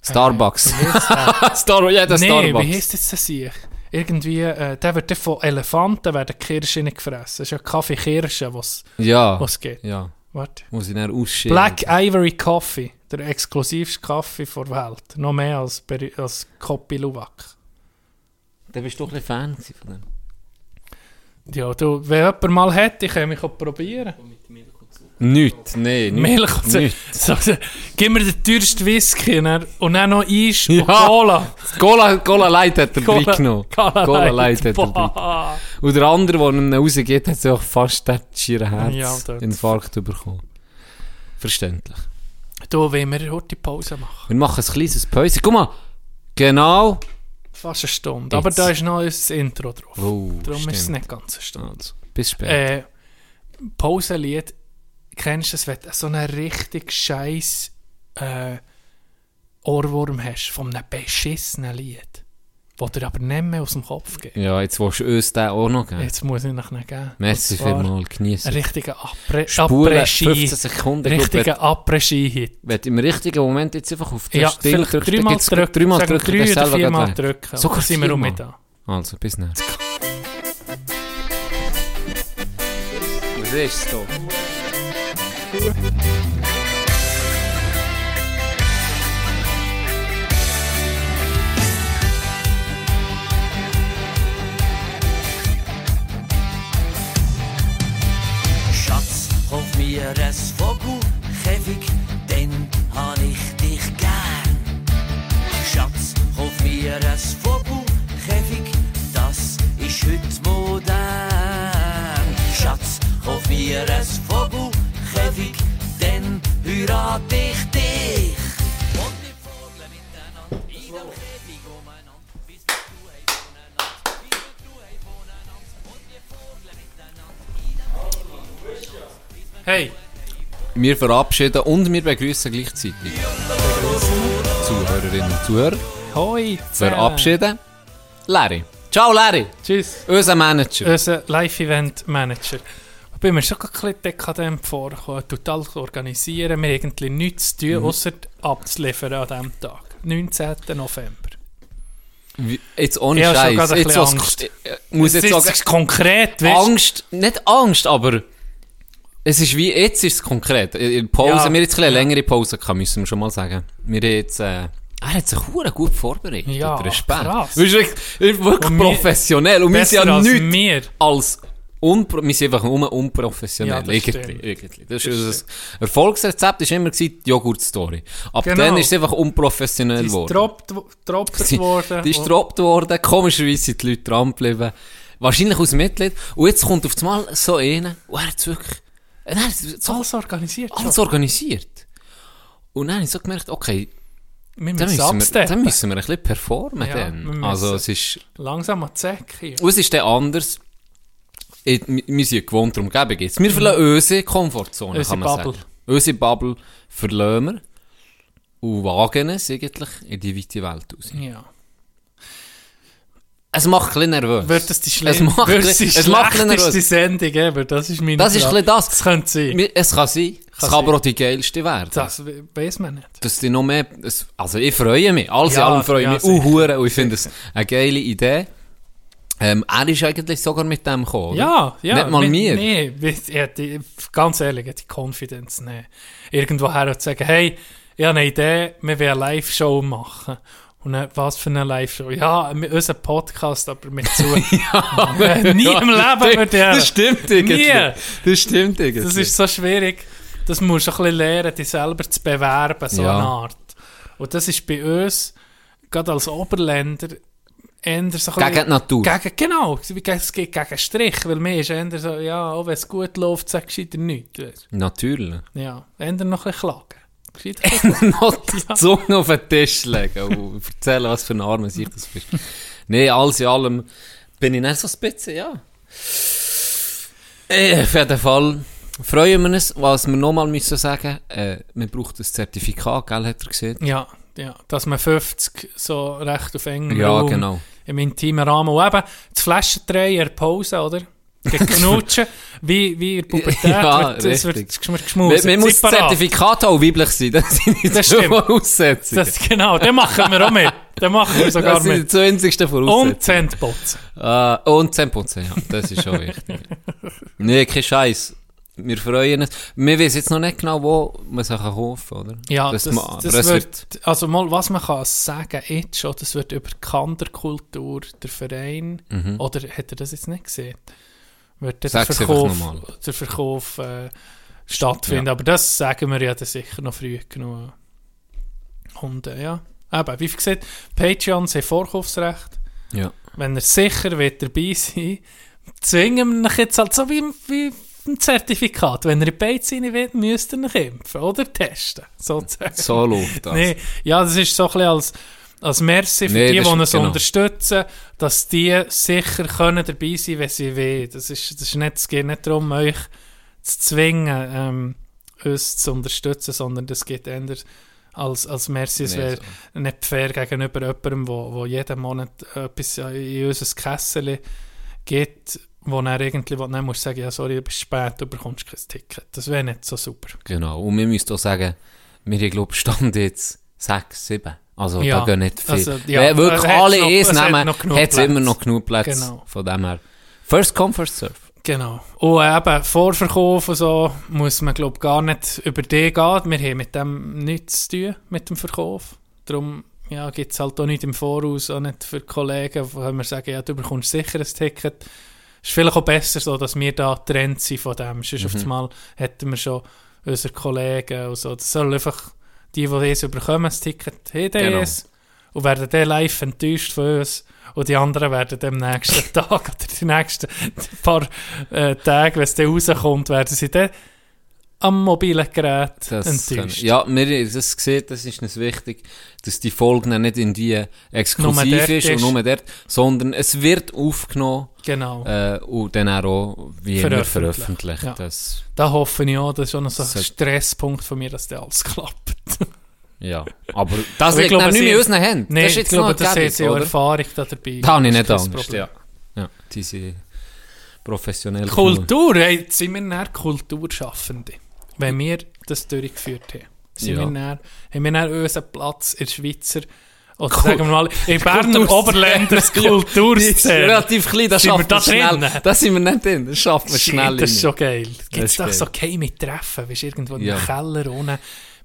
Starbucks. [LAUGHS] Wie heisst der? Star jeder Äh, nee, Starbucks. wie heisst jetzt das hier? Irgendwie, äh, der wird dann von Elefanten werden Kirschen gefressen. Das ist ja Kaffee Kirschen, was Ja, es geht. ja. Warte. Muss ich dann ausschieben. Black Ivory Coffee, der exklusivste Kaffee der Welt. Noch mehr als, Beri- als Kopi Luwak. Da bist du ein bisschen Fan gewesen von dem. Ja, du, wenn jemand mal hätte, ich kann mich auch probieren. Nicht, nee, nicht. Milch und so. Nicht. so. so, Gib mir den teuersten Whisky und dann- und dann noch Eis und Ja. Cola. Cola, Cola Light hat er Cola- reingenommen. Cola Light hat er reingenommen. Boah. Und der andere, der ihm rausgeht, hat sich auch fast den schieren Ja, Herzinfarkt bekommen. Verständlich. Du, wollen wir heute Pause machen? Wir machen ein kleines Päuschen. Guck mal. Genau. Fast eine Jetzt. Stunde. Aber da ist noch unser Intro drauf. Oh, Darum ist es stimmt. nicht ganz eine Stunde. Also, bis später. Äh, Pausenlied, kennst du das, wenn du so einen richtig scheiß äh, Ohrwurm hast, von einem beschissenen Lied, wo dir aber nicht mehr aus dem Kopf geht. Ja, jetzt willst du uns den auch noch geben. Jetzt muss ich noch nicht geben. Merci Und zwar vielmals. Genießen. Einen richtigen Apre- Spulen Après-Ski. 15 Sekunden. Gut, wenn- Richtigen Après-Ski-Hit. Wenn du im richtigen Moment jetzt einfach auf den Ja, Still vielleicht drückst, dann dreimal gibt's drücken. dreimal Sagen drücken, drei dann oder selber viermal geht weg. drücken. Sogar Dann sind wir auch viermal. mit da. Also, bis dann. Was ist da? Schatz, kauf mir ein Vogelkäfig, dann hab ich dich gern. Schatz, kauf mir ein Vogelkäfig, das ist heute modern. Schatz, kauf mir ein Vogelkäfig, dann heirat ich dich. Und wir fahren miteinander in dem Käfig umeinander, bis wir zu Hause wohnen. Bis wir zu Hause wohnen. Und wir fahren miteinander. Hey, Wir verabschieden und wir begrüßen gleichzeitig. Zuhörerinnen und Zuhörer, hoi. zusammen. verabschieden. Larry. Ciao, Larry. Tschüss. Unser Manager. Unser Live-Event-Manager. Ich bin mir schon ein bisschen dekadent vorgekommen. Total zu organisieren, mir irgendwie nichts zu tun, Mhm. ausser abzuliefern an diesem Tag. 19. November. Wie- Jetzt ohne Ich hab schon Scheiß. gerade ein Jetzt bisschen was- Angst. Ich ich muss jetzt ist sagen, es konkret, weißt du? Angst, nicht Angst, aber es ist wie, jetzt ist es konkret. In in Pause, Ja. wir haben jetzt eine längere Pause gehabt, müssen wir schon mal sagen. Wir haben jetzt, äh, er hat sich hure gut vorbereitet. Ja, Respekt. krass. Wir sind wirklich, wir sind wirklich Und wir- professionell. Und wir sind Besser ja als nichts mir. als unpro wir sind einfach nur unprofessionell. Ja, das irgendwie, stimmt. irgendwie. Das ist unser Erfolgsrezept war immer gewesen, die Joghurtstory. Ab Genau. dann ist es einfach unprofessionell Die ist geworden. droppt wo- droppt worden. [LAUGHS] Die ist und- gedroppt worden, komischerweise sind die Leute dran geblieben. Wahrscheinlich aus Mitleid. Und jetzt kommt auf einmal so einer, und er hat wirklich, er hat so alles, Alles organisiert. schon. alles organisiert. Und dann habe ich so gemerkt, okay, wir dann müssen müssen wir, absteppen. dann müssen wir ein bisschen performen. Ja, wir dann. müssen. Also es ist, Langsam an Zack hier. und es ist dann anders. Ich, wir- wir sind gewohnt, darum geben geht's. Wir verlassen unsere Komfortzone, Mhm. Unsere kann man Bubble. sagen. Unsere Bubble verlassen wir. und wagen es eigentlich in die weite Welt raus. Ja. Es macht ein bisschen nervös. Wird das die Es schlimmste, macht wird ein es die bisschen- es macht ein bisschen schlechteste Sendung eben? Das ist meine Das ist ein Frage. bisschen das. Das könnte sein. Mi- Es kann sein. es Kann kann aber sein. auch die geilste werden. Das we- weiss man nicht. Dass die noch mehr, es- also ich freue mich. Alles Ja, in allem freue ich ja, mich. sicher. Uh, hure, und ich finde es eine geile Idee. Ähm, er ist eigentlich sogar mit dem gekommen. oder? Ja, ja. Nicht mal mit- mir. Nee, mit- ich hätte, ganz ehrlich, ich hätte die Confidence nicht. Irgendwo her zu sagen, hey, ich habe eine Idee, wir wollen eine Live-Show machen. Und dann, was für eine Live-Show? Ja, mit- unser Podcast, aber [LAUGHS] mit zu. Äh, [LAUGHS] nie im Leben würde ich- Das stimmt irgendwie. Nie. Das stimmt irgendwie. Das ist so schwierig. Das musst du ein bisschen lernen, dich selber zu bewerben, so Ja. eine Art. Und das ist bei uns, gerade als Oberländer, eher so ein Gegen die Natur. Gegen, genau, es geht gegen den Strich, weil mir ist eher so, ja, auch wenn es gut läuft, sagst du gescheiter nichts. weisst Natürlich. du. Ja, eher noch ein bisschen klagen. Gescheiter [LAUGHS] klagen. noch die Zunge [LAUGHS] auf den Tisch legen und erzählen, was für ein armer Sieg das bist. Nee, alles in allem bin ich nicht so spitze, ja. Eh, Auf jeden Fall freuen wir uns, was wir nochmal müssen sagen, äh, wir brauchen ein Zertifikat, gell, hat er gesehen? Ja, ja, dass man 50 so recht auf engem Ja, Raum, genau. im intimen Rahmen. Und eben, das Flaschendrehen, in der Pause, oder? [LAUGHS] Geknutschen, wie, wie in der Pubertät. Ja, wird, es wird richtig. Wir, geschmust. wir muss das Zertifikat auch weiblich sein, das sind die Oh, zwei Das stimmt. Voraussetzungen. Das, genau, den machen wir auch mit. Den machen wir sogar Das sind die mit. 20. Voraussetzungen. Und Zentbotzen. Ah, und 10%, ja, das ist schon [LAUGHS] wichtig. nee, kein Scheiß. Wir freuen uns. Wir wissen jetzt noch nicht genau, wo man sich kaufen kann, oder? Ja, das, das, ma- aber es wird, also mal, was man kann sagen jetzt schon, das wird über die Kanderkultur, der Verein, oder hat er das jetzt nicht gesehen? Wird dann der Mhm. Sag's einfach Verkauf, nochmal. der Verkauf äh, stattfinden, aber das sagen wir ja dann sicher noch früh genug. Und äh, ja, eben, wie gesagt, Patreons haben Vorkaufsrecht. Ja. Wenn er sicher wird dabei sein, zwingen wir ihn jetzt halt so wie, wie ein Zertifikat. Wenn er in Beiz rein will, müsst ihr ihn impfen oder testen, sozusagen. So läuft das. Nee, ja, das ist so ein bisschen als, als Merci für Nee, die, die das ist- uns genau. unterstützen, dass die sicher können dabei sein wenn sie wollen. Das ist, das ist nicht, es geht nicht darum, euch zu zwingen, ähm, uns zu unterstützen, sondern das geht eher als, als Merci. Es Nee, wäre so. nicht fair gegenüber jemandem, wo, wo jeden Monat etwas in unser Kessel geht, wo er irgendwie will, dann musst du sagen, ja, sorry, du bist spät, du bekommst kein Ticket. Das wäre nicht so super. Genau. Und wir müssen auch sagen, wir, glaube Stand jetzt 6, 7. Also Ja. da gehen nicht viel. Also, ja. Wenn wirklich Es hat alle noch- es es hat nehmen, noch genug hat es Plätze. immer noch genug Plätze. Genau. Von dem her. First come, first serve. Genau. Und eben, Vorverkauf und so muss man, glaube gar nicht über den gehen. Wir haben mit dem nichts zu tun, mit dem Verkauf. Darum ja, gibt es halt auch nicht im Voraus, auch nicht für die Kollegen, wo wir sagen, ja, du bekommst sicher ein Ticket. Ist vielleicht auch besser so, dass wir da getrennt sind von dem. Sonst auf einmal hätten wir schon unsere Kollegen und so. Das soll einfach die, die es überkommen, das Ticket haben Genau. genau. und werden dann live enttäuscht von uns. Und die anderen werden dann [LAUGHS] am nächsten Tag oder die nächsten paar äh, Tage, wenn es dann rauskommt, werden sie dann am mobilen Gerät Das enttäuscht. können- ja, wir haben das gesehen, das ist uns wichtig, dass die Folge dann nicht irgendwie Nur exklusiv dort ist und ist. nur dort, sondern es wird aufgenommen. Genau. äh, und dann auch, wie immer, Veröffentlicht. veröffentlicht. Ja. Das, Da hoffe ich auch, das ist auch noch so So- ein Stresspunkt von mir, dass dann alles klappt. ja. [LAUGHS] Aber das liegt glaube, dann nicht sie- mehr in unseren Händen. Nein, das ist ich jetzt glaube, noch das hat Ergebnis, sie auch oder? Erfahrung da Da dabei. habe ich Das ist nicht kein Angst, Problem. ja. ja. Die sind professionell. Kultur, hey, sind wir näher Kulturschaffende. Wenn wir das durchgeführt haben, sind Ja. wir näher, haben wir näher unseren Platz in der Schweizer, oder sagen wir mal, in Berner Kulturszene. [LAUGHS] Oberländers Die ist Kulturszene. relativ klein, das Sind wir schafft da man schnell. drin? Das sind wir nicht drin, das schafft man schnell. das ist rein. schon geil. Gibt es ist doch geil. so geheime Treffen, weißt du, irgendwo Ja. im Keller unten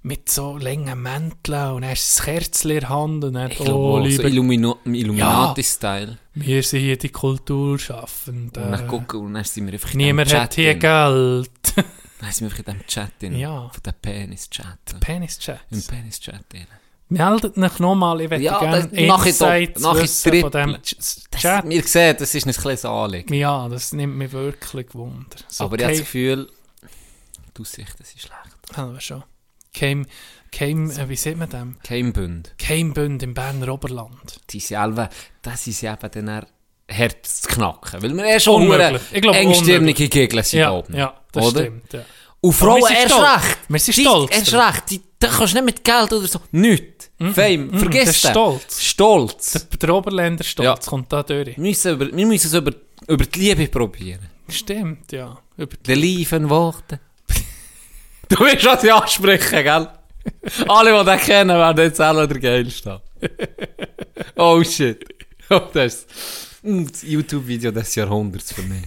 mit so langen Mänteln und dann hast du das Kerzchen in der Hand und dann, Ich glaube, oh, oh, so lieber, Illumino- Illuminati-Style. wir sind hier die Kulturschaffenden. Und dann gucken und dann sind wir einfach in diesem Ähm, Niemand hat Chat hier drin. Geld. Dann sind wir einfach in diesem Chat drin. Ja. Von dem Penis-Chat. Im Penis-Chats. Penis-Chat drin. Meldet euch nochmal, ich möchte Ja, gerne das- nachher Insights doch, nachher wissen von trippeln. diesem Ch- Das, Chat. Wir sehen, das ist ein kleines Anliegen. Ja, das nimmt mich wirklich Wunder. So Aber ich habe das kein- Gefühl, die Aussicht, das ist schlecht. Ah, schon. Keim, Keim, äh, wie sieht man dem? Kein Bund. Keimbünd im Berner Oberland. Die selber, das ist eben dann eher hart zu knacken. Weil wir eh schon Unmöglich. Ich glaube, engstirnige Gegner sind da Ja, oben. ja, das oder? stimmt. Ja. Und Frauen Aber wir sind erst stolz. recht. Wir sind Die- stolz Erst drauf. recht. Die, Da kannst du nicht mit Geld oder so. Nicht. Fame. Mhm. Vergiss Der den. Stolz. Stolz. Der, der Oberländer Stolz Ja. kommt da durch. Wir müssen, über, wir müssen es über, über die Liebe probieren. Stimmt, ja. Über die Die lieben Worte. [LAUGHS] du willst was ich ansprechen, gell? Alle, die den kennen, werden jetzt alle der Geilste. [LAUGHS] oh shit. Oh, das ist Mm, das YouTube-Video des Jahrhunderts für mich.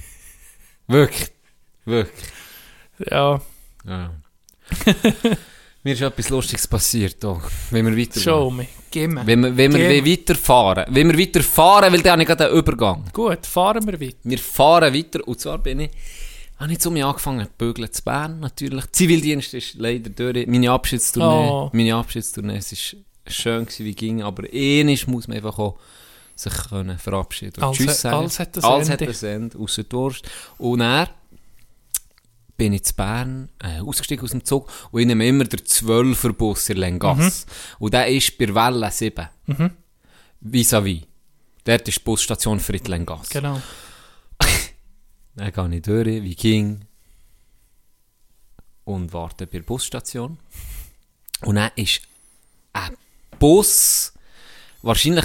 Wirklich. Wirklich. ja, [LAUGHS] Ja. Mir ist etwas Lustiges passiert, auch, wenn wir weitergehen. show me. Gib mir. Wenn wir, wenn wir Gib- wollen weiterfahren Wenn wir weiterfahren, weil dann habe ich gerade einen Übergang. Gut, fahren wir weiter. Wir fahren weiter und zwar bin ich, habe ich zu mir angefangen zu bügeln zu Bern natürlich. Zivildienst ist leider durch. Meine Abschiedstournee, Oh. meine Abschiedstournee, es ist schön gewesen, wie ging, aber ähnlich muss man einfach auch sich können verabschieden und Alles- Tschüss sagen. alles hat ein alles Ende. Hat ein Ende, ausser die Wurst. Und er bin ich zu Bern äh, ausgestiegen aus dem Zug und ich nehme immer den 12er Bus in Lengasse. Mhm. Und der ist bei der Welle 7. Vis-à-vis. Dort ist die Busstation Friedlengasse. Genau. Dann gehe ich durch, wie ging. Und warte bei der Busstation. Und dann ist ein Bus. Wahrscheinlich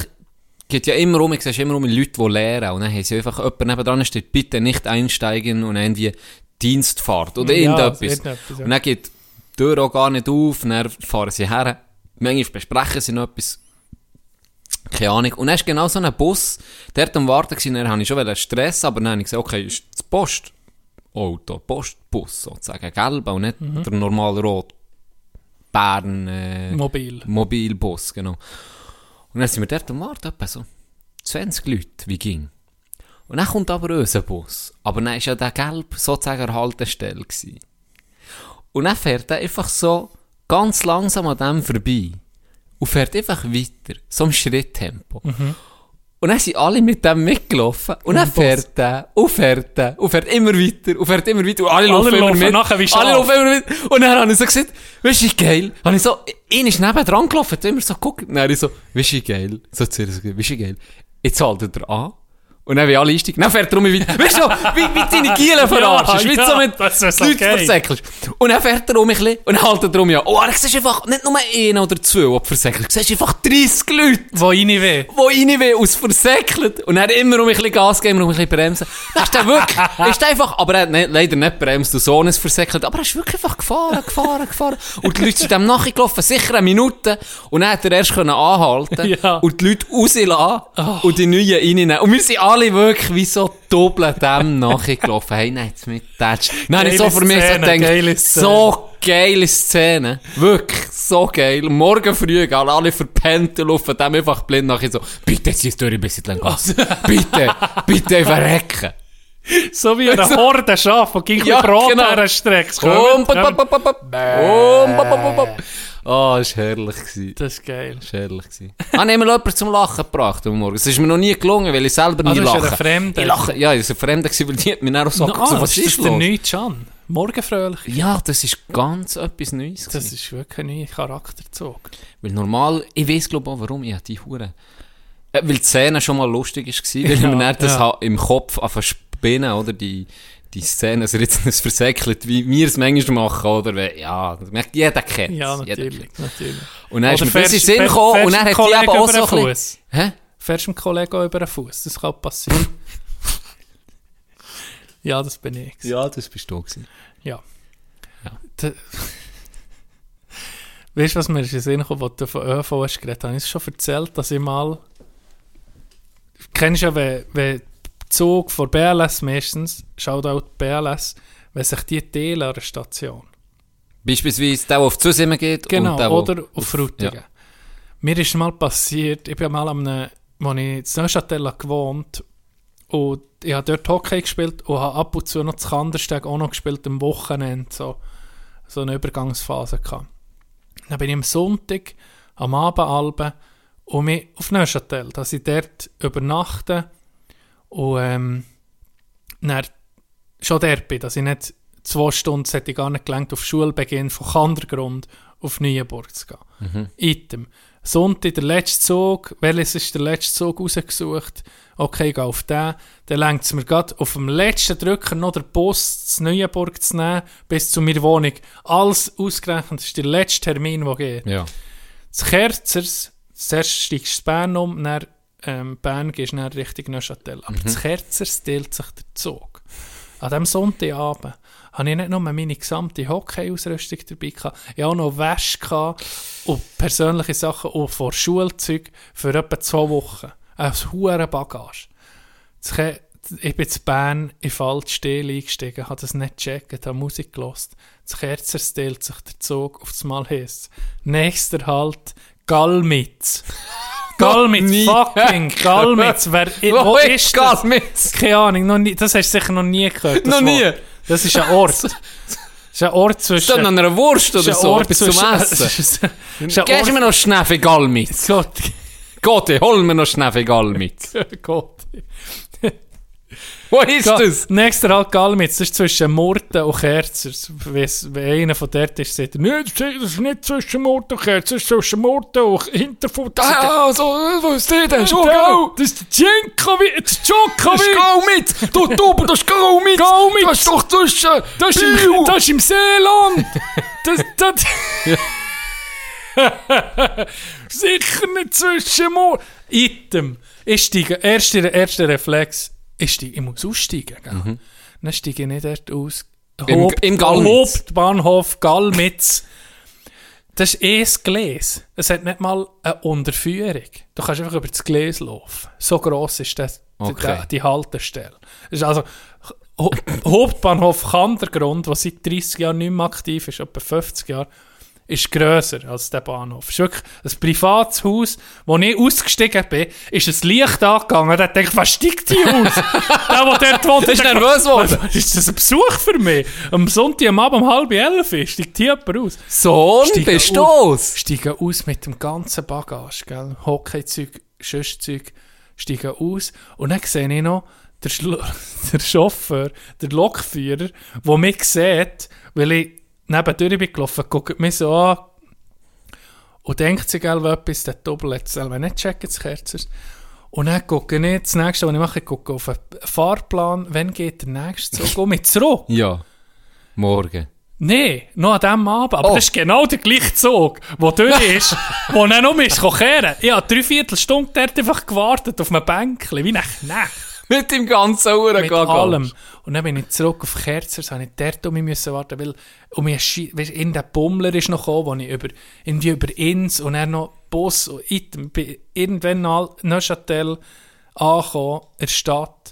geht ja immer um, ich sehe immer um Leute, die lehren. Und dann haben sie einfach jemand nebendran steht, bitte nicht einsteigen und irgendwie Dienstfahrt oder Ja, irgendetwas. irgendetwas, ja. Und dann geht die Tür auch gar nicht auf, und dann fahren sie her. Manchmal besprechen sie noch etwas. Keine Ahnung. Und dann ist genau so ein Bus, dort am Warten gewesen, dann habe ich schon wollen Stress, aber dann habe ich gesagt, okay, ist das Postauto, Postbus sozusagen, gelb und nicht der normale Rot. Bern, äh, Mobil. Mobilbus, genau. Und dann sind wir dort am Warten, etwa so 20 Leute, wie ging. Und dann kommt aber unser Bus. Aber dann war ja der gelb sozusagen an der Haltestelle. Gewesen. Und dann fährt er einfach so ganz langsam an dem vorbei. Und fährt einfach weiter, so im Schritttempo. Mhm. Und dann sind alle mit dem mitgelaufen. Und dann fährt er, und fährt er, und fährt immer weiter, und fährt immer weiter. Und alle, Alle laufen immer laufen mit. nachher wie alle Schafe. laufen immer mit. Und dann habe ich so gesagt, weißt du, wie geil? Habe ich so, ihn ist neben dran gelaufen, hat immer so geguckt. Dann habe ich so, weißt du, wie geil? So zu ihr so gesagt, weißt du, wie geil? Jetzt haltet er an. Und dann wie alle einsteigen, dann fährt er um mich weiter. Weißt du, noch, wie, wie deine Gielen verarschst. wie ja, so mit das ist die Leute okay. versäckelst. Und dann fährt er um mich ein bisschen und haltet er um mich an. Oh, er siehst einfach nicht nur einen oder zwei, die du versäckelst. Du siehst einfach 30 Leute Wo [LAUGHS] rein will. wo rein will, aus versäckelt. Und er immer um ein bisschen Gas geben, um ein bisschen bremsen. Dann ist der [LAUGHS] wirklich, ist der einfach, aber er hat nicht, leider nicht bremst und so nicht versäckelt. Aber er ist wirklich einfach gefahren, gefahren, gefahren. Und die Leute sind dem nachgelaufen, sicher eine Minute. Und dann hat er erst können anhalten Ja. Oh. und die Leute rauslassen und die neuen reinnehmen. Und wir sind alle wirklich wie so doppelt dem nachgelaufen. Hey, nein, jetzt mit Tatsch. Nein, ich so Geile für mich so Szene, geile denkt, Szene. so geile Szene. Wirklich, so geil. Morgen früh gehen alle verpennt und laufen dem einfach blind nachher so, bitte zieh es durch ein bisschen lang [LAUGHS] Gas. bitte, bitte verrecken. So wie eine Horde Schafe, die gleich ja, Brot genau. herstreckst. genau. Komm, Kommt, pop, pop, kommt. pop, pop, pop. Komm, pop, pop, pop, pop. Ah, ist herrlich gewesen. Das ist geil. Ist herrlich gewesen. Habe ich mir jemanden zum Lachen gebracht am Morgen. Es ist mir noch nie gelungen, weil ich selber Ah, nie das ist ja lache. der Fremde. Ich lache, ja, ich war ein Fremder, gewesen, weil die hat mich dann auch so Na, angeschaut, ah, was das ist ist der los? neue Can. Morgenfröhlich. Ja, das ist ganz etwas Neues. Das gewesen. ist wirklich ein neuer Charakterzug. Weil normal, ich weiß glaube auch warum, ich habe die Hure. Äh, weil die Szene schon mal lustig war, [LAUGHS] weil Ja, man dann das ja. ha- im Kopf anfangen zu spinnen, oder? Die, die Szene, also jetzt das versäckelt, wie wir es manchmal machen, oder? Weil, ja, das merkt jeder kennt Ja, natürlich. natürlich. Und dann ist Oder mir das in den fährst- Sinn fähr- gekommen, und fährst dann hat dem die Kollegen eben auch über den so ein bisschen- Fuss. Hä? Fährst dem Kollegen auch über den Fuß. Das kann passieren. [LAUGHS] ja, das bin ich. Ja, das bist du gewesen. Ja. Ja. D- Weißt du, was mir ist in den Sinn gekommen, als du von ÖV hast geredet hast? Ich habe schon erzählt, dass ich mal. Kennst du ja, wenn, wenn der Zug von BLS meistens, Shoutout BLS, wenn sich die teilen an der Station. Beispielsweise der, der auf Zusimmen geht Genau, und der, der- oder auf Frutigen. ja. Mir ist mal passiert, ich bin mal am, als ich in Neuchâtel gewohnt und ich habe dort Hockey gespielt und habe ab und zu noch das Kandersteg auch noch gespielt am Wochenende, so, so eine Übergangsphase gehabt. Dann bin ich am Sonntag am Abend alben und mich auf Neuchâtel, dass ich dort übernachte und ähm, dann schon dort bin, dass ich nicht zwei Stunden, es hätte gar nicht gelangt, auf Schulbeginn von Kandergrund auf Neuenburg zu gehen. Item. Sonntag der letzte Zug, welches ist der letzte Zug rausgesucht? Okay, ich gehe auf den. Dann längt es mir gerade auf dem letzten Drücker noch den Bus zu Neuenburg zu nehmen, bis zu meiner Wohnung. Alles ausgerechnet, das ist der letzte Termin, der geht. Ja. Das Kerzers, zuerst steigst du in Bern um, dann ähm, Bern gehst du dann Richtung Neuchâtel. Aber das Kerzers teilt sich der Zug. An diesem Sonntagabend hatte ich nicht nur meine gesamte Hockey-Ausrüstung dabei, gehabt, ich hatte auch noch Wäsche gehabt und persönliche Sachen und vor Schulzeug für etwa zwei Wochen. Ein hoher Bagage. Das Ke- Ich bin zu Bern in falsch still eingestiegen, habe das nicht gecheckt, habe Musik gelost. Das Kerzer teilt sich der Zug auf das Mal heisst. Nächster Halt, [LAUGHS] Galmitz. Galmitz, fucking Galmitz. Wer, [LAUGHS] Oh, wo ist das? Galmitz? Keine Ahnung, noch nie, das hast du sicher noch nie gehört. das Noch nie? Wort. Das ist ein Ort. [LAUGHS] Das ist ein Ort Ist das zwischen... noch eine Wurst ist oder ein so? Ort Etwas zum zwischen- [LAUGHS] Essen? ist ein- ist ein Gehst du mir Ort- noch Schnäffi Galmitz? Gott, Gott, hol mir noch Schnäffi Galmitz. Gott. Wo ist Ga- das? Nächster halt Galmitz, das ist zwischen Murten und Kerzers. Weiss- Wenn einer von dort ist, sagt er, «Nein, das ist nicht zwischen Murten und Kerzers, das ist zwischen Murten und Hinterfutter.» Ah, so, wo ist der denn? Schon Da, Gal! Das ist der Djinkowitz, Djokovic! Das ist Galmitz! Du Duber, das ist Galmitz! Galmitz! Das äh, ist doch zwischen... Das ist, im, das ist im Seeland! Das, das Sicher nicht zwischen Mord. Item. Ich steige, erster, erster Reflex, ich, steige, ich muss aussteigen. Gell? Dann steige ich nicht erst aus. Mhm. Im- im Gallmitz. Hauptbahnhof Gallmitz. Das ist eh das Gläs. Es hat nicht mal eine Unterführung. Du kannst einfach über das Gläs laufen. So gross ist das, Okay. die, die Haltestelle. Es ist also Ho- [COUGHS] Hauptbahnhof Kandergrund, der seit 30 Jahren nicht mehr aktiv ist, etwa 50 Jahre, ist grösser als der Bahnhof. Es ist wirklich ein privates Haus, wo ich ausgestiegen bin, ist ein Licht angegangen. Der denkt, was steigt die [LAUGHS] aus? der, der dort wohnt, ist nervös geworden. Ist das ein Besuch für mich? Am Sonntag am Abend um halb elf steigt die jemand aus. Sohn, Steigen bist aus- du's? Steigen aus mit dem ganzen Bagage, gell? Hockeyzeug, Schüsszeug, steigen aus. Und dann sehe ich noch der, Schlu- [LAUGHS] der Chauffeur, der Lokführer, der mich sieht, weil ich nebendurch bin gelaufen, guckt mich so an und denkt sich, gell, etwas, der Doppel hat es selber nicht checken, das Kerzers. Und dann gucke ich, das nächste, was ich mache, ich gucke auf den Fahrplan, wann geht der nächste Zug, komme ich zurück. Ja. Morgen. Nein, noch an diesem Abend. Aber Oh. das ist genau der gleiche Zug, der durch ist, wo dann um ist, kann kehren. Ich habe drei Viertelstunde dort einfach gewartet auf einem Bänkchen, wie nach Nacht, Mit dem ganzen Uhren mit allem. Und dann bin ich zurück auf Kerzers, habe ich dort um mich müssen warten, weil um mich schi- weißt, in der Bummler ist noch gekommen, wo ich über, irgendwie über Inns und dann noch Bus und Item, bin irgendwann nach Neuchâtel angekommen, in der Stadt.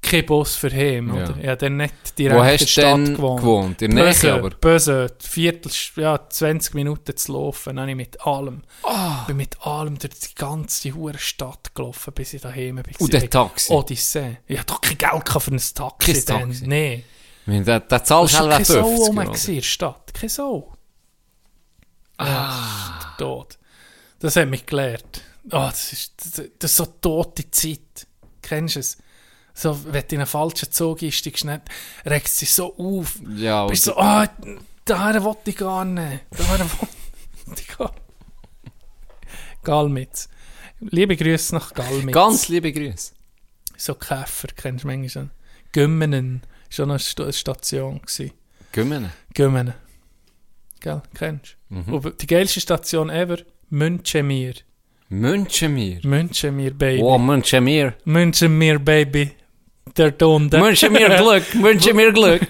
Kein Bus für ihn, oder? Ja, dann nicht direkt Wo in hast der du Stadt denn gewohnt. gewohnt? In der Nähe Böse, aber? böse, Viertel, ja, 20 Minuten zu laufen, dann habe ich mit allem, Ah. bin mit allem durch die ganze hure Stadt gelaufen, bis ich daheim bin. Und der Taxi? Odyssee. Ich hatte doch kein Geld gehabt für ein Taxi. Kein dann. Taxi. Nee. Wenn der, der zahlst war du schon halt kein 50 Sau rum Euro. gewesen in der Stadt. Kein Sau. Ah. Das ist der Tod. Das hat mich gelehrt. Ah, das, ist, das, das ist so tote Zeit. Kennst du es? So, wenn du in einen falschen Zug einsteigst, dann regt es sich so auf. Ja, Bist und- so, ah, daher wollte ich gar nicht. Daher wollte ich gar nicht. Galmitz. Liebe Grüße nach Galmitz. Ganz liebe Grüße. so Käfer, kennst du manchmal schon. Gümmenen war schon eine St- Station. Gewesen. Gümmen. Gümmenen. Gell, kennst du? Mhm. Und Die geilste Station ever, Münchemir. München mir. Münchemir, Baby. Oh, München [LAUGHS] mir. Münchemir, Baby. Der Ton, der... Wünsche mir Glück, wünsche mir Glück.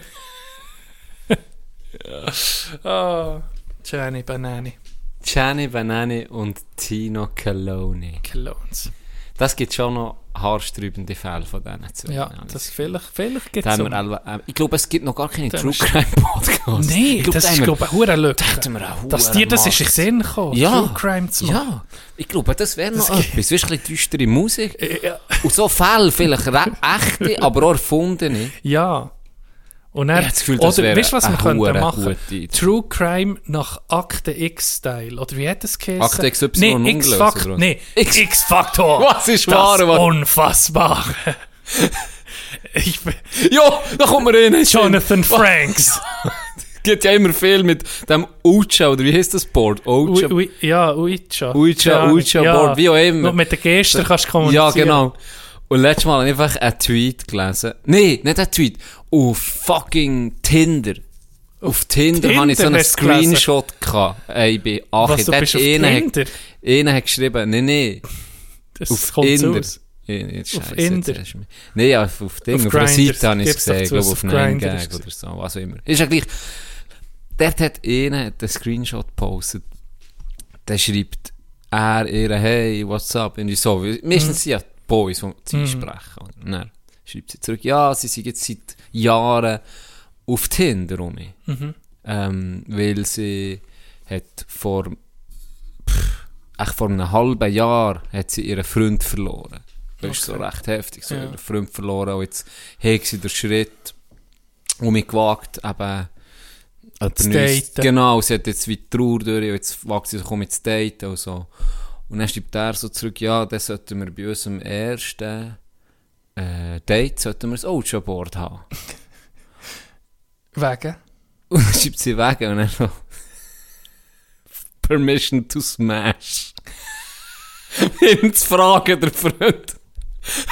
Ah, Gianni Banani. Gianni Banani und Tino Caloni. Clones. Das gibt schon noch haarsträubende Fälle von diesen zwei. Ja, das vielleicht, vielleicht gibt Da es haben wir alle- äh, ich glaube, es gibt noch gar keine Da True haben wir- Crime Podcasts. Nee, ich glaub, das da ist, haben wir- glaube ich, eine Hurenlücke. hatten wir einen Dass dir das ist in Hurenmarkt. den Sinn gekommen, Ja. True Crime zu machen. Ja, [LAUGHS] ich glaube, das wäre noch etwas. Weißt du, ein bisschen düstere Musik. Und so Fälle, vielleicht re- echte, aber auch erfundene. [LAUGHS] Ja. Und er, Ich hab das Gefühl, das oder, wäre weißt du, was eine wir könnten hure machen? gute Idee. True Crime nach Akte X-Style. Oder wie hat das geheißen? Akte XY und Nee, ungelöst, X-Faktor. oder? Nee, X- [LAUGHS] X-Faktor. Was ist das wahr, was- Unfassbar. [LAUGHS] ich bin Ja, da kommen wir rein. [LAUGHS] Jonathan Franks. die hat ja immer viel mit dem Ucha, oder wie heißt das Board? Ucha, Ui, ui, ja, Uicha. Keine Ucha, Ahnung, Ucha Board, wie auch immer. Und mit den Gestern kannst du kommunizieren. Ja, genau. Und letztes Mal habe ich einfach einen Tweet gelesen. Nee, nicht einen Tweet. Auf fucking Tinder. Auf Tinder, Tinder habe ich so einen hast du gelesen? Screenshot gehabt. Ey, ich bin Was, Achi. du Dort bist auf einer hat- eh Tinder? Einer hat geschrieben, nee, nee, Das auf kommt so Tinder. aus. In- jetzt Auf Scheiße, Tinder. jetzt hast du mich- Nee, ja, auf, auf Ding, Auf auf, einer Grindr. Seite habe ich es Gib's doch gesehen, zu, glaube dass auf auf Grindr 9gag ist es. oder so, was auch immer. Ist ja gleich. Dort hat einer hat einen Screenshot gepostet. Der schreibt er, ihr, hey, what's up? Und ich so, Mhm. weil meistens sind ja die Boys, die sie sprechen. Und dann schreibt sie zurück, ja, sie sind jetzt seit Jahren auf Tinder rum. Mhm. Ähm, weil sie hat vor, pff, echt vor einem halben Jahr hat sie ihren Freund verloren. Das ist so recht heftig, so Ja. ihren Freund verloren und jetzt hat sie den Schritt um mich gewagt, eben Zu jemanden Neues- daten. Genau, sie hat jetzt wie die Trauer durch, und jetzt wagt sie sich um zu daten und so. Und dann schreibt er so zurück, ja, dann sollten wir bei unserem ersten äh, Date sollten wir das Ouija-Board haben. Wegen. Und dann schreibt sie weg und dann noch Permission to smash. Ihm zu fragen, der Freund,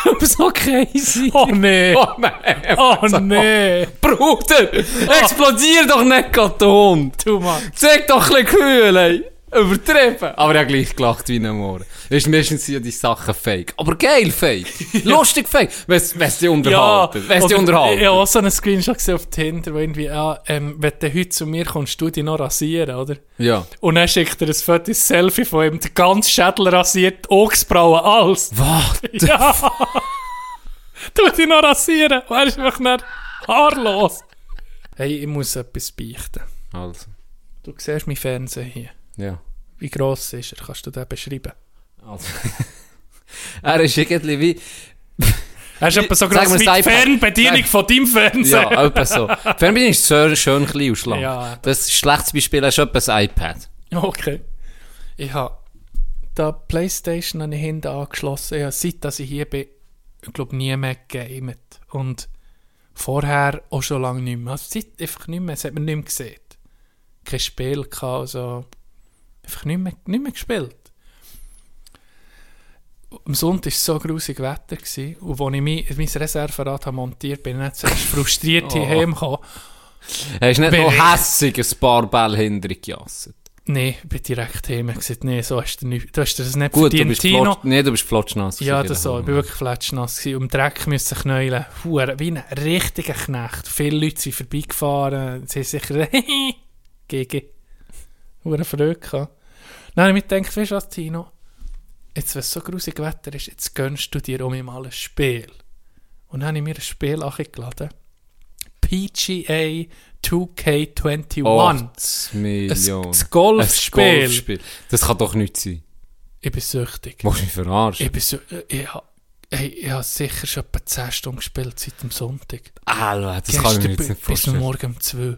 ob es okay sei. Oh nee! [LAUGHS] Oh nein! Oh nee! Oh. Bruder! Explodier doch nicht gerade den Hund! Du Mann! Zeig doch ein bisschen Gefühl, ey. Übertrieben. Aber er hat gleich gelacht wie nou ein Mohr. Weißt du, meistens sind ja die Sachen fake. Aber geil [LAUGHS] fake. Lustig fake. Wenn's, wenn's dich unterhalten. Ja, wenn's dich oder- unterhalten. Ich habe auch so einen Screenshot gesehen auf Tinder, wo irgendwie, ah, ähm, wenn du heute zu mir kommst, du dich noch rasieren, oder? Ja. Und dann schickt er ein fettes Selfie von ihm, den ganzen Schädel rasiert, Ochsbrauen, [LAUGHS] alles. Was? Ja! tu dich noch rasieren! Und er ist einfach nicht haarlos. Hey, ich muss etwas beichten. Also. Du siehst meinen Fernseher hier. Ja. Wie gross ist er? Kannst du den beschreiben? Also. er ist irgendwie wie... Er ist etwa so Sag gross mir wie die das iPad. Fernbedienung Sag- von deinem Fernseher. [LAUGHS] Ja, etwa so. Fernbedienung ist sehr schön klein und schlank. Ja. Das ist ein schlechtes Beispiel hast du etwa ein iPad. [LAUGHS] Okay. Ich habe da Playstation an hinten angeschlossen. Ich habe, seit dass ich hier bin, ich glaube, nie mehr gegamet. Und vorher auch schon lange nicht mehr. Also seit einfach nicht mehr. Es hat man nicht mehr gesehen. Kein Spiel gehabt, also einfach nicht mehr, nicht mehr gespielt. Am Sonntag war so grusig Wetter gewesen, und als ich mein, mein Reserverad habe montiert bin ich nicht zuerst frustriert [LAUGHS] Oh. hierher gekommen. Hast du nicht Bin noch ich- hässig ein paar Bälle hinter dich gejasset? Nein, ich bin direkt heim und gesagt, nee, so hast du, nicht, du hast dir das nicht Gut, du verdient. bist, Tino. flotsch, nee, du bist flotschnass. Ja, gewesen, das so. Ich bin wirklich fletschnass gewesen. Im Dreck müssen sich knäulen. Huere, wie ein richtiger Knecht. Viele Leute sind vorbeigefahren. Sie haben [LAUGHS] sicher gegen. Huere Freude gehabt. Dann habe ich mir gedacht, weißt du was, Tino? Jetzt, wenn es so grusig Wetter ist, jetzt gönnst du dir um mal ein Spiel. Und dann habe ich mir ein Spiel angeladen. PGA 2K21. Acht Millionen. Ein- das Golfspiel. Ein Golfspiel. Das kann doch nicht sein. Ich bin süchtig. Musst mich verarschen. Ich bin so, äh, ich habe hey, ich hab sicher schon etwa 10 Stunden gespielt seit dem Sonntag. Alter, das kann ich mir jetzt bi- nicht bis am vorstellen. morgen um 2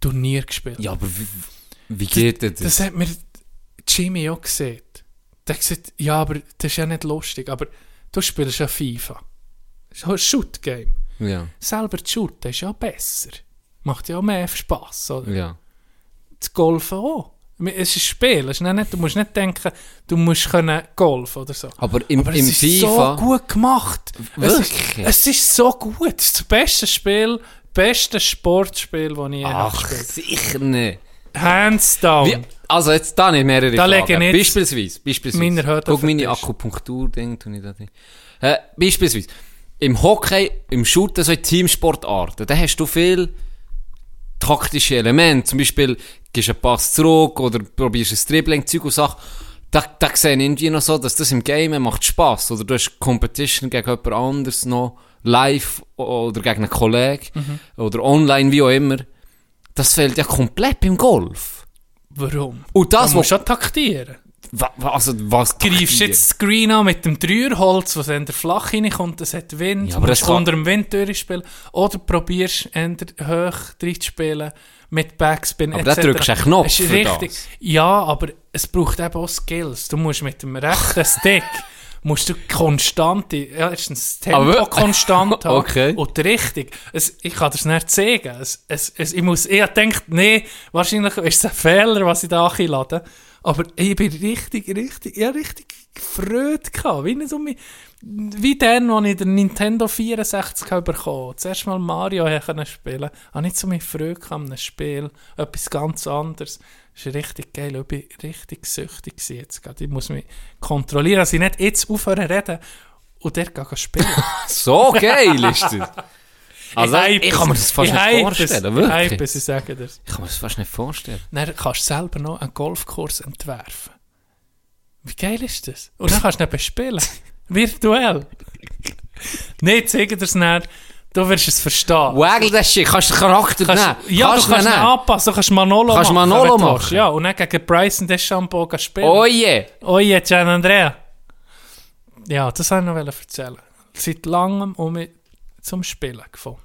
Turnier gespielt. Ja, aber wie, wie geht denn das? Das hat mir Jimmy auch gesehen. Der hat gesagt, ja, aber das ist ja nicht lustig, aber du spielst ja FIFA. Das ist auch ein Shoot-Game. Ja, Selber zu shooten ist ja besser. Macht ja auch mehr Spass, oder? ja. Das Golfen auch. Es ist ein Spiel, es ist nicht, du musst nicht denken, du musst können golfen oder so. Aber im, Aber im es ist FIFA... so gut gemacht. Wirklich? Es ist, es ist so gut. Es ist das beste Spiel, beste Sportspiel, das ich je Ach, gespielt sicher nicht. habe. Hands down. Wie, also jetzt da nicht mehrere Da Fragen. legen jetzt beispielsweise, beispielsweise. meine Hörner auf Guck, den meine Tisch. Akupunktur-Ding tue ich da drin. Äh, beispielsweise, im Hockey, im Shooter, so in Teamsportarten, da hast du viel taktische Elemente. Zum Beispiel, gibst einen Pass zurück oder probierst ein Dribbling, Zeug und Sachen. Da, da sehe ich irgendwie noch so, dass das im Game macht Spass. Oder du hast Competition gegen jemand anderes noch, live oder gegen einen Kollegen Mhm. oder online, wie auch immer. Das fehlt ja komplett beim Golf. Warum? Und das, du musst wo- schon taktieren. Wa- wa- Also, was Du greifst jetzt das Green an mit dem Dreierholz, was in der flach hineinkommt, das hat Wind, Ja, ja, aber aber das musst kann- unter dem Wind durchspielen. Oder probierst, entweder hoch reinzuspielen mit Backspin Aber da drückst du einen Knopf Es ist für richtig. das. [LAUGHS] Ja, aber es braucht eben auch Skills. Du musst mit dem rechten Stick musst du konstant, die- ja, erstens das Tempo Aber- [LAUGHS] konstant haben Okay. und die Richtung. Es, ich kann dir es nicht sagen. Es, es, es, ich muss, ich denke, nee, wahrscheinlich ist es ein Fehler, was ich da einlade. Aber ich bin richtig, richtig, ja, richtig gefreut gehabt. Wie, nicht um mich, wie dann, als ich den Nintendo 64 bekommen habe. Das erste Mal Mario habe können spielen Ah, habe ich zu mir Freude gehabt an einem Spiel. Etwas ganz anderes. Das ist richtig geil. Ich bin richtig süchtig gewesen jetzt gerade. Ich muss mich kontrollieren, dass ich nicht jetzt aufhören zu reden und dort gehen spielen. So geil ist [LAUGHS] das. [LAUGHS] Also, ich, hype kann mir das fast Ich nicht hype vorstellen, es. Ich wirklich. hype es, ich sage dir. Ich kann mir das fast nicht vorstellen. Dann kannst du selber noch einen Golfkurs entwerfen. Wie geil ist das? Und dann kannst du [LAUGHS] ihn bespielen. Virtuell. Nein, zeig dir es nicht. Du wirst es verstehen. Wagel das Shit, kannst du den Charakter nehmen. Kannst, ja, du kannst ihn nehmen. anpassen, du kannst Manolo Kannst machen. Manolo wenn du machen. willst. Ja, und dann gegen Bryson DeChambeau gehen spielen. Oh yeah. Oje, Gian Andrea. Ja, das wollte ich noch erzählen. Seit langem um mich zum Spielen gefunden.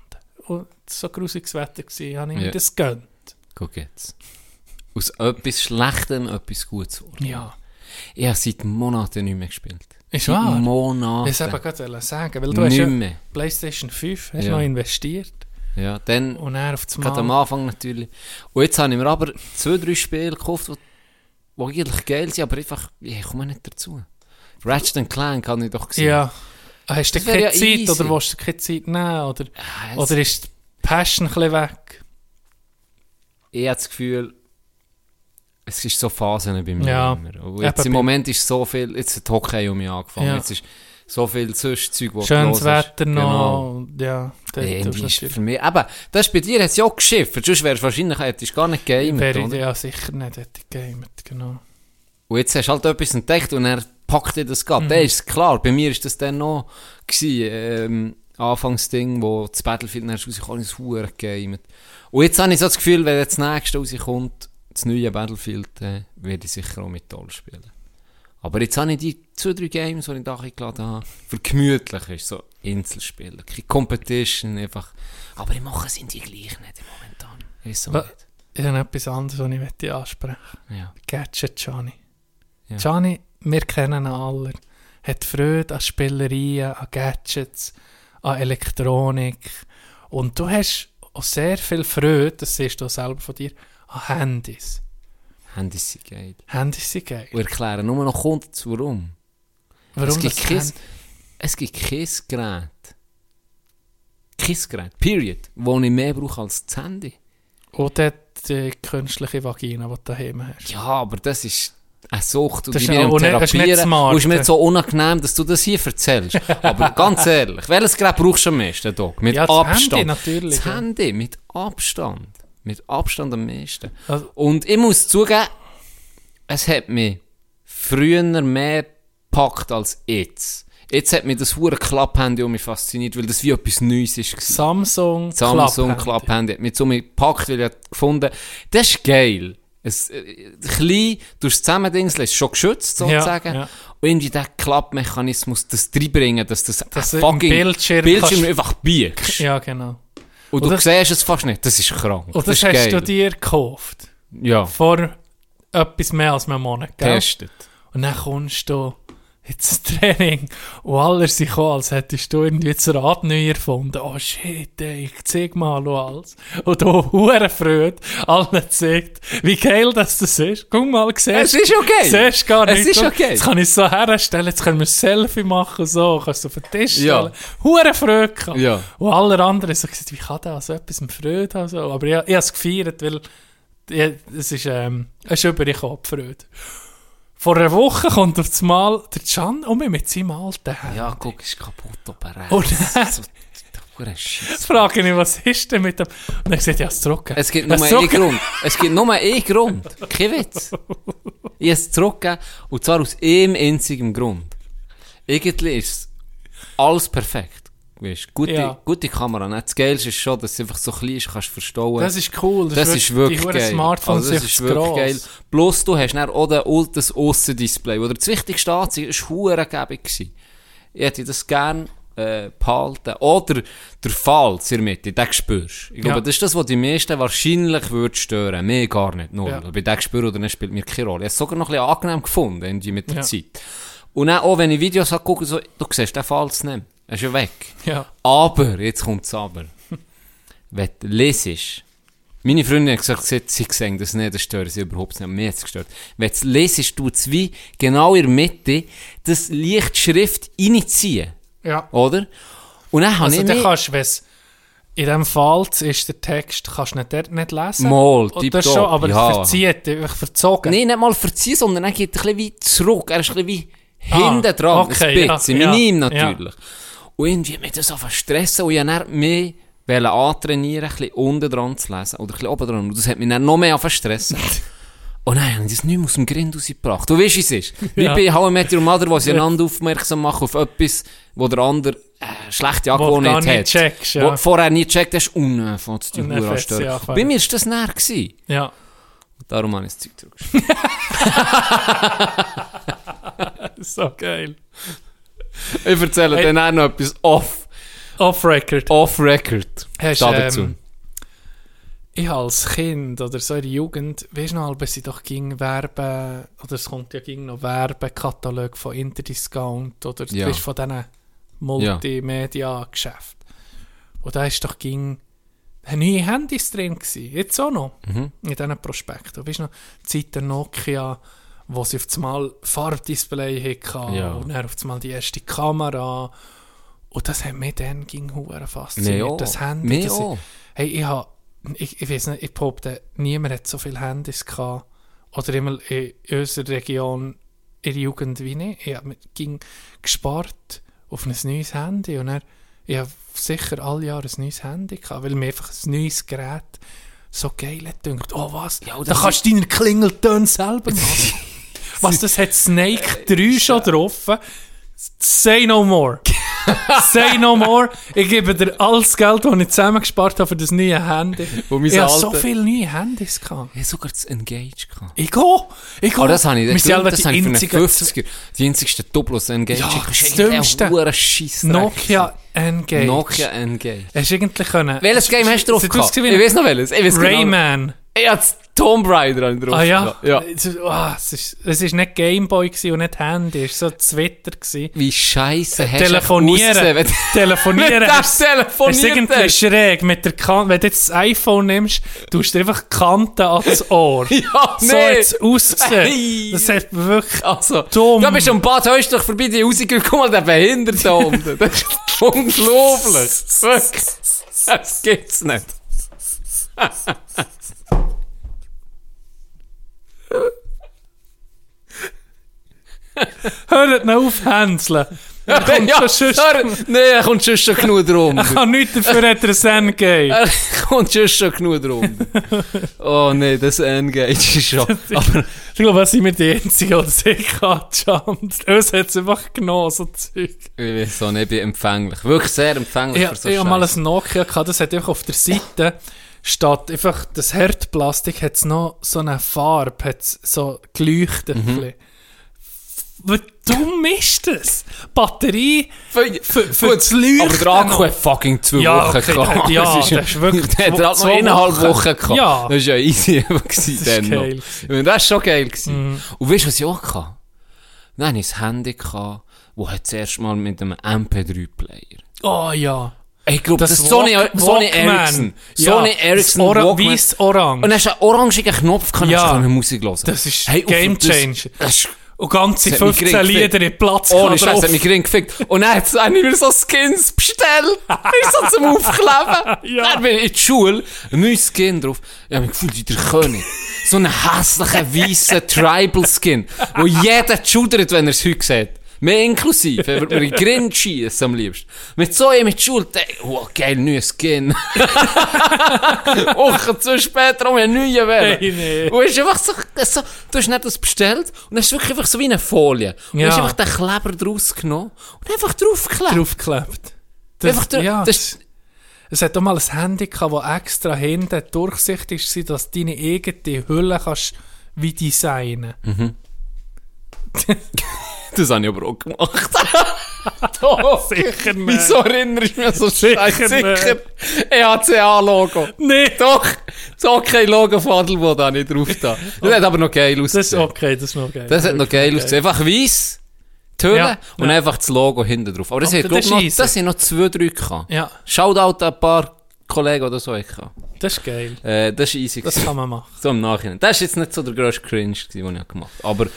Und es war so grusiges Wetter, gewesen, habe ich Ja. mir das gönnt. Guck jetzt. Aus etwas Schlechtem etwas Gutes wurde. Ja. Ich habe seit Monaten nicht mehr gespielt. Ist Seit wahr. Monaten. Ich wollte es eben sagen, weil du hast nicht ja mehr. PlayStation 5 hast Ja. noch investiert Ja, dann... und er auf das Gerade am Mal. Anfang natürlich. Und jetzt habe ich mir aber zwei, drei Spiele gekauft, die- die eigentlich geil sind, aber einfach, ich komme nicht dazu. Ratchet Clank habe ich doch gesehen. Ja. Hast du Das wäre keine ja Zeit easy. oder willst du keine Zeit nehmen? Oder, Ah, jetzt- oder ist die Passion ein bisschen weg? ich habe das Gefühl, es ist so Phasen bei mir Ja. immer. Und Eben jetzt bei- im Moment ist so viel, jetzt hat Hockey um mich angefangen, Ja. jetzt ist so viel sonst Zeug, was Schönes los ist. Wetter Genau. noch. Ja, dann Ja, tust du irgendwie ist natürlich- für mich, eben, das ist bei dir hat es ja auch geschifft, sonst wärst du wahrscheinlich hättest du gar nicht Wäre gamet, ich oder? ja sicher nicht hätte gegamet, genau. Und jetzt hast du halt etwas entdeckt und er packt dir das gerade. Mhm. Dann ist es klar, bei mir ist das dann noch gewesen, ähm, Anfangsding, wo das Battlefield dann rausgekommen ist, hure gegamet. Und jetzt habe ich so das Gefühl, wenn jetzt das nächste rauskommt, das neue Battlefield, äh, werde ich sicher auch mit Toll spielen. Aber jetzt habe ich die zwei, drei Games, die ich da eingeladen habe, für gemütlich ist, so Inselspielen, keine Competition, einfach. Aber ich mache es in die gleichen nicht momentan. Ich weiss auch Wa- nicht. Ich habe etwas anderes, was ich möchte ansprechen Ja. Gadget Johnny. Ja. Johnny, wir kennen ihn alle, hat Freude an Spielereien, an Gadgets, an Elektronik. Und du hast auch sehr viel Freude, das siehst du auch selber von dir, an Handys. Handys sind geil. Handys sind geil. Und erklären nur noch Kunden, warum. Warum es gibt das kein, Hand- es gibt kein Gerät. Kein Gerät, period, wo ich mehr brauche als das Handy. Und dort die künstliche Vagina, die du daheim hast. Ja, aber das ist eine Sucht und Das ich ist bin auch am nicht- das ist nicht Therapieren smart. und es ist mir jetzt so unangenehm, dass du das hier [LAUGHS] erzählst. aber ganz ehrlich, welches Gerät brauchst du am meisten, Doc? Mit Ja, das Abstand. Handy natürlich, Das ja. Handy, mit Abstand. Mit Abstand am meisten. Also- und ich muss zugeben, es hat mich früher mehr gepackt als jetzt. Jetzt hat mich das hure Klapphandy um mich fasziniert, weil das wie etwas Neues ist. gewesen. Samsung, Samsung Club Handy. Club-Handy. Hat mich zu mir gepackt, weil ich hat gefunden das ist geil. Es, äh, klein, du hast zusammendingseln, ist schon geschützt Ja, sozusagen. ja. Und irgendwie der Klappmechanismus, das reinbringen, dass das Dass ein du im Bildschirm kannst- einfach biegst. Ja, genau. Und Und du das- siehst es fast nicht, das ist krank. Und das, ist hast geil. du dir gekauft. ja, Vor etwas mehr als einem Monat, gell? getestet. Und dann kommst du ins [LAUGHS] Training und alle sind gekommen, als hättest du irgendwie das Rad neu erfunden. Oh shit, ey, ich zeig mal und alles. Und [LAUGHS] du hure Freude, allen zeigt, wie geil das, das ist. Guck mal, Es siehst ist okay. Siehst gar Es nicht. ist okay. Jetzt kann ich es so herstellen, jetzt können wir ein Selfie machen und so, kannst du auf den Tisch Ja. stellen. Hure Freude gehabt. Ja. Und alle anderen haben so gesagt, wie kann der an so etwas mit Freude haben? So. Aber ich, ich habe es gefeiert, weil ja, es ist, ähm, es ist übergekommen, die Freude. Vor einer Woche kommt auf das Mal der Can um mich mit seinem alten Handy. Ja, guck, ist kaputt, aber rechts. Oh nein. [LAUGHS] So, der verdammte Scheiss. frage ich, was ist denn mit dem? Und er sagt, ja, es zurückgegeben. Es gibt nur Er hat's einen zurückgegeben. Grund. Es gibt nur einen Grund. Kein Witz. Ich habe es zurückgegeben. Und zwar aus einem einzigen Grund. Irgendwie ist alles perfekt. Weißt, gute, Ja. gute Kamera. Nicht? Das Geilste ist schon, dass es einfach so klein ist, kannst verstauen. Das ist cool. Das ist wirklich die geil. Smartphone also das ist wirklich geil. Plus du hast dann auch den, Ul- das Aussendisplay. Oder das wichtigste Anzeichen ist hurengebig gewesen. Ich hätte das gerne äh, behalten. Oder der Falz in der Mitte, den spürst du. Ich glaube, Ja. das ist das, was die meisten wahrscheinlich würde stören. Mir gar nicht, null. Ja. Bei dem spüren oder nicht spielt mir keine Rolle. Ich habe es sogar noch ein bisschen angenehm gefunden, irgendwie mit der Ja. Zeit. Und dann auch, wenn ich Videos angucke, so, du siehst den Falz nicht. mehr. Er ist ja weg. Ja. Aber, jetzt kommt's [LAUGHS] aber. Wenn du lesest, meine Freundin hat gesagt, sie, sie sehen das nicht, das stört sie überhaupt nicht, mir hat's gestört. Wenn du lesest, du wie genau in der Mitte, das Licht Schrift reinziehen, ja. oder? Und dann habe Also ich dann mich- kannst du, wenn's in dem Fall ist der Text, kannst du nicht dort nicht lesen. Mal, Und tipptopp, das schon, aber ja. ah, verzieht, ich verzogen. Nein, nicht mal verziehen, sondern er geht ein bisschen wie zurück. Er ist ein bisschen wie Ah, hinten dran. okay, ein bisschen. ja, minim ja, natürlich. Und irgendwie hat mich das einfach stressen und ich wollte mich wollte antrainieren, ein bisschen unten dran zu lesen oder ein bisschen oben dran. Und das hat mich dann noch mehr angefangen zu [LAUGHS] stressen. Und dann habe ich das nicht mehr aus dem Grind rausgebracht. Du weißt, wie es ist. [LAUGHS] Wie Ja. bei How I Met Your Mother, [LAUGHS] wo sie einander aufmerksam machen auf etwas, wo der andere äh, schlechte gar Angewohnheit nicht hat. checkst, ja. Wo du vorher nie gecheckt hast, und dann fängt es dich Und dann verdammt an fängt's stören. an zu Bei mir war das näher. gewesen. Ja. Darum habe ich das Zeug zurückgeschrieben. So geil. Ich erzähle Hey. dann auch noch etwas off, Off-Record. off record. Hast, da dazu. ähm, ich habe als Kind oder so in der Jugend, weißt du noch, als sie doch ging Werbe, oder es kommt ja ging noch Werbekatalog von Interdiscount oder Ja. ja. von diesen Multimedia-Geschäften. Und da ist doch ging da waren neue Handys drin gewesen. Jetzt auch noch. Mhm. In diesen Prospekten. Weißt du noch, die Zeit der Nokia, wo sie auf einmal Farbdisplay hatten Ja. und dann auf einmal die erste Kamera. Und das hat mich dann ging hure Mir fasziniert. auch. Das Handy. Mir Das auch. hey, ich habe, ich, ich weiß nicht, ich behaupte, niemand hat so viele Handys gehabt. Oder immer in unserer Region in der Jugend wie nicht. Ich habe ging gespart auf ein neues Handy und dann, ich habe sicher alle Jahre ein neues Handy gehabt, weil mir einfach ein neues Gerät so geil hat gedacht. Oh was, ja, da kannst du deinen Klingelton selber machen. was, das hat Snake 3 schon drauf? Say no more. Say no more. Ich gebe dir alles Geld, das ich zusammengespart habe für das neue Handy. Und mein ich habe so alte- viele neue Handys gehabt. Ich habe sogar das Engage gehabt. Ich gehe. Ich gehe. Aber Ah, das habe ich, Wir ich sind glaub, selber das die habe ich für einen einzigen 50er. Die einzigste Doplos Engage. Ja, Das ist das eigentlich ein Dümmste. hoher Scheissdreck. Nokia Engage. Nokia Engage. Hast du irgendwie können... Welches Game hast du drauf Sieht gehabt? aus wie ein Ich weiß noch welches. Ich weiß Genau. Rayman. Ich habe das Tomb Raider habe ich drauf Ah ja? gehabt. ja. Es ist- ah, es ist- es war nicht Gameboy gewesen und nicht Handy, es war so Twitter. Gewesen. Wie scheiße hast du Telefonieren. ausgesehen, [LAUGHS] wenn- [LAUGHS] Telefonieren. Wenn hast- das telefoniert Es ist irgendwie hast. schräg. Mit der kan wenn du jetzt das iPhone nimmst, tust du dir einfach Kante [LAUGHS] ans Ohr. Ja, so Ah, nee. jetzt ausgesehen. Nein. Das hat wirklich... Also, Dumm. da bist du am Bad Höchstlich vorbei, die rausgekommen, guck mal, der Behinderte da unten. Das ist unglaublich. Wirklich. Das gibt's nicht. Hört noch auf, Hänseln. Er [LAUGHS] kommt ja, schon sonst- sorry. nee, er kommt schon schon genug drum. Ich kann nichts dafür, hat er es angegeben. Er kommt schon schon genug drum. Oh nee, das Engage ist schon. Aber Ich glaube, das sind wir die Einzigen, die das ich gejumpt. [LAUGHS] Uns hat es einfach genommen, so Zeug. ich weiß auch nicht, ich bin empfänglich. Wirklich sehr empfänglich Ja, für so ich habe mal Scheiße. ein Nokia gehabt, das hat einfach auf der Seite statt einfach das Herdplastik hat es noch so eine Farbe, hat so geleuchtet. Mhm. Wie dumm ist das? Batterie Für- für, für Gut, das Leuchten. Aber der Akku hat fucking zwei Ja, Wochen okay, gehabt. [LAUGHS] ja, Das das ist wirklich Der hat halt zwei- noch zwei eineinhalb Wochen Wochen. gehabt. Ja. Das ist Dus ja [LAUGHS] easy eben gewesen Das dann ist noch. geil. Und Das ist schon geil gewesen. Mm. Und weißt du, was ich auch hatte? Dann hatte ich ein Handy, gehabt, wo hat zuerst mal mit einem MP3-Player. Oh ja. Ich glaube, das, Das ist Also Sony, Walk- Sony Walkman. Ericsson. Ja, Sony das Ericsson Ora- Walkman. weiss-orange. Und dann hast du einen orangigen Knopf, kannst Ja. du Musik hören. Das ist auf- Game das- Changer. Das ist Und ganze Das hat mich 15 gefickt. Lieder in Platz Ohne gehabt Scheiß, drauf. Oh, hat mich gering gefickt. Und dann hat er mir so Skins bestellt. Ich so [LAUGHS] zum Aufkleben. Ja. Dann bin ich in die Schule, ein neues Skin drauf. Ich hab mich gefühlt wie der König. So einen hässlichen, weißen Tribal-Skin, wo jeder schudert, wenn er es heute sieht. Mir inklusive, er würde mir in den Grind schiessen am liebsten. Mit so jemand in die Schule, der, oh, geil, neuer [LAUGHS] Skin. Wochen zu später um einen neuen wählen. Hey, nee. Und es ist einfach so, so, du hast nicht das bestellt und es ist wirklich einfach so wie eine Folie. Und Ja. du hast einfach den Kleber draus genommen und einfach [LAUGHS] draufgeklebt. draufgeklebt. Das, einfach dr- ja, das- es hat auch mal ein Handy gehabt, das extra hinten durchsichtig war, dass du deine eigene Hülle kannst wie designen. Das habe ich aber auch gemacht. Doch. Oh, Sicher [LAUGHS] nicht. Wieso erinnerst du mich so E Sicher scheiße? Sicher. EACA-Logo. Nee. Doch, das okay-Logo von Adelboden habe [LAUGHS] ich drauf da. Das hat aber noch geil Das ist ausgesehen. okay, das ist noch geil. Das hat noch geil ausgesehen. Einfach weiss. die Hülle Ja, und ja. einfach das Logo hinten drauf. Aber das, Aber hat, glaub, das noch, ist das sind noch zwei, drei gehabt. Ja, Shoutout an ein paar Kollegen oder so. gehabt. das ist geil. Äh, das ist easy. Das gewesen. kann man machen. So im Nachhinein. Das ist jetzt nicht so der grösste Cringe, gewesen, den ich gemacht habe. Aber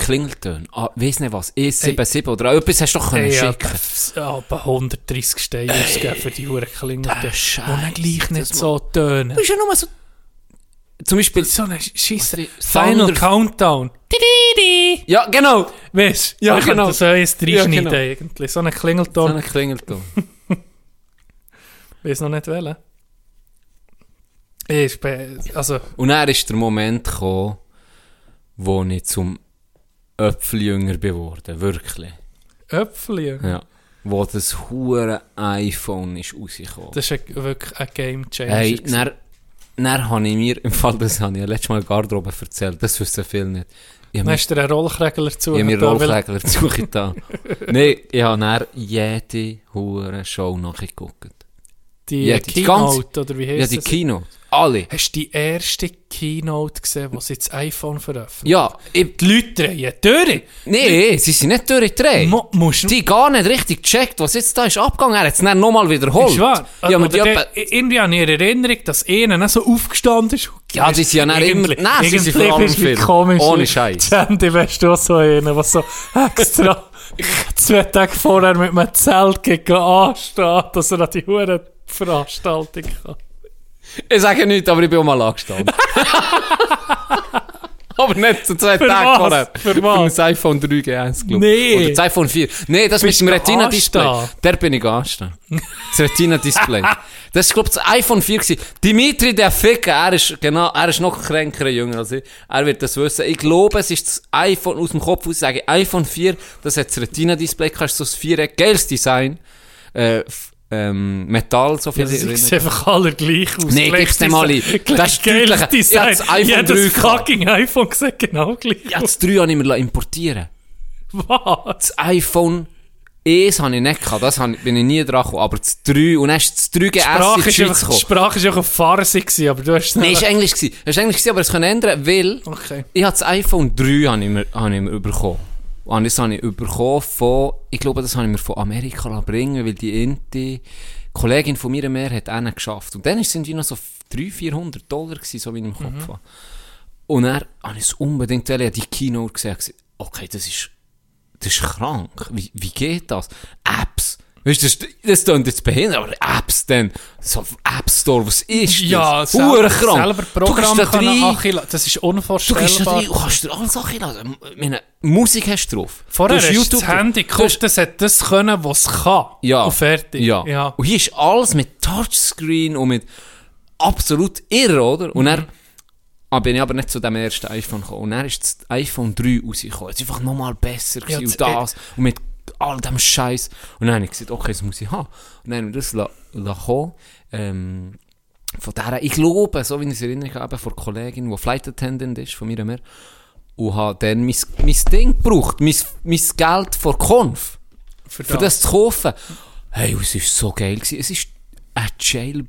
Klingeltöne, ah, weiss nicht was, E77 oder auch etwas hast du doch können Ey, ja, schicken pff, ja, etwa 130 Steine ausgeben für die hure Klingel. Und der Scheiß. dann gleich nicht Das so tönen. Du bist ja nur so... Zum Beispiel... So eine Scheisse. Thunder- Final Countdown. Tididi. Ja, genau! Weißt du, Ja, man könnte genau. so eins reinschneiden Ja, genau. irgendwie. So einen So Klingelton. ein Klingelton. Weiß noch nicht wählen. Ich bin, also, Und dann ist der Moment gekommen, wo ich zum Äpfeljünger geworden wirklich. Äpfel, ja. Ja. Wo das hure iPhone ist rausgekommen. das ist ein, wirklich ein Game Changer. Hey, gewesen. dann, dann habe ich mir, im Fall, das habe ich ja letztes Mal in der Garderobe erzählt, das wissen viele nicht. Ich habe Dann mir, ich hast du dir einen Rollkregler zu. habe mir Rollkegler zugetan. Nein, ich habe dann jede hure Show nachgeguckt. Die Ja, die- die ganze- Keynote, oder wie Ja, heisst die das? Kino. Alle. Hast du die erste Keynote gesehen, wo sie das iPhone veröffentlicht? Ja, ich, Die Leute drehen durch. nee, sie sind nicht durchgedreht. Mo, musst die gar nicht richtig gecheckt, was jetzt da ist abgegangen. Er hat es dann nochmal wiederholt. Ist wahr. Ja, aber die Oder etwa- der- irgendwie an ihre Erinnerung, dass einer dann so aufgestanden ist. Ja, die sind ja dann Irgendwie- immer- Nein, sie sind irgendwie vor allem ist es viel. Komisch. Ohne Scheiß. Sandy, weißt du auch so einen, was so extra [LAUGHS] zwei Tage vorher mit einem Zelt gegen ansteht, dass er an die Huren Veranstaltung kann. Ich sage nichts, aber ich bin auch mal [LAUGHS] angestanden. aber nicht zu zwei Für Tagen was? vorher. Für was? das iPhone 3GS, glaube Nee. Oder das iPhone 4. Nee, das Bist mit dem du Retina-Display. angestanden? Der bin ich [LAUGHS] angestanden. Das Retina-Display. Das ist, glaube ich, das iPhone 4 gewesen. Dimitri, der Ficker, er ist, genau, er ist noch kränker jünger als ich. Er wird das wissen. Ich glaube, es ist das iPhone aus dem Kopf aus. Ich sage, iPhone 4, das hat das Retina-Display, kannst du so das 4 geiles Design. Äh, f- ähm, Metall, so viel Das ich erinnere. sieht einfach alle gleich aus. Nee, Gleich gib's dem mal ein. Design- Das ist gleich deutlicher. geiles Ich hab's Design. iPhone 3 Jedes gehabt. fucking iPhone sieht genau gleich Ja, das 3 habe ich mir importieren. Was? Das iPhone 1 habe ich nicht gehabt, das habe ich- bin ich nie dran gekommen, aber das 3, und dann ist das 3GS in Sprache die ist Schweiz einfach- gekommen. Sprache war auch eine Farce, gewesen, aber du hast es Nein, nicht- ist Englisch gewesen. Es ist Englisch gewesen, aber es können ändern, weil Okay. ich habe das iPhone 3 habe ich mir, habe ich mir bekommen. Und das habe ich bekommen von, ich glaube, das habe ich mir von Amerika lassen bringen, weil die Inti, Kollegin von mir mehr hat einen geschafft. Und dann sind die noch so 300, 400 Dollar gewesen, so wie ich im Mhm. Kopf habe. Und er habe ich es unbedingt wollen, ich habe die Keynote gesehen, habe gesagt, okay, das ist, das ist krank. Wie, wie geht das? Apps. Weißt du, das, das klingt jetzt behindert, aber Apps dann. So App Store, was ist Ja, das? sel Hure krank. selber du Programm gehst da können rein, achilla- Das ist Du gehst da unvorstellbar. rein und kannst dir alles anladen. Ich meine, Musik hast du drauf. Vorher du hast du das drauf. Handy Du hast- gekauft, das hat das können, was es kann. ja. Und fertig. Ja. Und hier ist alles mit Touchscreen und mit absolut irre, oder? Mhm. Und dann ah, bin ich aber nicht zu dem ersten iPhone gekommen. Und dann ist das iPhone 3 rausgekommen. Es war einfach nochmal besser Ja, gewesen und das- das. Und mit all dem Scheiß. Und dann habe ich gesagt, okay, das muss ich haben. Und dann haben wir das la, la kommen. Ähm, von der, ich glaube, so wie ich es erinnere, habe, von der Kollegin, die Flight Attendant ist, von mir mehr. Und habe dann mein, mein Ding gebraucht, mein, mein Geld vor Konf für das zu kaufen. Hey, und es war so geil. Gewesen. Es war eine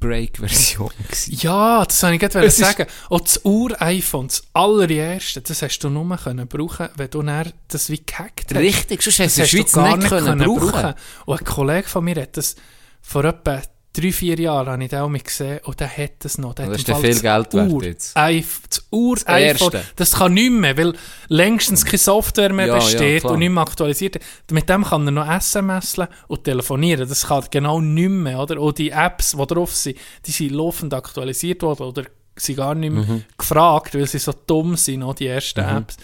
Jailbreak-Version. gewesen. Ja, das wollte ich gerade Es ist- sagen. Auch das Ur-iPhone, das allererste, das hast du nur können brauchen, wenn du dann das wie gehackt hast. Richtig, sonst hättest du in der Schweiz hast gar nicht können brauchen. Und ein Kollege von mir hat das vor etwa drei, vier Jahren habe ich den auch mal gesehen und der hat das noch. Der Das hat ist im dann Fall viel Geld wert Ur- jetzt. Eif- Das Ur-iPhone, erste. das kann nicht mehr, weil längstens keine Software mehr Ja, ja, besteht klar. und nicht mehr aktualisiert. Mit dem kann er noch SMS und telefonieren. Das kann genau nicht mehr, oder? Und die Apps, die drauf sind, die sind laufend aktualisiert worden oder sind gar nicht mehr Mhm. gefragt, weil sie so dumm sind, auch die ersten Apps.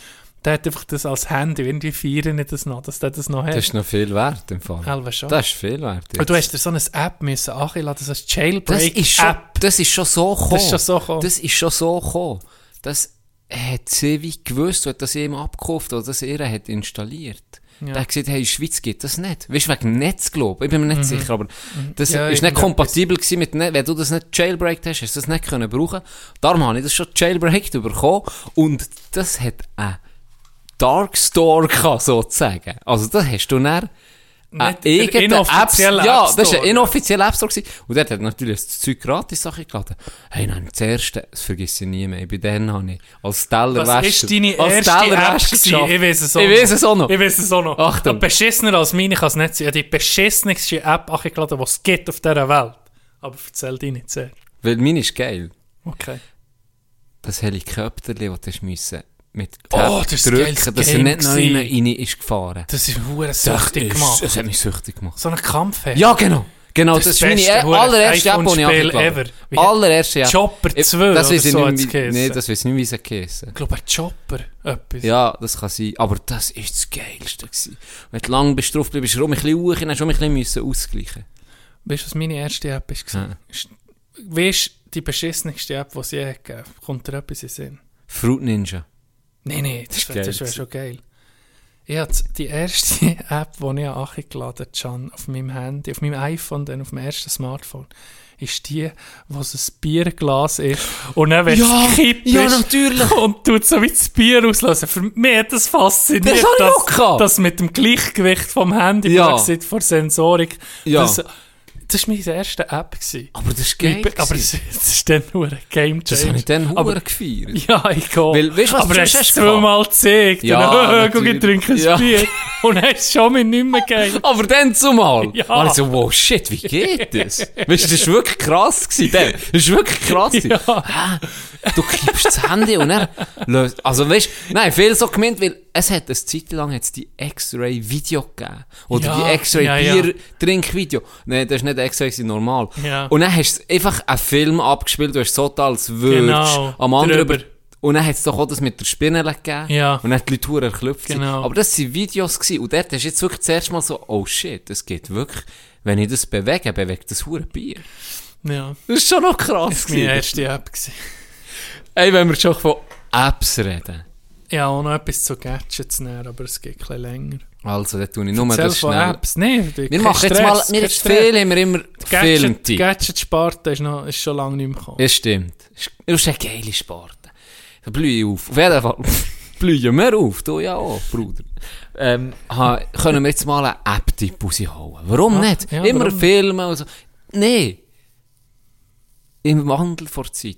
Der hat einfach das als Handy, irgendwie feiern ich das noch, dass der das noch hat. Das ist noch viel wert im Fall. Halbe schon. Das ist viel wert. jetzt. Und du hast dir so eine App müssen anladen, das ist das, Jailbreak ist schon, App. das ist schon so gekommen. Das ist schon so gekommen. Das ist schon so gekommen. Das hat sie wie gewusst, hat das ihm abgekauft oder das er hat installiert. Der hat gesagt, hey, in der Schweiz geht das nicht. Weißt du, wegen dem Netz, glaub ich. Ich bin mir nicht sicher, aber das Mhm. Ja, ist nicht irgendetwas. kompatibel gewesen mit Netz. Wenn du das nicht jailbreakt hast, hast du das nicht können brauchen. Darum habe ich das schon jailbreakt bekommen. Und das hat einen Dark Store gehabt, sozusagen. Also, das hast du dann Äh, der irgendeine Apps, inoffizielle ja, App das war Store. ein inoffizieller App Store. gewesen. Und dort hat natürlich das Zeug gratis Sachen geladen. Hey, nein, das erste, das vergesse ich nie mehr. Bei denen habe ich als Tellerwäscher. Das ist deine als erste Tellerwäscher App gewesen. geschafft. Ich weiß es auch Ich noch. weiß es auch noch. Ich weiß es auch noch. Achtung. Aber Beschissener als meine kann es nicht sein. Ich habe die beschissenste App angeladen, die es gibt auf dieser Welt. Aber erzähl die nicht sehr. Weil meine ist geil. Okay. Das Helikopterli, das du müssen mit Oh, Tab das ist ein geiles drücken, dass er Game nicht noch gewesen. rein, rein ist gefahren. Das ist hure süchtig gemacht. Das hat mich süchtig gemacht. So ein Kampf. Ja, genau. Genau, das, Das ist meine beste, er- hure allererste App, die ich iPhone-Spiel abgeladen habe. ever. Wie hat- Allererste App. Chopper Ich- 2 das oder weiss ich so nicht, hat's wie- geheissen. Nee, das weiß ich nicht, wie es geheissen. Ich glaube, ein Chopper. Etwas. Ja, das kann sein. Aber das war das Geilste. Gewesen. Wenn du lang bist drauf bleibst, rum ein bisschen hoch, dann hast du rum ein bisschen müssen ausgleichen Weißt du, was meine erste App war? Ja. Weißt du, die beschissenste App, die es je gegeben hat? Kommt dir etwas in den Sinn? Fruit Ninja. Nein, nein, das, Das wär- ist das wäre geil. schon geil. Ich habe die erste [LAUGHS] App, die ich angeladen habe, auf meinem Handy, auf meinem iPhone, dann auf dem ersten Smartphone, ist die, wo es ein Bierglas ist und dann, wenn Ja, es kippt ja, ist, natürlich. und tut so wie das Bier auslösen. Für mich hat das fasziniert, Das hab ich auch dass, gehabt. dass mit dem Gleichgewicht vom Handy, Ja. ja. sieht vor Sensorik, Ja. das, das war meine erste App. Gewesen. Aber das ist geil. Ich bin- aber gewesen. es [LAUGHS] es ist dann nur ein Game Changer. das habe ich dann Aber- aber, gefeiert. [LAUGHS] ja, ich gehe. Weil, weißt du, was aber du hast es sonst gehabt? zweimal Genau. gezeigt. Ja, [LAUGHS] Ja, und dann, ich natürlich. trinke ein Ja. Bier. Und dann ist schon mir nicht mehr [LAUGHS] geil. Aber dann zumal. Ja. War ich so, wow, shit, wie geht das? weißt du, das war wirklich krass. Gewesen, dann. Das war wirklich krass. gewesen. Ja, Du kippst das Handy und er löst. Also weißt du, nein, viel so gemeint, weil es hat eine Zeit lang hat's die X-Ray-Video gegeben. Oder Ja, die ja, ja. X-Ray-Bier-Trink-Video. Nein, das ist nicht X-Ray, gewesen, normal. Ja. Und dann hast du einfach einen Film abgespielt, du hast so da, als würdest Genau, am anderen drüber. über. Und dann hat es doch auch das mit der Spinne gegeben. Ja. Und dann hat die Leute verdammt erklüpft. gewesen. Genau. Aber das waren Videos gewesen. Und dort hast du jetzt wirklich das erste Mal so, oh shit, das geht wirklich. Wenn ich das bewege, bewegt das hure Bier. ja. Das ist schon noch krass Das war meine gewesen. erste App. gewesen. Ey, wenn wir schon von Apps reden. Ich habe auch noch etwas zu Gadgets näher, aber es geht ein bisschen länger. Also, dann tue ich nur Erzähl das von schnell. Apps. Nein, du, Wir kein machen jetzt mal, Stress, wir kein jetzt Stress. viel haben wir immer Gadget, Filmtipp. Gadget-Sparte ist, noch- ist schon lange nicht mehr gekommen. Das stimmt. Das ist eine geile Sparte. Da blühe ich auf. Auf jeden Fall [LAUGHS] blühen wir auf. Du ja auch, Bruder. Ähm, ha, können wir jetzt mal einen App-Tipp rausholen? Warum Ja, nicht? ja, immer warum? Filme und so. Nein. Im Wandel vor der Zeit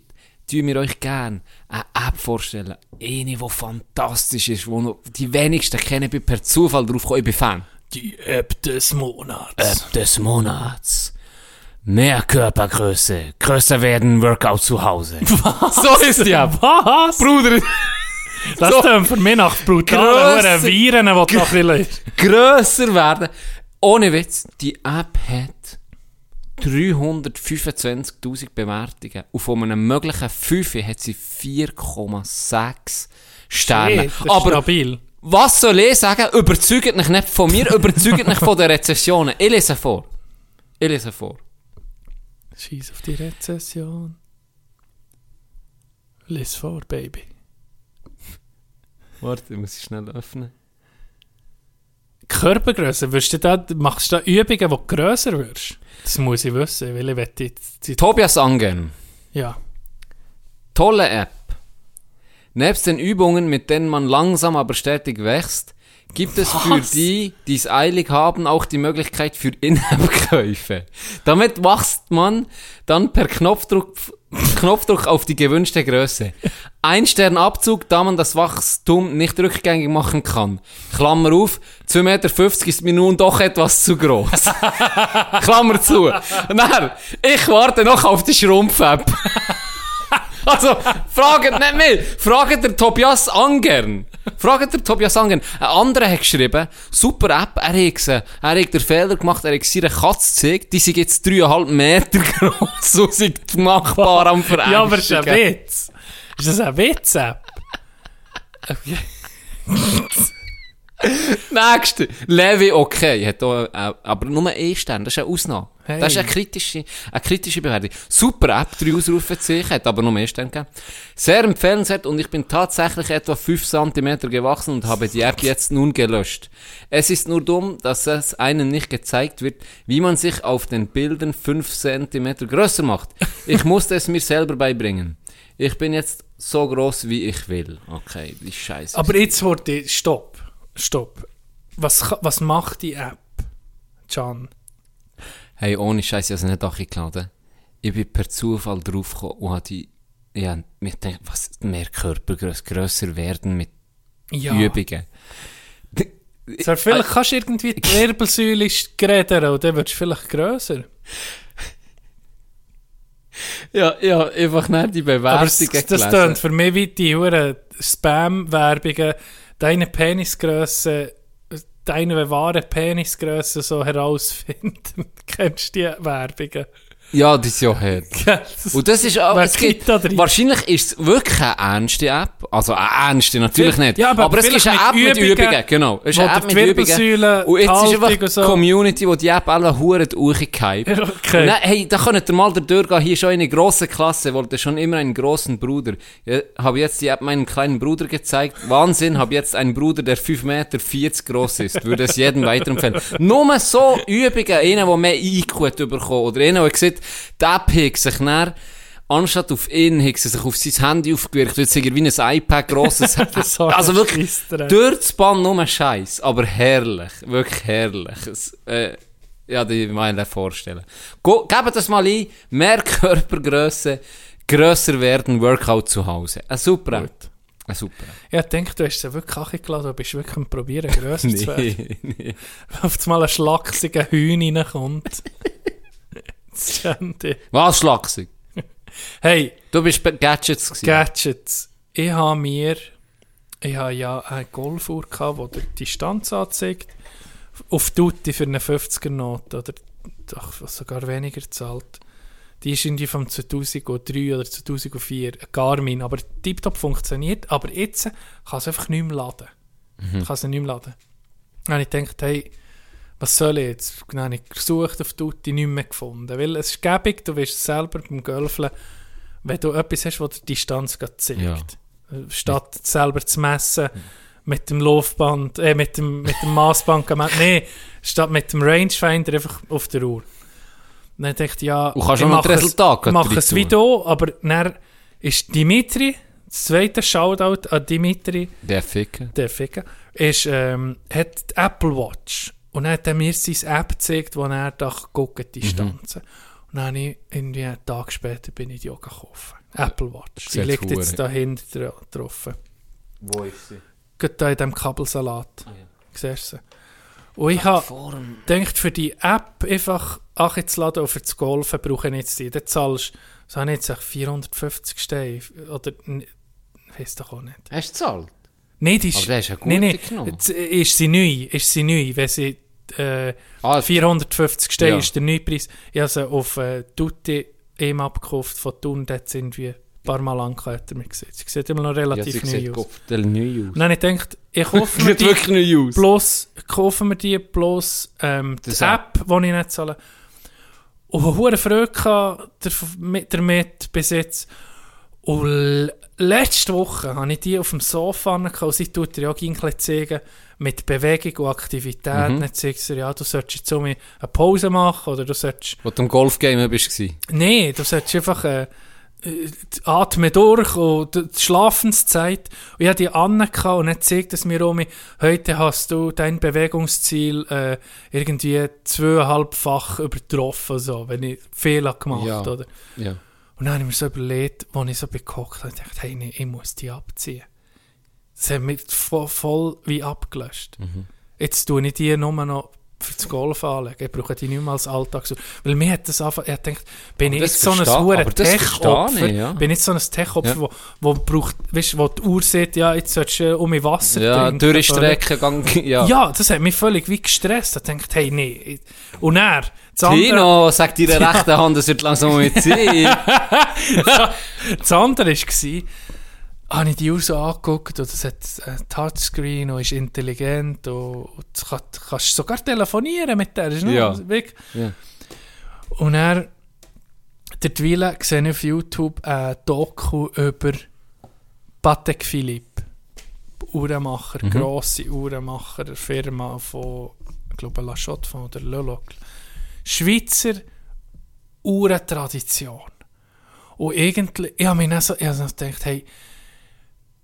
tun wir euch gerne eine App vorstellen. Eine, die fantastisch ist, wo noch die wenigsten kennen. Ich bin per Zufall drauf gekommen. Ich bin Fan. Die App des Monats. App des Monats. Mehr Körpergröße. Größer werden Workout zu [LAUGHS] Hause. So ist die App. Was? Bruder, Das so- tönt für mich nach brutalen Grösse- Huren Viren, die du noch ein bisschen... grösser werden. Ohne Witz, die App hat 325.000 Bewertungen. Und von einem möglichen 5 hat sie 4,6 Sterne. Shit, das ist Aber stabil. was soll ich sagen? Überzeugt mich nicht von mir, überzeugt mich von den Rezessionen. Ich lese vor. Ich lese vor. Scheiß auf die Rezession. Lies vor, Baby. Warte, ich muss es schnell öffnen. Körpergröße, würdest du da, machst du da Übungen, wo du grösser wirst? Das muss ich wissen, weil ich wette jetzt... die- Tobias Angen. Ja. Tolle App. Nebst den Übungen, mit denen man langsam aber stetig wächst, gibt es für die, die es eilig haben, auch die Möglichkeit für In-App-Käufe. Damit wächst man dann per Knopfdruck, Knopfdruck auf die gewünschte Größe. Ein Stern Abzug, da man das Wachstum nicht rückgängig machen kann. Klammer auf, 2,50 Meter ist mir nun doch etwas zu groß. [LAUGHS] Klammer zu. Nein, ich warte noch auf die Schrumpf-App. [LAUGHS] Also, fragt nicht mehr. Fragt der Tobias Angern. Fragt der Tobias Angern. Ein anderer hat geschrieben, super App, er hat gesehen, er hat den Fehler gemacht, er hat seine Katze gezeigt, die sind jetzt 3,5 Meter [LAUGHS] groß, so sind die machbar am Verängstigen. Ja, aber das ist ein Witz. Ist das ein äh? Witz-App? Nächste. Levi, okay, hat auch, äh, aber nur ein Stern, das ist eine Ausnahme. Hey. Das ist eine kritische, eine kritische Bewertung. Super App, drei Ausrufezeichen, hat aber nur mehr Stern gegeben. Sehr empfehlenswert und ich bin tatsächlich etwa 5 cm gewachsen und habe die App jetzt nun gelöscht. Es ist nur dumm, dass es einem nicht gezeigt wird, wie man sich auf den Bildern 5 cm größer macht. Ich musste es mir selber beibringen. Ich bin jetzt so groß wie ich will. Okay, die Scheiße. Aber jetzt wurde ich... Stopp. Stopp. Was, ka- was macht die App? Can. Hey, ohne Scheiß, ich habe es nicht angeladen. Ich bin per Zufall draufgekommen und habe die, ja, mir gedacht, was, mehr Körpergröße, grösser werden mit Ja. Übungen. So, Ah. vielleicht kannst du irgendwie die Wirbelsäule grädern und dann wirst du vielleicht grösser. Ja, ja, einfach nicht die Aber Bewertungen das, das tönt für mich wie die Huren Spam-Werbungen. Deine Penisgröße, deine wahre Penisgröße so herausfinden. [LAUGHS] Kennst du die Werbungen? Ja, das ist ja hart. [LAUGHS] Gell? Das- Und das ist auch, Wer es gibt, klickt da drin? wahrscheinlich ist es wirklich eine ernste App. Also eine ernste, natürlich nicht. Ja, aber aber es ist eine App mit vielleicht mit Übungen, Übungen, genau. Es ist wo eine du App die mit Übungen. Wirbelsäule, Und jetzt ist die einfach Haltung die und so. Community, die die App alle verdammt durchgehypt. Ja, [LAUGHS] okay. Nein, hey, da könnt ihr mal durchgehen. Hier ist schon eine grosse Klasse, wollte schon immer einen großen Bruder. Ja, habe jetzt die App meinem kleinen Bruder gezeigt. Wahnsinn, habe jetzt einen Bruder, der 5,40 Meter groß ist. Würde es jedem weiterempfehlen. Nur so Übungen, einer, der mehr IQ hat bekommen oder einer, der sieht, der pickt sich näher. Anstatt auf ihn hat sie sich auf sein Handy aufgewirkt, jetzt irgendwie wie ein iPad grosses. Das war also wirklich, scheissdreck. durch das Bann nur Scheiß, aber herrlich, wirklich herrlich. Es, äh, ja, die meine vorstellen. Go, gebt das mal ein, mehr Körpergröße, grösser werden, Workout zu Hause. Ein super. App. Ein super. App. Ja, ich denke, du hast sie wirklich angeladen, du bist wirklich am Probieren, [LAUGHS] grösser zu werden. Nee, nee. Auf einmal ein schlachsiger Hühn reinkommt. [LAUGHS] Das Schande. Was schlagsig? hey, Du bist bei Gadgets gewesen. Gadgets. Ich habe mir, ich habe ja eine Golfuhr gehabt, die die Distanz anzeigt. Auf Duty für eine 50er-Note oder doch sogar weniger zahlt. Die ist irgendwie vom 2003 oder 2004, eine Garmin, aber tiptop funktioniert. Aber jetzt kann sie einfach nicht mehr laden. Mhm. Kann sie nicht mehr laden. Und ich dachte, hey, was soll ich jetzt? Dann habe ich gesucht auf Duty, nicht mehr gefunden. Weil es ist gäbig, du wirst selber beim Golfen wenn du etwas hast, das dir die Distanz gerade zeigt, Ja. äh, statt selber zu messen mit dem Laufband, äh, mit dem, mit dem [LAUGHS] Maßband, nein, statt mit dem Rangefinder einfach auf der Uhr. Und dann dachte ich, ja, Und kannst ich auch noch mache die es- Resultate gleich mache es rein wie du, aber dann ist Dimitri, das zweite Shoutout an Dimitri, Der Ficker. der Ficker, ist, ähm, hat die Apple Watch. Und dann hat er mir seine App gezeigt, wo er da guckt, die Distanzen. Und dann habe ich irgendwie einen Tag später bin ich die auch gekauft. Apple Watch. Die Sieht liegt verdammt- jetzt da hinten dra- drauf. Wo ist sie? Ah, Gerade da in diesem Kabelsalat. Siehst du sie? Und ich habe gedacht, für die App einfach anzuladen und für das Golfen brauche ich jetzt die. Dann zahlst du, was habe ich jetzt, 450 Steine oder, ich weiß doch auch nicht. Hast du gezahlt? Nein, die ist, Aber der ist ja gut nein, nein, genommen. jetzt ist sie neu, ist sie neu, wenn sie äh, Ah, 450 Steine Ja. ist der Neupreis. Ich habe sie auf äh, Tutti eben abgekauft von Thun, dort sind wir ein paar Mal angekommen, hat er mir gesagt. Sie sieht immer noch ja, dus sie relativ neu sieht aus. Und Kopfdell neu [LAUGHS] aus. dann habe ich gedacht, ich [LAUGHS] kaufe mir Sieht die wirklich neu aus. bloß, kaufen wir die bloß ähm, die Das App, die ich nicht zahle. Und ich hatte Freude gehabt, der, mit der Met bis jetzt. Und l- letzte Woche hatte ich die auf dem Sofa gehabt, und sie tut dir ja auch ein bisschen zeigen, mit Bewegung und Aktivität. Dann zeigt sie dir, ja, du solltest jetzt um eine Pause machen oder du solltest... Wo du im Golfgame bist. gewesen. Nein, du solltest einfach... Äh, äh, atme durch und die die Schlafenszeit. Und ich hatte die Anne gehabt und dann zeigt es mir um, heute hast du dein Bewegungsziel äh, irgendwie zweieinhalbfach übertroffen, so, wenn ich Fehler gemacht Ja. oder. Ja. Und dann habe ich mir so überlegt, als ich so geguckt habe, ich dachte, hey, nee, ich muss die abziehen. Das hat mich voll, voll wie abgelöscht. Mhm. Jetzt tue ich die nur noch für das Golf anlegen. Ich brauche die nicht mehr als Alltags... Weil mir hat das einfach... Ich denkt, bin ich das jetzt so ein verstehe- verdammtes aber das verstehe Tech-Opfer? ich, ja. Bin ich jetzt so ein Tech-Opfer, Ja. wo, wo braucht... Weißt, wo die Uhr sieht, ja, jetzt solltest du äh, um mein Wasser Ja, trinken. durchstrecken, gang, ja. Ja, das hat mich völlig wie gestresst. Ich dachte, hey, nee. Und er... Das andere, Tino, sag deiner rechten Hand, es wird langsam [LAUGHS] mal Zeit. das andere war... habe ich die Uhr so angeguckt und es hat ein Touchscreen und ist intelligent und, und du kann, kannst sogar telefonieren mit der. Ist noch Ja. Weg. Ja. Und er, der Twila, sehe ich auf YouTube ein Doku über Patek Philippe. Uhrenmacher, Mhm. grosse Uhrenmacher, der Firma von, ich glaube, La Chotte von oder Lelocle. Schweizer Uhrentradition. Und irgendwie, ich habe mir dann so, ich habe so gedacht, hey,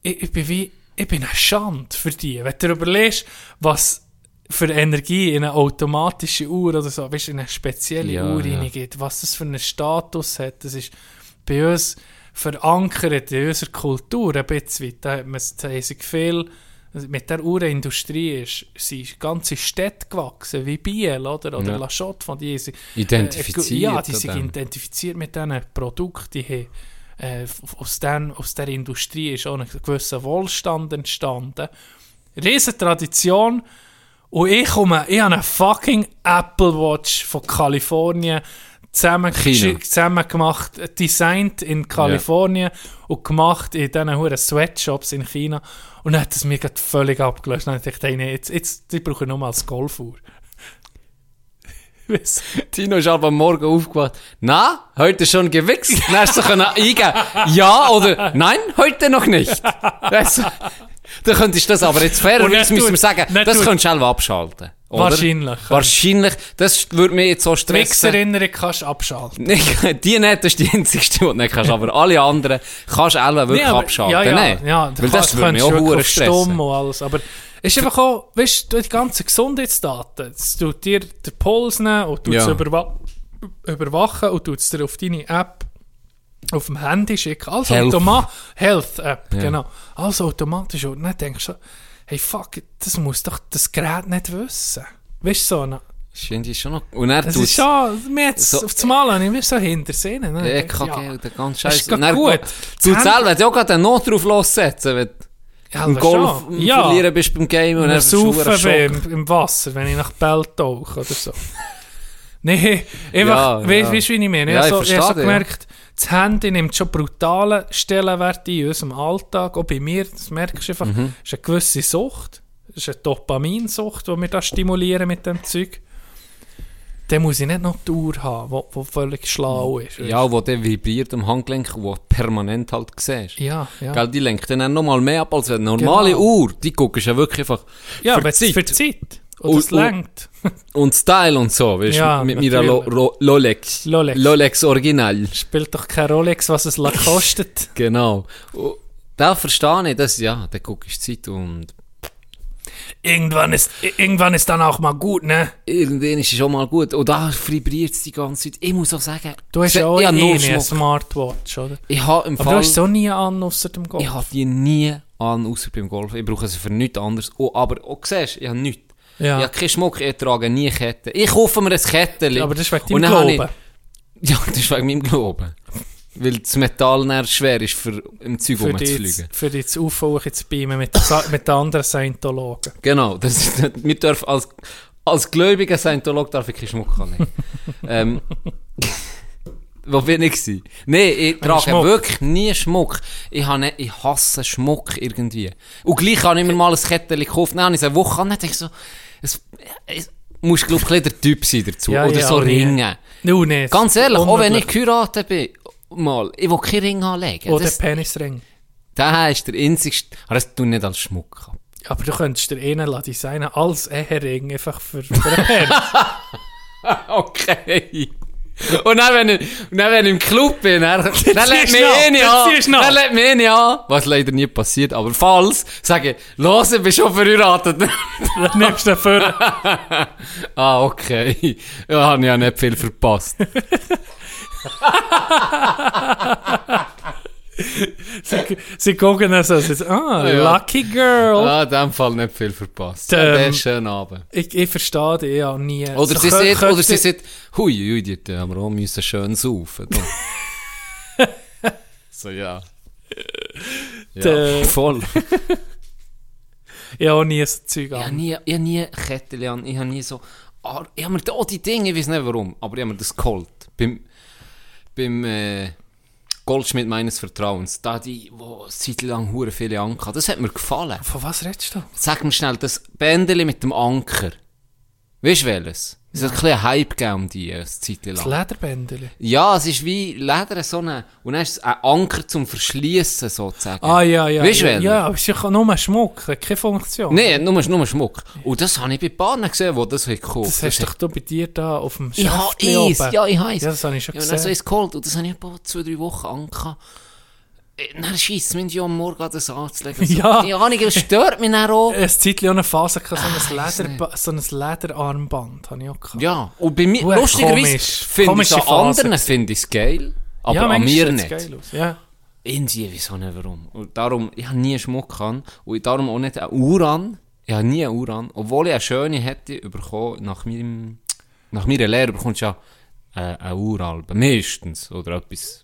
ich, ich bin wie, ich bin eine Schande für die. Wenn du überlegst, was für Energie in eine automatische Uhr oder so, weißt du, in eine spezielle Ja, Uhr ja. reingeht, was das für einen Status hat, das ist bei uns verankert in unserer Kultur ein bisschen weit. Da hat man es da haben sich viel, also mit der Uhrenindustrie ist, sind ganze Städte gewachsen, wie Biel oder, oder Ja. La Chotte, von die sind Identifiziert. ja, die sind oder? identifiziert mit diesen Produkten. Die haben, äh, f- aus, den, aus der Industrie ist auch ein gewisser Wohlstand entstanden. Riesen Tradition. Und ich komme, ich habe eine fucking Apple Watch von Kalifornien China. zusammen, zusammen gemacht, äh, designt in Kalifornien und gemacht in diesen huren Sweatshops in China. Und dann hat es mir grad völlig abgelöscht. Dann dachte ich, hey, nee, jetzt, jetzt, die brauche ich nur mal als [LAUGHS] Golfuhr. Weißt du? Tino ist aber am Morgen aufgewacht. Na, heute schon gewichst? Dann hast du können eingeben. Ja oder nein, heute noch nicht. Das, dann könntest du das aber jetzt Und nicht fairerweise müssen wir tut- sagen, nicht das tut- könntest du selber abschalten. Oder? Wahrscheinlich. Wahrscheinlich. Das würde mir jetzt so [LAUGHS] Die stressen. Wichserinnere kannst du abschalten. Nicht, die nicht, das ist die einzigste, die du nicht kannst, aber alle anderen kannst du auch wirklich Nee, aber- abschalten. Ja, ja, Nein. ja Weil das würde mich könntest auch du wirklich verdammt auf stressen. stumm und alles. Aber es ist einfach auch, weißt du, die ganzen Gesundheitsdaten, es tut dir den Puls nehmen und tut es Ja. überwa überwachen und tut es dir auf deine App auf dem Handy schicken. Also Health. automa Health App, Ja. genau. Also automatisch. Und dann denkst du, hey fuck, das muss doch das Gerät nicht wissen. Weißt du, so eine, Stimmt, ist schon noch. Und er das tut's- ist schon, mir jetzt so- auf das Mal habe ich mir so hinter Sehnen. ne? Äh, Ja, Ich denk, EKG und der ganze Das Scheiß. ist grad gut. Du Das selber, du auch gerade einen Notruf lossetzen, wenn du Ja, im das Golf schon. am Ja. verlieren bist beim Game und Wenn dann ich saufen versuchst bin im, im Wasser, wenn ich nach Bell tauche oder [LAUGHS] so. Nee, einfach, Ja, ja, weißt ja. du, wie ich meine? Ja, ich ich habe so, verstehe dich, ich habe so ja. gemerkt, das Handy nimmt schon brutalen Stellenwert in unserem Alltag, auch bei mir, das merkst du einfach, Mhm. ist eine gewisse Sucht, ist eine Dopaminsucht, die wir da stimulieren mit dem Zeug. Dann muss ich nicht noch die Uhr haben, die, die völlig schlau ist. Mhm. Ja, wo der vibriert am Handgelenk, wo du permanent halt siehst. ja. ja. Gell, die lenkt dann auch noch mal mehr ab als eine normale Genau. Uhr. Die guckst ja wirklich einfach. ja, für aber es die ist für Zeit. die Zeit. Und- Und es und- lenkt. Und Style und so, weißt du? Ja, mit meiner Lo natürlich. Ro Lolex. Lolex. Original. Spielt doch kein Rolex, [LAUGHS] was es kostet. Genau. Und Da verstehe ich das, ja, da guckst du die Zeit und irgendwann ist, irgendwann ist dann auch mal gut, ne? irgendwann ist es schon mal gut. Und da vibriert es die ganze Zeit. Ich muss auch sagen, Du hast ich- ja auch ich eh habe nie nur eine Schmuck. Smartwatch, oder? Ich habe im Aber du Fall, hast so nie an, außer dem Golf. ich habe die nie an, außer beim Golf. Ich brauche sie für nichts anderes. Oh, aber auch siehst, ich habe nichts. Ja. Ich habe keinen Schmuck, ich trage nie Ketten. Ich kaufe mir ein Kettchen. Aber das ist wegen Und deinem dann habe ich- [LAUGHS] Glauben. Ja, das ist wegen meinem Glauben. Weil das Metall näher schwer ist, für, im Zeug Für dich, rumzufliegen. zu- für dich zu aufhören, zu beamen mit, den Sa- mit den anderen Scientologen. Genau, das ist, wir dürfen als, als gläubiger Scientolog darf ich keinen Schmuck haben. ähm, [LAUGHS] wo bin ich gewesen? Nee, ich trage Schmuck. wirklich nie Schmuck. Ich, habe, nicht- ich hasse Schmuck irgendwie. Und gleich habe ich mir mal ein Kettchen gekauft. Nein, ich eine Woche an, denke ich so, es, es muss, glaube ich, ein bisschen der Typ sein dazu. Ja, Oder ja, so aber ja. Ringe. No, nee, Ganz ehrlich, auch wenn ich unmöglich. geheiratet bin, mal, ich will keinen Ring anlegen. Oder das, Penisring. der ist der einzigste, aber das tue ich nicht als Schmuck ab. Aber du könntest dir einen lassen designen als Ehering, einfach für, für einen Penis. Okay. Und dann, wenn ich, und dann, wenn ich im Club bin, dann, dann lädt ziehst mich nach, eh nicht dann an. ziehst nach. Dann lädt mich eh nicht an. Was leider nie passiert, aber falls, sage ich, los, ich bin schon verheiratet. Dann nimmst du den [LAUGHS] für. [LAUGHS] ah, okay. Ja, habe ich ja nicht viel verpasst. Sie, sie gucken dann so, sie sagen, ah, Ja. Lucky Girl. ah, in dem Fall nicht viel verpasst. Ähm, Ähm, ist schön Abend. Ich, ich verstehe dich ja nie. Oder So sie kö- sieht, oder könnte- sie sieht, hui, hui, die hätten aber auch müssen schön saufen. da. so, ja. Ja, Der- voll. Ich habe auch nie so Zeug Ich habe an. nie, ich hab nie Kettchen an, ich habe nie so... Ah, Ich habe mir da die Dinge, ich weiß nicht warum, aber ich habe mir das geholt. Beim, beim äh, Goldschmied meines Vertrauens, da die, wo seit lang hure viele Anker hat. das hat mir gefallen. Von was redest du? Sag mir schnell, das Bändeli mit dem Anker, weißt du welches? Es hat ein bisschen Hype gegeben um die, äh, eine Zeit Das lang. Lederbändeli. Ja, es ist wie Leder, so eine, und dann ist es ein Anker zum Verschliessen, sozusagen. Ah, ja, ja. Weißt du, ja, welches? ja, aber es ist ja nur ein Schmuck, hat keine Funktion. Nee, nur, nur Schmuck. Und das habe ich bei Bahnen gesehen, wo das gekauft Das hast hat- doch du bei dir da auf dem Ich habe Schäftli eins, oben. ja, ich habe eins. Ja, das habe ich schon ja, und dann gesehen. so eins geholt und das habe ich etwa zwei, drei Wochen angehabt. Äh, Dann scheisst es ja am Morgen an das [LAUGHS] anzulegen. So. Ja. Äh, Ja, Ahnung, es stört mich dann auch. Ein Zeitchen auch eine Phase hatte, so, Ah, ich weiss ein Leder, so ein Lederarmband hatte ich auch. Gehabt. Ja, und bei mir, Huere lustigerweise, finde komisch. ich es Komische an Phase anderen gewesen. finde ich es geil, aber ja, an manchmal mir nicht. sieht's geil aus. Ja. Indien, wieso nicht warum? Und darum, ich habe nie einen Schmuck an und darum auch nicht eine Uhr an. Ich habe nie eine Uhr an. Obwohl ich eine schöne hätte bekommen, nach, meinem, nach meiner Lehre bekommst du ja äh, eine Uhr an, meistens, oder etwas.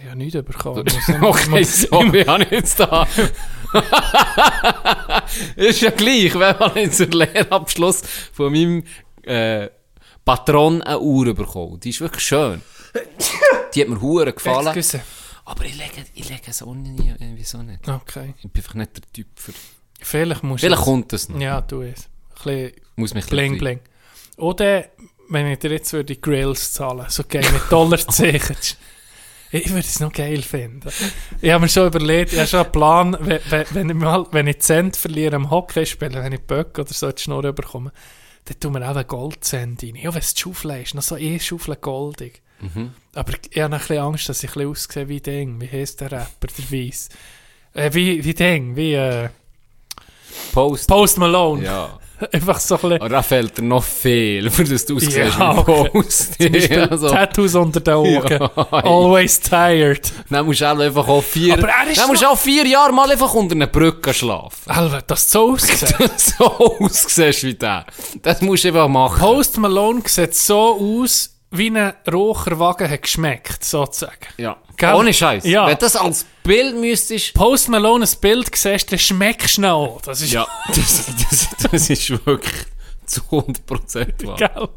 Ich habe nichts bekommen. okay, so, ich habe nichts [LAUGHS] da. Ist ja gleich, wenn man in den Lehrabschluss von meinem äh, Patron eine Uhr bekommt. Die ist wirklich schön. Die hat mir hure [LAUGHS] gefallen. Excuse. Aber ich lege, ich lege es auch nie, äh, wieso nicht? Okay. Ich bin einfach nicht der Typ für... Vielleicht musst Vielleicht du- kommt es noch. Ja, du es. Ein bisschen Muss mich bling bling. Oder wenn ich dir jetzt würde Grills zahlen, so geil mit Dollar zeichnest. Ich würde es noch geil finden. Ich habe mir schon überlegt, ich habe schon einen Plan, wenn, wenn, wenn ich, mal, wenn ich Cent verliere am Hockey spielen, wenn ich Böck oder so die Schnur bekomme, dann tun wir auch einen Goldzent rein. Ja, wenn es die Schaufel ist, noch so eh Schaufel goldig. Aber ich habe noch ein bisschen Angst, dass ich ein bisschen aussehe wie Ding. Wie heißt der Rapper, der Weiss? Äh, wie, wie Ding, wie äh, Post. Post Malone. [LAUGHS] Ja. Oh, Einfach so ein bisschen... Aber da fehlt dir noch viel, für das du aussiehst [LAUGHS] Ja, wie okay. Post. Zum Beispiel [LAUGHS] Ja, so. Tattoos unter den [LAUGHS] Augen. Always tired. Dann musst du auch einfach auch vier... Nou, Aber er ist dann musst du noch- auch vier Jahre mal einfach unter einer Brücke schlafen. Alter, das so [LAUGHS] aussieht. so aussiehst wie der. Das musst du einfach machen. Post Malone sieht so aus, wie ein Rocherwagen hat geschmeckt, sozusagen. Ja. Gell? Ohne Scheiß. Ja. Wenn das als Bild müsstest... Post Malone ein Bild siehst, dann schmeckst du ihn auch. Das ist Ja. [LAUGHS] das, das, das ist wirklich zu 100% wahr. [LAUGHS] geil.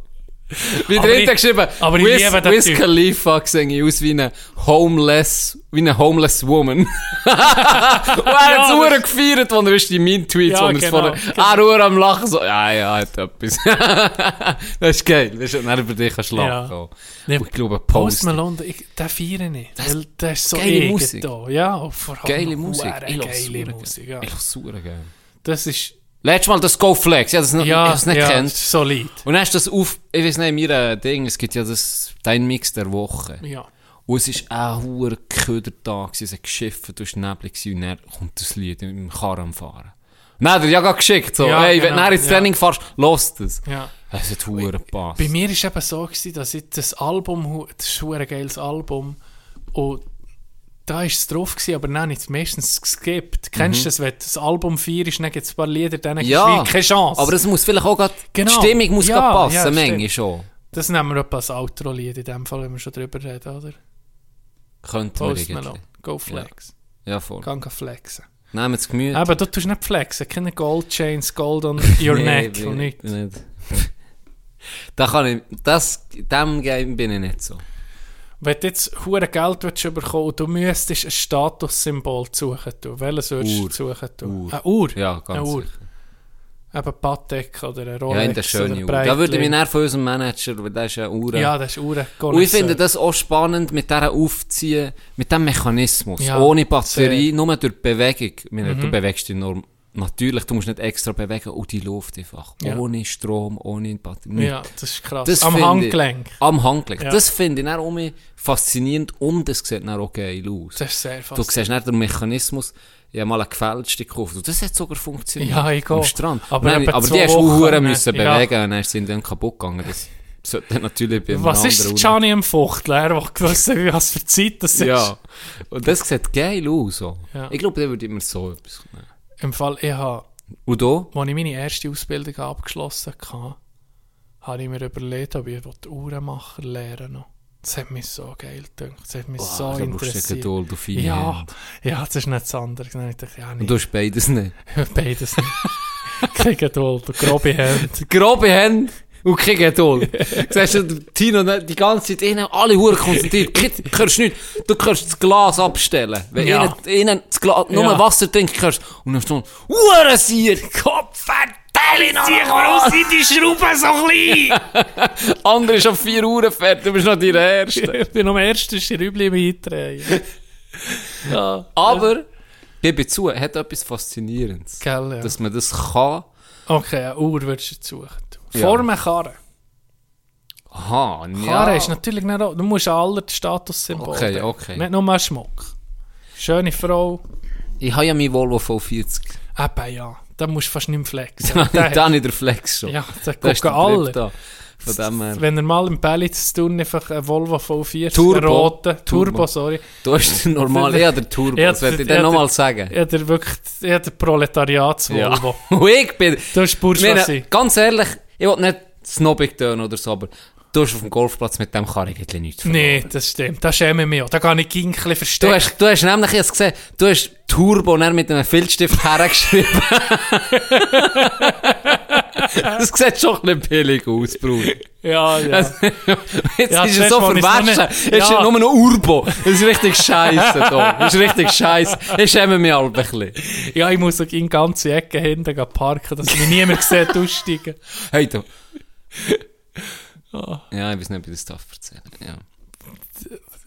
Wie Aber drin ich- da geschrieben, aber ich Wiz, liebe den Wiz Typ. Khalifa sehe ich aus wie eine homeless, wie eine homeless woman. [LAUGHS] Und er hat Ja, es ja, gefeiert, als er ist in meinen Tweets, Ja, wo er es genau, vorher, genau. er hure am Lachen so, ja, ja, hat etwas. [LAUGHS] das ist geil, weißt du, wenn er über dich kannst lachen. Ja. auch. Nee, Und ich glaube, Post Post. Malone, ich, den feiere ich. Weil der ist so geile eigen Musik. Da. Ja, und vor allem Geile Musik. verdammt Ich höre Geile verdammt Musik, ja. Ich lasse sauer geil. Das ist, Letztes Mal das Go Flex, ja, das noch, ja, ich hab's nicht ja, kennt. solid. Und dann hast du das auf, ich weiß nicht, mir äh, Ding, es gibt ja das, dein Mix der Woche. Ja. Und es war auch ein hoher Ködertag, es hat geschifft, es war neblig gewesen, und dann kommt das Lied im Karren fahren. Nein, der hat ja gerade geschickt, so, Ja, hey, wenn du genau, dann ins ja. Training fährst, lass das. Ja. Es hat hoher gepasst. Bei mir war es eben so, gewesen, dass ich das Album, hu- das ist ein geiles Album, und da war es drauf, gewesen, aber dann habe ich es meistens geskippt. Kennst du das, wenn das Album 4 ist, dann gibt es ein paar Lieder, dann hast Mhm. ja, du keine Chance. aber es muss vielleicht auch grad, Genau. die Stimmung muss Ja, grad passen, ja, Menge stimmt. schon. das nehmen wir etwa als Outro-Lied in dem Fall, wenn wir schon drüber reden, oder? Könnte man Post irgendwie. Malone, go flex, Ja, voll. geh geh flexen. Nehmen wir das Gemüse. Aber du tust nicht flexen, keine Gold Chains, [LAUGHS] Gold on your neck und nicht. nichts. nicht. [LAUGHS] da kann ich, das, in dem Game bin ich nicht so. Wenn du jetzt hure Geld willst bekommen und du müsstest ein Statussymbol suchen, tun, welches würdest Uhr. du suchen? tun? Uhr. Eine Uhr? Ja, ganz Eine Uhr. sicher. Eben Patek oder ein Rolex Ja, in der oder schönen ein Uhr. Da würde ich mich Breitling. dann von unserem Manager, weil der ist ja Uhren. Ja, das ist Uhren. Und ich finde das auch spannend mit dieser Aufziehen, mit diesem Mechanismus. Ja, Ohne Batterie, sehr. Mhm. nur durch die Bewegung. Ich meine, Du bewegst dich norm natürlich, du musst nicht extra bewegen und die Luft einfach. Ja. Ohne Strom, ohne Batterie. Ja, das ist krass. Das Am finde ich- Handgelenk. Am Handgelenk. Ja. Das finde ich dann auch immer faszinierend und es sieht dann auch geil aus. Das ist sehr Du fast. siehst nicht den Mechanismus, ich habe mal eine gefälschte gekauft. Und das hat sogar funktioniert. Ja, ich Am auch. Strand. Aber Nein, etwa aber die zwei hast Wochen, du Huren ne? müssen Ja. bewegen und dann sind die dann kaputt gegangen. Das sollte natürlich bei einem Was ist anderen Gianni im Fuchtel? Er will wissen, wie was für Zeit das ist. Ja. Und das sieht geil aus. So. Ja. Ich glaube, der würde immer so etwas nehmen. Im Fall, ich habe, Und da? als ich meine erste Ausbildung abgeschlossen habe, habe ich mir überlegt, ob ich Uhrenmacher lernen noch. Das hat mich so geil gedacht. Das hat mich so Ah, da brauchst du interessiert. Geduld auf ihn. Ja, ja, das ist nichts anderes. Dann habe ich gedacht, ja, Und du nee, hast beides nicht. [LAUGHS] beides nicht. Keine Geduld, und grobe Hände. Grobe Hände und keine [LAUGHS] Geduld. Siehst du, der Tino ne, die ganze Zeit innen, alle Huren [LAUGHS] konzentriert. Kein- Du kannst nicht, du kannst das Glas abstellen. Wenn Ja. innen, innen das Glas, nur Ja. Wasser trinken kannst. Und dann stehst du, Huren Sier, Kopf, verteile noch! mal!» sind die Schrauben so klein? [LAUGHS] Andere ist auf vier Uhr fertig, du bist noch dein [LAUGHS] Erste. ich bin am ersten Schrübli eintreten. ja. Aber, gebe zu, er hat etwas Faszinierendes. Gell, ja. Dass man das kann. Okay, eine Uhr würdest du dazu suchen. Ja. Vor einem Karren. Aha, ja. Karren ist natürlich nicht auch, du musst aller Statussymbol Okay, denken. okay. Nicht nur an Schmuck. Schöne Frau. Ich habe ja meinen Volvo V40. Eben ja. Da musst du fast nicht [LAUGHS] mehr flexen. Der- da habe ich den Flex schon. ja, da Das ist gucken der Trip alle. da. Von dem [LAUGHS] her. Wenn er mal im Pellets tun, einfach ein Volvo V40, Turbo. einen roten, Turbo, Turbo. sorry. Du hast den normalen, ja, der Turbo, Ja, das werde ich ja, dir nochmal der- sagen. Ja, der wirklich, ja, der Proletariats-Volvo. [LAUGHS] Und ich bin, Du bist Bourgeoisie. meine, ganz ehrlich, ich will nicht snobbig tönen oder so, aber du hast auf dem Golfplatz mit dem Karren eigentlich nichts verloren. Nee, das stimmt. Da schäme ich mich auch. Da kann ich Ginkli Du verstecken. hast, du hast nämlich jetzt gesehen, du hast Turbo dann mit einem Filzstift [LAUGHS] hergeschrieben. das sieht schon ein bisschen billig aus, Bruder. Ja, ja. [LAUGHS] Jetzt Ja, ist das es so letzte Mal ist noch verwaschen. nicht- Jetzt ist Ja. nur noch Urbo. Das ist richtig scheiße, [LAUGHS] da. Das ist richtig scheiße. Ich schäme mich halt ein bisschen. ja, ich muss auch in die ganze Ecke hinten gehen parken, dass mich [LAUGHS] niemand sieht aussteigen. Hey, du. Ah. Ja, ich weiß nicht, ob ich das darf erzählen. Ja.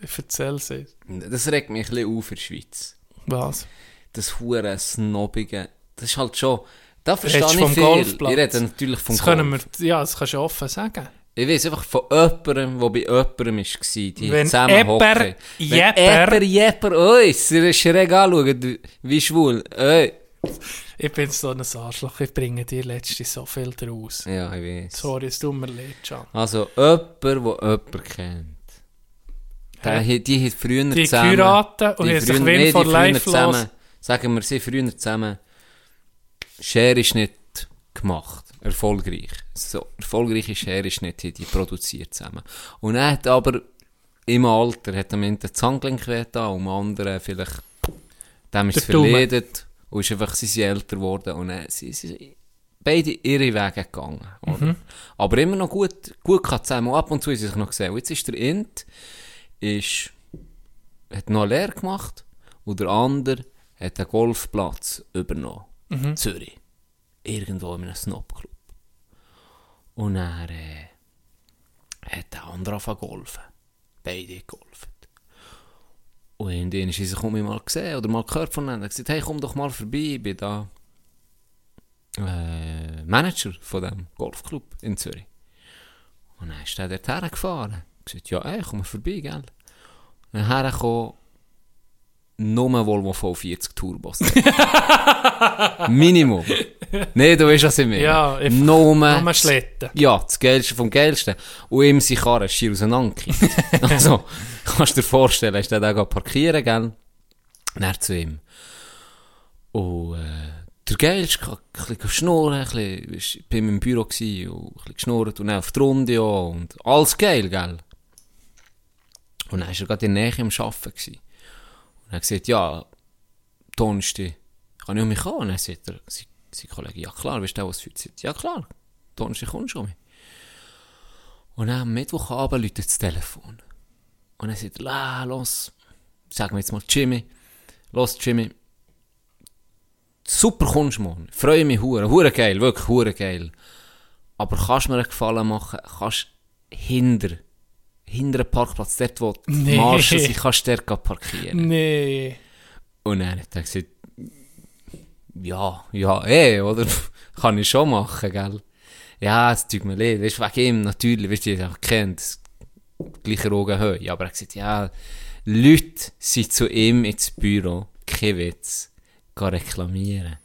Ich erzähl's es. Das regt mich ein bisschen auf in der Schweiz. Was? Das hure Snobbige. Das ist halt schon... Da verstehe Redest ich du vom viel. Golfplatz? Ich rede natürlich vom Das können wir, Golf. ja, das kannst du offen sagen. Ich weiß einfach von jemandem, der bei jemandem war, die Wenn zusammen jemand- hocken. jemand- Wenn jemand, jemand, oi, sie schräg anschauen, wie schwul, oi. Ich bin so ein Arschloch, ich bringe dir letztens so viel draus. Ja, ich weiß. Sorry, es tut mir leid, Can. Also, jemand, der jemanden kennt. Der, Hä? hat- die hat früher Die zusammen... geheiratet und die haben sich früher- Win die for früher Life los. zusammen, Sagen wir, sie früher zusammen... Schere ist nicht gemacht. Erfolgreich. So, erfolgreiche Schere ist nicht, die die produziert zusammen. Und er hat aber im Alter, hat am Ende die Zangling getan, und am anderen vielleicht... Dem ist es Der Daumen. verledet und ist einfach, sie sind älter geworden und dann, sie, sie, beide ihre Wege gegangen. Oder? Mhm. Aber immer noch gut, gut gehabt zusammen. Und ab und zu haben sie sich noch gesehen. Und jetzt ist der Int, ist, hat noch eine Lehre gemacht und der andere hat einen Golfplatz übernommen. Mhm. Zürich. Irgendwo in einem Snobclub. Und dann äh, hat der andere angefangen zu golfen. Beide haben geholfen. Und in denen ist sie komm ich mal gesehen oder mal gehört von ihnen. Er hat gesagt, hey, komm doch mal vorbei, ich bin da äh, Manager von dem Golfclub in Zürich. Und dann ist er dort hergefahren. Ich gesagt, ja, ey, komm mal vorbei, gell. Und dann hergekommen, nur Volvo V40 Turbos. [LAUGHS] Minimum. Nee, du weißt, was ich meine. Ja, ich- nur, Nur Schlitten. ja, das Geilste vom Geilsten. Und ihm sein Karren ist schier auseinandergekippt. also, kannst du dir vorstellen, ist der da gerade parkieren, gell? Näher zu ihm. Und, äh, der Geilste kann ein bisschen schnurren, ein bisschen, ich bin im Büro gewesen und ein bisschen geschnurrt und dann auf die Runde, ja, und alles geil, gell? Und dann war er gerade in der Nähe am Arbeiten. Gewesen. Und er hat gesagt, ja, Donnerstag kann ich um mich kommen. Und dann sagt er, sein, sein Kollege, ja klar, bist du der, was für Zeit? Ja klar, Donnerstag kommst du um mich. Und dann am Mittwochabend läutet das Telefon. Und dann sagt er, la, los, sagen wir jetzt mal Jimmy, los Jimmy, super kommst du morgen, Ich freue mich hure, hure geil, wirklich hure geil. Aber kannst du mir einen Gefallen machen, kannst hinter, hinter dem Parkplatz, dort wo die Nee. Marschen sind, kannst du dort parkieren. Nee. Und dann hat er gesagt, ja, ja, eh, oder? [LAUGHS] Kann ich schon machen, gell? Ja, es tut mir leid, weißt, wegen ihm natürlich, weißt du, ich auch kennt, das gleiche Augenhöhe. Aber er hat gesagt, ja, Leute sind zu ihm ins Büro, kein Witz, gehen reklamieren.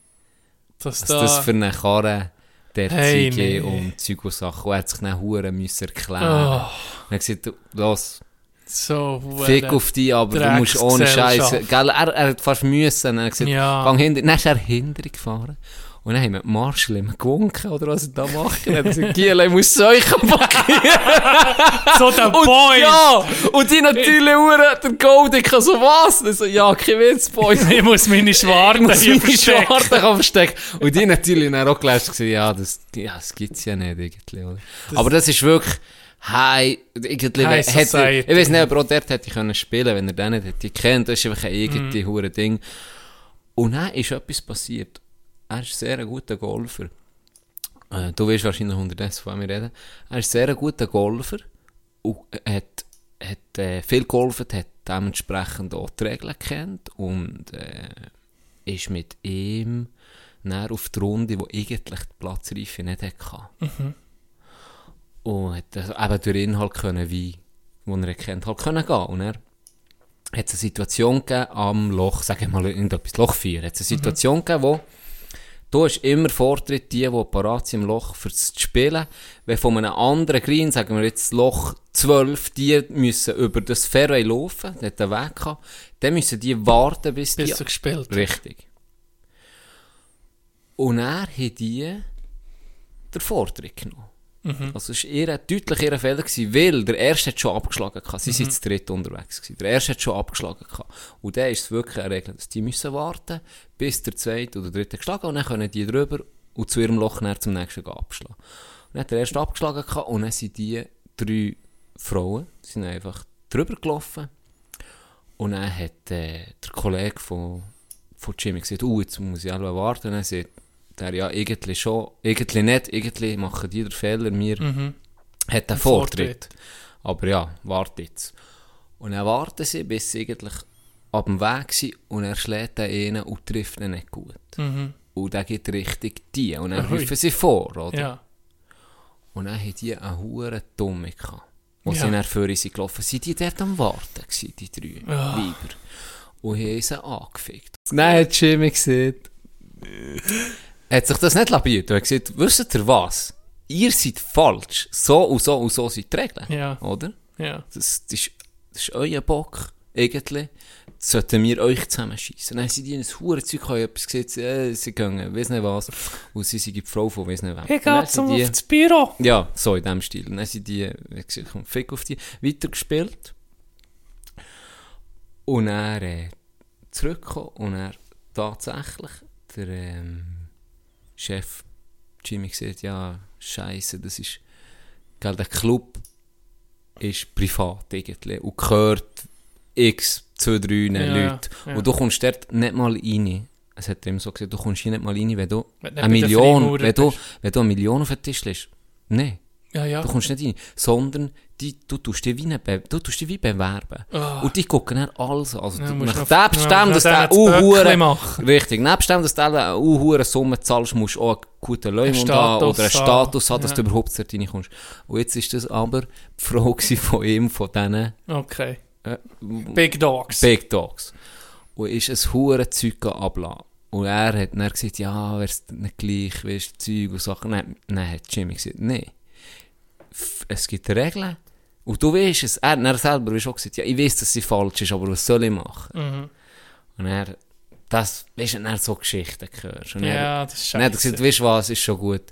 Dass Was da, das für eine Karre der Hey, Zeige nee. und Zeug und Sachen. Und er hat sich dann Huren müssen erklären. Oh. Und er hat gesagt, du, los, so hure- Fick auf dich, aber du musst ohne Scheiße. Drecksgesellschaft. Gell, er, er hat fast müssen. Und Er hat gesagt, Ja. gang hinter. Dann ist er hinter gefahren. Und dann haben wir die Marshall immer gewunken, oder was er da macht. Er hat gesagt, Giel, ich muss solche packen. So der Boy! ja! Und die natürlich Uhren, der Goldig, so was? Und ich so, ja, kein Witz, Boys. Ich muss meine Schwarte Muss hier meine verstecken. Schwarte kann verstecken. Und die natürlich dann auch gelesen gesagt, ja, das, ja, das gibt's ja nicht irgendwie, oder? Aber das ist wirklich, hi, irgendwie, High hätte, Society. ich weiß nicht, ob er auch dort hätte ich können spielen, wenn er den nicht hätte kennt. Das ist einfach Mhm. ein irgendwie hure Ding. Und dann ist etwas passiert. Er ist sehr ein guter Golfer. Äh, du wirst wahrscheinlich unterdessen von mir reden. Er ist sehr ein guter Golfer und hat, hat äh, viel geholfen, hat dementsprechend auch die Regeln kennt und äh, ist mit ihm näher auf die Runde, wo eigentlich die Platzreife nicht hatte. Und hat das eben durch ihn halt können, wie, wo er kennt, halt können gehen. Und er hat es eine Situation gegeben am Loch, sag ich mal irgendetwas, Loch 4, Mhm. hat es eine Situation gegeben, wo du hast immer Vortritt, die, die parat sind im Loch fürs Spielen, wenn von einem anderen Green, sagen wir jetzt Loch 12, die müssen über das Fairway laufen, das hat einen Weg gehabt, dann müssen die warten, bis, Bis die... du gespielt Richtig. Und er hat die den Vortritt genommen. Also es war ihr- deutlich ihr Fehler, gewesen, weil der Erste hat schon abgeschlagen. Gehabt. Sie waren zu dritt unterwegs. Gewesen. Der Erste hat schon abgeschlagen. Gehabt. Und dann ist es wirklich eine Regel, dass die müssen warten bis der Zweite oder Dritte geschlagen hat und dann können die drüber und zu ihrem Loch näher zum nächsten gehen abschlagen. Und dann hat der Erste abgeschlagen gehabt, und dann sind die drei Frauen sind einfach drüber gelaufen und dann hat äh, der Kollege von, von Jimmy gesagt, «Uh, jetzt muss ich alle warten.» Und dann sagt er, «Ja, irgendwie schon, irgendwie nicht, irgendwie machen die den Fehler, mir hat den Vortritt.» Mhm. Vortritt. Aber ja, warte jetzt. Und dann warten sie, bis sie eigentlich ab dem Weg sind und er schlägt den einen und trifft ihn nicht gut. Und dann geht richtig die und dann Mhm. Ui. rufen sie vor, oder? Ja. Und dann hatten die eine hure Dumme. gehabt, Wo Ja. sie dann für uns gelaufen sind, die dort am Warten gewesen, die drei Weiber. Und haben sie angefickt. Nein, hat Jimmy gesagt. hat sich das nicht labiert. Er hat gesagt, wisst ihr was? Ihr seid falsch. So und so und so sind die Regeln. Ja. Oder? Ja. Das, das, ist, das ist euer Bock, irgendwie. Das sollten wir euch zusammenschießen. Dann haben sie die in ein Hurenzeug gehabt, haben etwas gesehen, äh, sie gehen, weiss nicht was. Und sie sind die Frau von weiss nicht wem. Ich Dann gehe haben sie zum die- aufs Büro. ja, so in dem Stil. Dann sind die, wie gesagt, komm, Fick auf die, weitergespielt. Und er äh, zurückgekommen und er tatsächlich, der ähm, Chef Jimmy gesagt, ja, scheiße, das ist, gell, der Club ist privat irgendwie und gehört x, zwei, drei Ja, Leute. ja. Und du kommst dort nicht mal rein. Es hat er ihm so gesagt, du kommst hier nicht mal rein, wenn du Wenn du nicht eine bei den Million, Freimaurern wenn du, wenn du eine Million auf den Tisch legst. Nein. Ja, ja. Du kommst nicht rein, sondern die, du, tust dich wie ne- be- du tust dich wie bewerben. Und die gucken dann alles an. Also, Ah. Ja, du- musst nach- noch- nebst dem, ja, dass musst du noch eine denen das Böckchen Uhuere- machen. Richtig, nebst dem, dass du denen eine Uhuere Summe zahlst, musst du auch einen guten Leumund Einen haben oder einen Status haben. Status haben, dass Ja. du überhaupt dort reinkommst. Und jetzt ist das aber die Frau gewesen von ihm, von diesen Okay. äh, Big Dogs. Big Dogs. Und ist ein hure Zeug ablassen. Und er hat dann gesagt, ja, wär's nicht gleich, wär's Zeug und Sachen. Nein, nein, hat Jimmy gesagt, nein. F- Es gibt Regeln. Und du weißt es. Er, hat dann selber wie schon gesagt, ja, ich weiß, dass sie falsch ist, aber was soll ich machen? Mhm. Und er, das, weißt du, wenn du dann so Geschichten hörst. Und er, Ja, das ist dann hat er gesagt, scheiße. weißt du was, ist schon gut.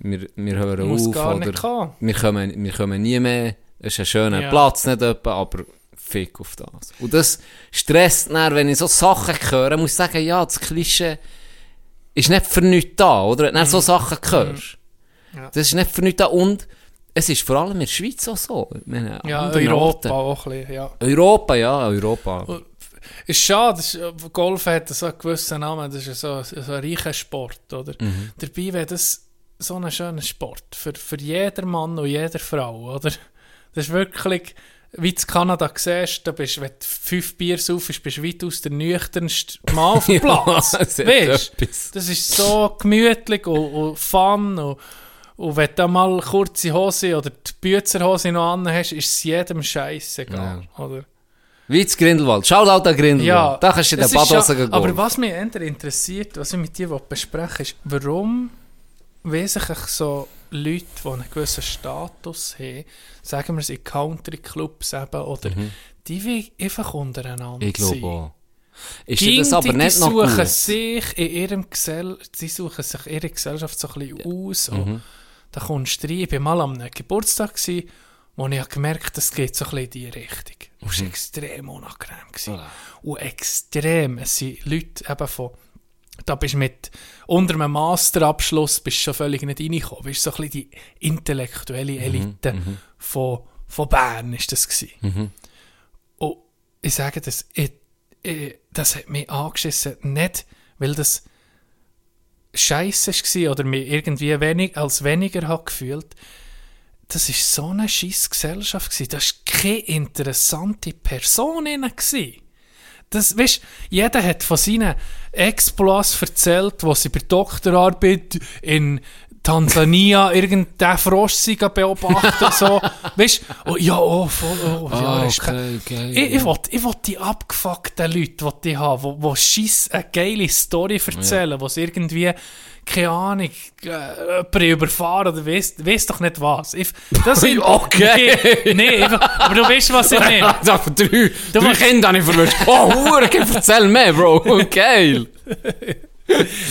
Wir, wir hören Muss auf. gar oder nicht kommen. wir kommen, wir kommen nie mehr. Es ist ein schöner Ja. Platz, nicht etwa, aber fick auf das. Und das stresst dann, wenn ich so Sachen höre, muss ich sagen, ja, das Klischee ist nicht für nichts da, oder? Wenn du so Sachen hörst. Mhm. Ja. Das ist nicht für nichts da und es ist vor allem in der Schweiz auch so. Ich meine, an Ja, anderen Orten. Europa auch ein bisschen, ja. Europa, ja, Europa. Ist schade, das ist, Golf hat so einen gewissen Namen, das ist so, so ein reicher Sport, oder? Dabei wäre das so ein schöner Sport für, für jeder Mann und jede Frau, oder? Das ist wirklich, wie du in Kanada siehst, da bist, wenn du fünf Bier saufst, bist du weitaus der nüchternste Mann [LAUGHS] auf dem [LAUGHS] Ja, Äh, Platz. es hat Weisst? etwas. Das ist so gemütlich und, und fun und, und wenn du da mal kurze Hose oder die Büzerhose noch an hast, ist es jedem scheißegal, oder? Wie zu Grindelwald. Schau laut an Grindelwald. Ja, Da kannst du in es den ist ja- Badhose gehen. Aber was mich eher interessiert, was ich mit dir besprechen will, ist, warum wesentlich so Leute, die einen gewissen Status haben, sagen wir es in Country-Clubs eben, oder die wollen einfach untereinander Mhm. ich glaube sein. auch. Ist dir Ging das aber die, nicht die noch suchen gut? sich in ihrem Gesell sie suchen sich ihre Gesellschaft so ein bisschen aus. So. Mhm. Da kommst du rein. Ich war mal am Geburtstag, gewesen, wo ich hab gemerkt es geht so ein bisschen in die Richtung. Und Es war Mhm. extrem unangenehm. Gewesen. Und extrem. Es sind Leute eben von... Da bist du mit unter einem Masterabschluss bist du schon völlig nicht reingekommen. Bist so ein bisschen die Mhm. intellektuelle Elite von, von Bern ist das gewesen. Und Oh, ich sage das, ich, ich, das hat mich angeschissen. Nicht, weil das scheiße war oder mich irgendwie wenig, als weniger hat gefühlt. Das war so eine scheisse Gesellschaft. gewesen. Das war keine interessante Person. drin gewesen. Das, weißt, jeder hat von seinen Exploits erzählt, was sie bei der Doktorarbeit in Tansania irgendeinen Frosch sie gehen beobachten. so. Weißt du, oh, ja, oh, voll, oh, ja, Respekt. Ah, okay. Ich, ich will ich will die abgefuckten Leute, die ich habe, die, die scheiss eine geile Story erzählen, die es irgendwie, keine Ahnung, äh, jemanden überfahren oder weiss, weiss doch nicht was. Ich, das [LAUGHS] sind, Okay. Nee, nee, einfach- aber du weißt, was [LAUGHS] ich meine. Ja, von drei, drei musst- Kinder habe ich verwischt. Oh, Hure, gib- erzähl mehr, [LAUGHS] Bro. Geil.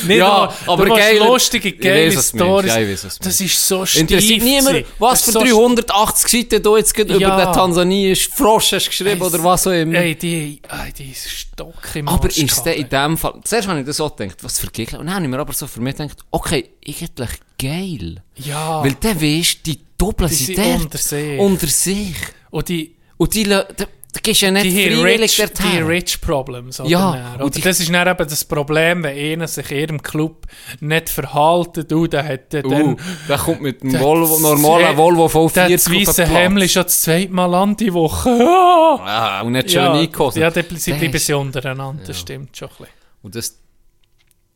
Nee, Ja, du, aber du willst geil- lustige, Ich geile weiss, was du meinst, Stories. ja, ich weiss, was du das ist so steif. Interessiert niemand, gewesen. was Das für ist so 380 Seiten du jetzt gerade Ja. über den tansanischen Frosch hast geschrieben Es- oder was auch immer. Ey, die, ey, die ist stock im Aber Arsch ist es gehabt, denn in ey. dem Fall... Zuerst habe ich das auch gedacht, was Nou, für Gegner. Und dann habe ich mir aber so für mich gedacht, okay, eigentlich geil. Ja, Weil dann weisst du, die Doppeln Die sind sind dort. unter sich. Unter sich. und die, Und die... lö- Da da gehst du ja nicht die, haben freiwillig rich, die haben dorthin. rich Problems. oder Ja, näher, und Oder? die- das ist dann eben das Problem, wenn einer sich in ihrem Club nicht verhalten du, der hat dann... Uh, der kommt mit dem der- Volvo, normalen der- Volvo V40 der hat das weisse Hemd schon das zweite Mal an die Woche. [LAUGHS] Ah! Ah, und nicht schön eingehosen. ja, die bl- sie Der bleiben ist- sie untereinander, das stimmt schon ein bisschen. Und das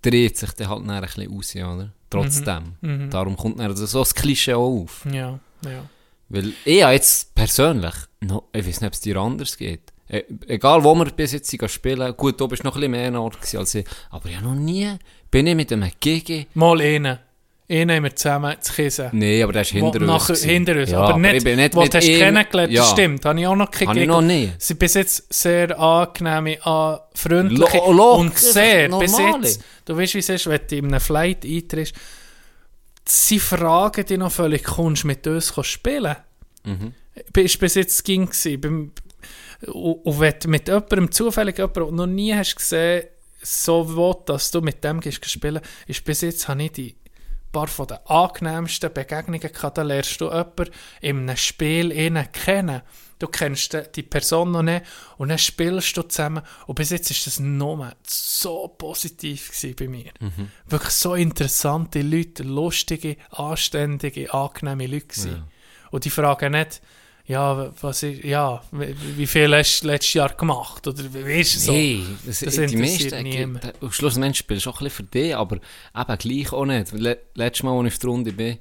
dreht sich dann halt dann ein bisschen aus, ja, oder? Trotzdem. Mhm. Darum kommt dann so das Klischee auch auf. Ja, ja. Weil ich habe jetzt persönlich, no, ich weiß nicht, ob es dir anders geht. E egal, wo wir bis jetzt sind spielen, gut, du bist noch ein bisschen mehr an Ort gewesen als ich, aber ja noch nie bin ich mit einem Gigi. Mal einen. Einen haben wir zusammen zu kissen. Nein, aber der ist hinter Wo- uns. nachher- gewesen. Hinter uns. Ja, aber nicht, ich bin nicht wo mit du hast ihm- kennengelernt ja. das stimmt. Habe ich auch noch keinen Habe ich Gegner. noch nie. Sie sind bis jetzt sehr angenehme, an- freundliche Lo- lo- und sehr, bis normale. jetzt, du weißt, wie es ist, wenn du in einem Flight eintrittst, sie fragen dich noch völlig, kommst du mit uns spielen? Mhm. Ist bis jetzt ging gewesen. Beim- Und und wenn du mit jemandem, zufällig jemandem, den du noch nie hast gesehen, so will, dass du mit dem gehst spielen, ist bis jetzt, habe ich die paar von den angenehmsten Begegnungen gehabt. Da lernst du jemanden in einem Spiel innen kennen. Du kennst die- die Person noch nicht und dann spielst du zusammen. Und bis jetzt ist das nur so positiv gewesen bei mir. Wirklich so interessante Leute, lustige, anständige, angenehme Leute gewesen. Und die fragen nicht, ja, was ist, ja, wie wie viel hast du letztes Jahr gemacht? Oder wie ist es so? Nee, das, Das die interessiert meisten, niemand. da- Am Schluss, Mensch, spielst du auch ein bisschen für dich, aber eben gleich auch nicht. Le letztes Mal, als ich auf der Runde bin,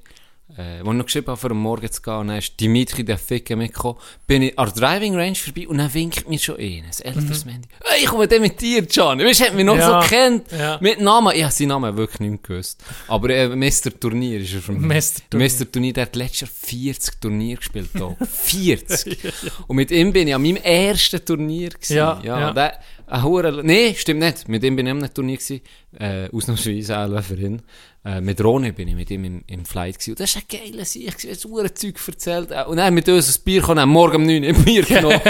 äh, wo ich noch geschrieben habe, vor dem Morgen zu gehen, und dann ist Dimitri, der Ficken, mitgekommen, bin ich an der Driving Range vorbei und dann winkt mir schon einer, das älteres Mandy. Hey, ich komme dann mit dir, John. Weißt du, hat mich noch Mhm. Ja, so kennt. ja. [LAUGHS] Mit Namen. Ich habe seinen Namen wirklich nicht mehr gewusst. Aber äh, Mr. Turnier ist er von mir. Mr. Turnier. Mr. Turnier, der hat letztes Jahr 40 Turnier gespielt. [LAUGHS] Hier. 40! Und mit ihm bin ich an meinem ersten Turnier. Gewesen. Ja, ja, ja. Der, ein Hure, nee, stimmt nicht. Mit ihm bin ich am Turnier. Gewesen. Äh, ausnahmsweise auch für ihn. Äh, mit Roni bin ich mit ihm im, im Flight. Gewesen. Und das war ein geiler Sieg. gewesen. Er hat so hure Zeug erzählt. Äh, Und dann mit uns ein Bier genommen. am Morgen um 9 Uhr ein [LAUGHS] Bier genommen.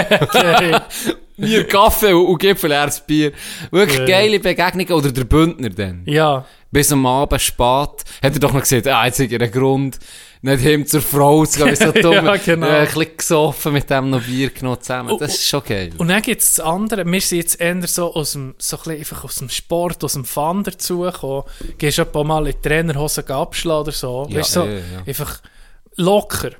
Bier, Kaffee und, und Gipfel, er das Bier. Wirklich Ja. geile Begegnungen. Oder der Bündner dann Ja. bis am Abend spät, hat er doch noch gesagt, ah, jetzt hat er einen Grund, nicht ihm zur Frau zu gehen, wie [LAUGHS] so dumm. Ja, genau. Äh, ein bisschen gesoffen, mit dem noch Bier genommen zusammen. Das ist schon geil. Und dann gibt es das andere, wir sind jetzt eher so aus dem, so ein bisschen einfach aus dem Sport, aus dem Fun dazugekommen. Gehst etwa mal in die Trainerhosen abschlagen oder so. Ja, weißt, so ja, ja. Einfach locker.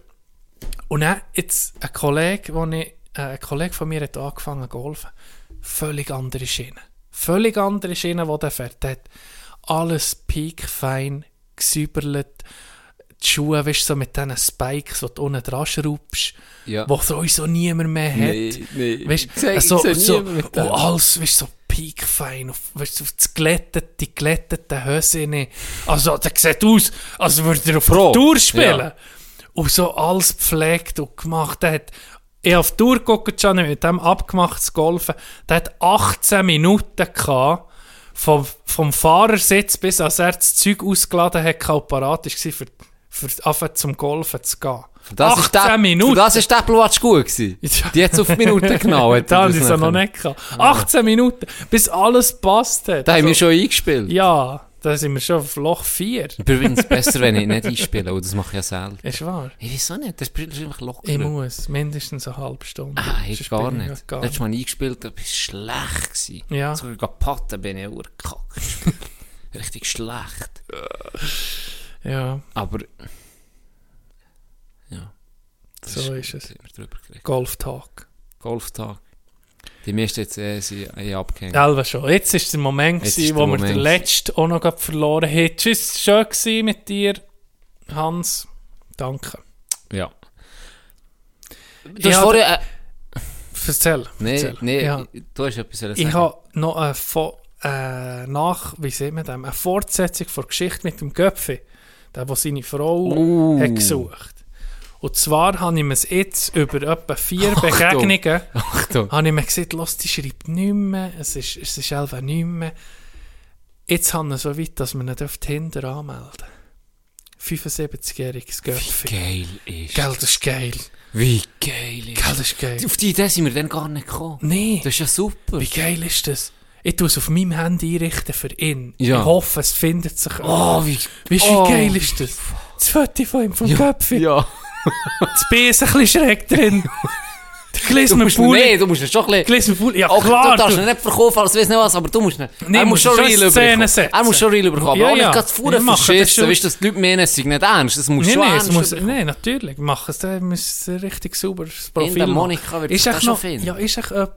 Und dann jetzt ein Kollege, wo ich, äh, ein Kollege von mir hat angefangen zu golfen. Völlig andere Schiene. Völlig andere Schiene, die der fährt. Der hat alles piekfein gesüberlet. Die Schuhe, weißt du, so mit diesen Spikes, die du unten dran schraubst, Ja. wo sowieso niemand mehr hat. Nee, nee. Weißt Ich seh- ich so, seh so, niemand mit oh, dem. alles, weißt so piekfein, auf, weißt du, auf das glättete, glättete Höschen. Also, der sieht aus, als würde er auf Pro. Tour spielen. Ja. Und so alles gepflegt und gemacht. Der hat, ich hab auf die Tour geguckt, Gianni, mit dem abgemachtes Golfen. Der hat 18 Minuten gehabt, vom, vom Fahrersitz bis als er das Zeug ausgeladen hat, und parat war, für, für anfangen zum Golfen zu gehen. Das ist 18 der, Minuten! Für das ist der Blutsch gut gewesen. [LAUGHS] Ja. Die hat's auf die Minute genau. [LAUGHS] hat Da er haben das sie es ja noch nachher- nicht gehabt. 18 Minuten, bis alles passt hat. Da haben wir Also, schon eingespielt. Ja, da sind wir schon auf Loch 4. Ich bin übrigens besser, wenn ich [LAUGHS] nicht einspiele, und das mache ich ja selten. Ist wahr? Ich weiß auch nicht, das Spiel ist einfach locker. Ich muss mindestens eine halbe Stunde. Ah, ich Sonst gar bin ich nicht. gar Letztes Mal eingespielt, da war ich schlecht. Gewesen. Ja. Sogar gegen Patten bin ich urkackt. [LAUGHS] Richtig schlecht. Ja, Aber. Ja. Das So ist es. Haben wir drüber geredet. Golf Talk. Golftag. Die meisten jetzt eh, sind eh abgehängt. Elva schon. Jetzt ist der Moment, Jetzt gewesen, ist wo der wir den Moment. letzten auch noch gerade verloren haben. Tschüss, schön gewesen mit dir. Hans, danke. Ja. Du Ich hast habe- vorher... Äh, Erzähl. nee, erzähl. nee, Ja. du hast etwas sagen. Ich habe noch eine, Fo äh, nach, wie sieht man dem, eine Fortsetzung der Geschichte mit dem Köpfe, der, der seine Frau Uh. hat gesucht. Und zwar habe ich mir es jetzt über etwa vier Achtung. Begegnungen Achtung. habe ich mir gesagt, «Los, die schreibt nicht mehr, es ist, es ist einfach nicht mehr. Jetzt haben wir so weit, dass wir ihn auf Tinder anmelden 75-jähriges Göffi. Gell, Geil ist. das ist geil. Gell, Wie geil ist. das ist geil. Auf die Idee sind wir dann gar nicht gekommen. Nee. Das ist ja super. Wie geil ist das? Ich tue es auf meinem Handy einrichten für ihn. Ja. Ich hoffe, es findet sich. Oh, wie... Weißt du, wie oh. geil ist das? Das Foto von ihm, vom Köpfchen. Ja. Das B ist ein bisschen [LAUGHS] schräg drin. Der Du gläserne musst, nee, Pulli. du musst ihn schon ein bisschen... Gläserne Pulli. Ja, Auch klar. du darfst du. ihn nicht verkaufen, als weiss nicht was, aber du musst ihn... Nee, er muss schon musst schon real Szenen überkommen. setzen. Er muss schon real überkommen. Ja, Ja, ja. ja. Nicht vorne Wir machen das verschissen, schon. weißt du, dass die Leute meinen, es sei nicht ernst. Das muss Nee, schon nee, es ernst muss, überkommen. nee, natürlich. Mach es, dann muss es ein richtig sauberes Profil der machen. Monika wird ist das echt schon noch, finden. Ja, ist echt jemand,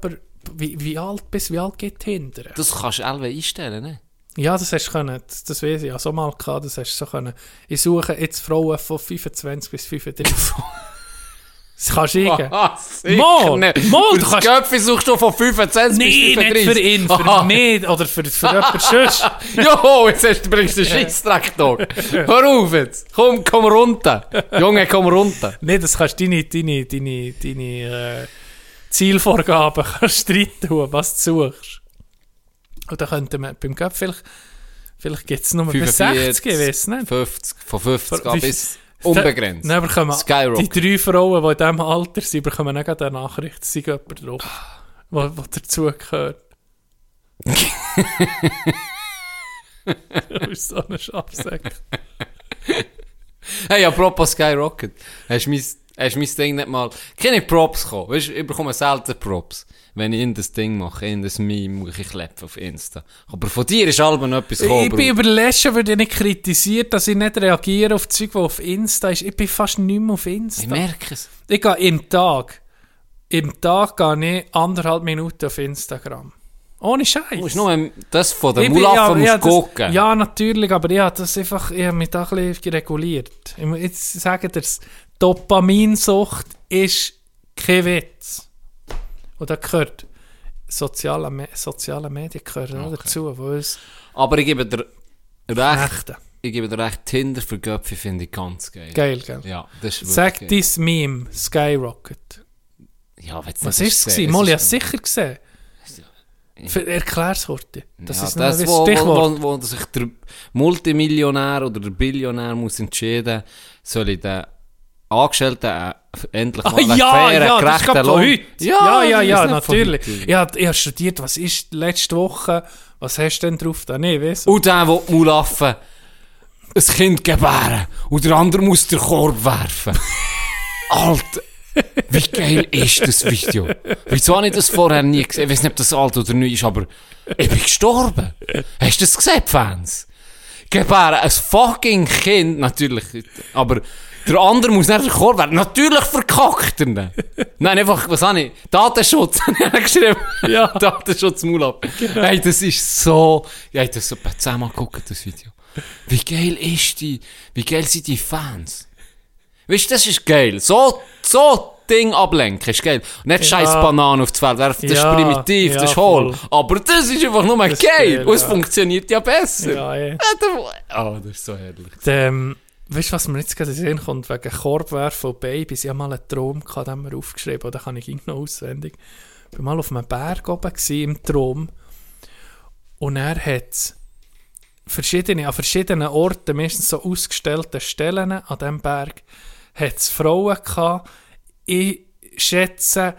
wie, wie alt, bis wie alt geht hinter? Das kannst du alle einstellen, ne? Ja, das hast du können. Das, das weiß ich. Ja, so mal gehabt, das hast du so können. Ich suche jetzt Frauen von 25 bis [LAUGHS] 35. das kannst du eingeben. Ah, Mal, mal, du kannst- Köpfe suchst du von 25 Nein, bis nicht 35. für ihn, für Aha. [LAUGHS] mich oder für, für jemanden sonst. Joho, jetzt hast du bringst du einen Scheissdreck da. [LAUGHS] Hör auf jetzt. Komm, komm runter. Junge, komm runter. Nein, das kannst du deine, deine, deine, deine äh, Zielvorgaben [LAUGHS] kannst du rein tun, was du suchst. Und dann könnte man beim Göpp vielleicht, vielleicht gibt es nur bis 60, ich weiß nicht. 50, von 50 Wie- Nou, bis unbegrenzt. Dann bekommen die Skyrocket. drei Frauen, die in diesem Alter sind, bekommen auch gerade eine Nachricht, es sei jemand drauf, Ah. der [LAUGHS] dazugehört. das ist so ein Schafsack. Hey, apropos Skyrocket. Hast du mein, hast du mein Ding nicht mal... Keine Props bekommen. Weißt, du, ich bekomme selten Props. Wenn ich in das Ding mache, in das Meme, muss ich klepfen auf Insta. Aber von dir ist Alben etwas gekommen, Ich bin Bruder. überrascht, weil ich nicht kritisiert, dass ich nicht reagiere auf Zeug, die auf Insta ist. Ich bin fast nicht mehr auf Ich Insta. merke es. Ich gehe im Tag, im Tag gehe ich anderthalb Minuten auf Instagram. Ohne Scheiß. Du musst nur das von der Ich bin- Mulaffe ja, ja, musst das- gucken. Ja, natürlich, aber ich habe das einfach, ich habe mich da ein bisschen reguliert. Ich muss jetzt sagen dir, Dopaminsucht ist kein Witz. Und da gehört soziale, Me soziale Medien gehören auch dazu, wo es Aber ich gebe dir recht. Rechte. Ich gebe dir recht. Tinder für Göpfe finde ich ganz geil. Geil, gell? Ja, das ist Sag wirklich- dein Meme, Skyrocket. Ja, wenn's Was nicht ist es? gesehen, Mal, ich habe ist- es sicher gesehen. Erklär es heute. Das ja, ist noch das, ein wo, Wo, Stichwort. wo, wo sich der Multimillionär oder der Billionär muss entscheiden, soll ich den Angestellten äh, endlich mal Ah, ja, ja, das gerechten kommt von Lohn- heute. Ja, ja, das ja, ist nicht von natürlich. heute. Ich habe ich hab studiert, was ist letzte Woche, was hast du denn drauf? Da? Nee, weißt du? Und der, der die Mulaffe ein Kind gebären und der andere muss den Korb [LAUGHS] werfen. Alter, wie geil ist das Video? Wieso habe ich das vorher nie gesehen? Ich weiß nicht, ob das alt oder neu ist, aber ich bin gestorben. Hast du das gesehen, Fans? Gebären ein fucking Kind, natürlich. Aber der andere muss nicht der Korb werden. Natürlich verkackt er ihn. Nein, einfach, was habe ich? Datenschutz [LAUGHS] habe ich geschrieben. Ja. [LAUGHS] Genau. Datenschutz Mulab. Hey, das ist so. Ich habe das so bei zehnmal geguckt, das Video. Wie geil ist die? Wie geil sind die Fans? Weißt du, das ist geil. So, so Ding ablenken ist geil. Nicht scheiß Bananen auf die Welt werfen, das Ja, ist primitiv, das ja, ist hohl. voll. Aber das ist einfach nur geil. ist geil, Und es ja. funktioniert ja besser. Ja, eh. Oh, das ist so herrlich. Ähm, weißt du, was mir jetzt gerade in den Sinn kommt? Wegen Korbwerfen von Babys. Ich habe mal einen Traum gehabt, den haben wir aufgeschrieben, oder kann ich ihn noch auswendig. Ich war mal auf einem Berg oben gewesen, im Traum. Und er hat verschiedene, an verschiedenen Orten, meistens so ausgestellten Stellen an diesem Berg, hat es Frauen gehabt. Ich schätze,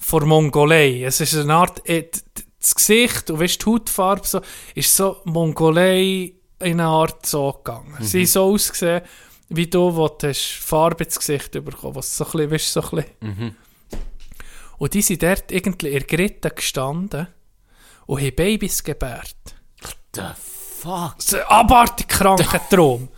von Mongolei. Es ist eine Art, äh, d- d- das Gesicht und weißt, die Hautfarbe so, ist so Mongolei in eine Art so gegangen. Sie haben so ausgesehen, wie du wo du hast Farbe ins Gesicht bekommen was so ein bisschen, weißt, so ein bisschen. Und die sind dort irgendwie in Gritten gestanden und haben Babys gebärt. The fuck? Das ist ein abartig kranker Traum.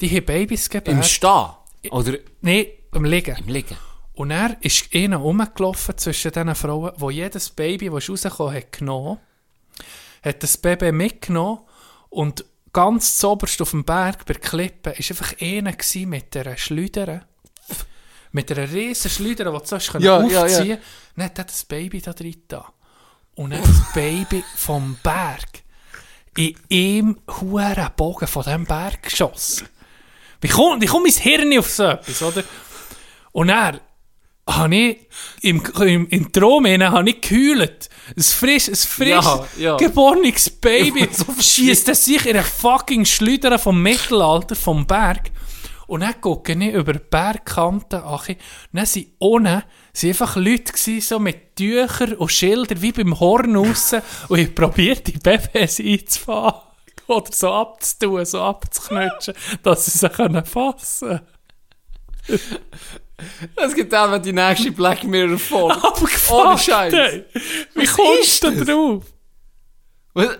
Die haben Babys Im gebärt. Stehen? Oder Nein, im Liegen. im Liegen? Und er ist einer rumgelaufen zwischen diesen Frauen, wo jedes Baby, das rausgekommen hat, genommen hat. das Baby mitgenommen und ganz zoberst auf dem Berg bei Klippen war einfach einer gewesen mit einer Schleudere. Mit einer riesen Schleudere, die du sonst Ja, aufziehen ja, konntest. Dann hat er das Baby da drin da. Und dann das Baby vom Berg in ihm huren Bogen von diesem Berg geschossen. Wie kommt, wie kommt mein Hirn auf so etwas, oder? Und er habe ich im, im, im Traum hinein habe ich geheult. Ein frisch, ein frisch Ja, ja. geborenes [LAUGHS] Baby schießt er sich in eine fucking Schleudern vom Mittelalter, vom Berg. Und dann gucke ich über die Bergkante an. Und dann sind unten sind einfach Leute gewesen, so mit Tüchern und Schildern wie beim Horn aussen. Und ich probiert die BBS einzufahren. [LAUGHS] Oder so abzutun, so abzuknutschen, dass sie sie können fassen können. Es gibt eben die nächste Black Mirror Folge. Abgefuckt, Ohne Scheiß. ey. Wie Was kommst ist du drauf? Was?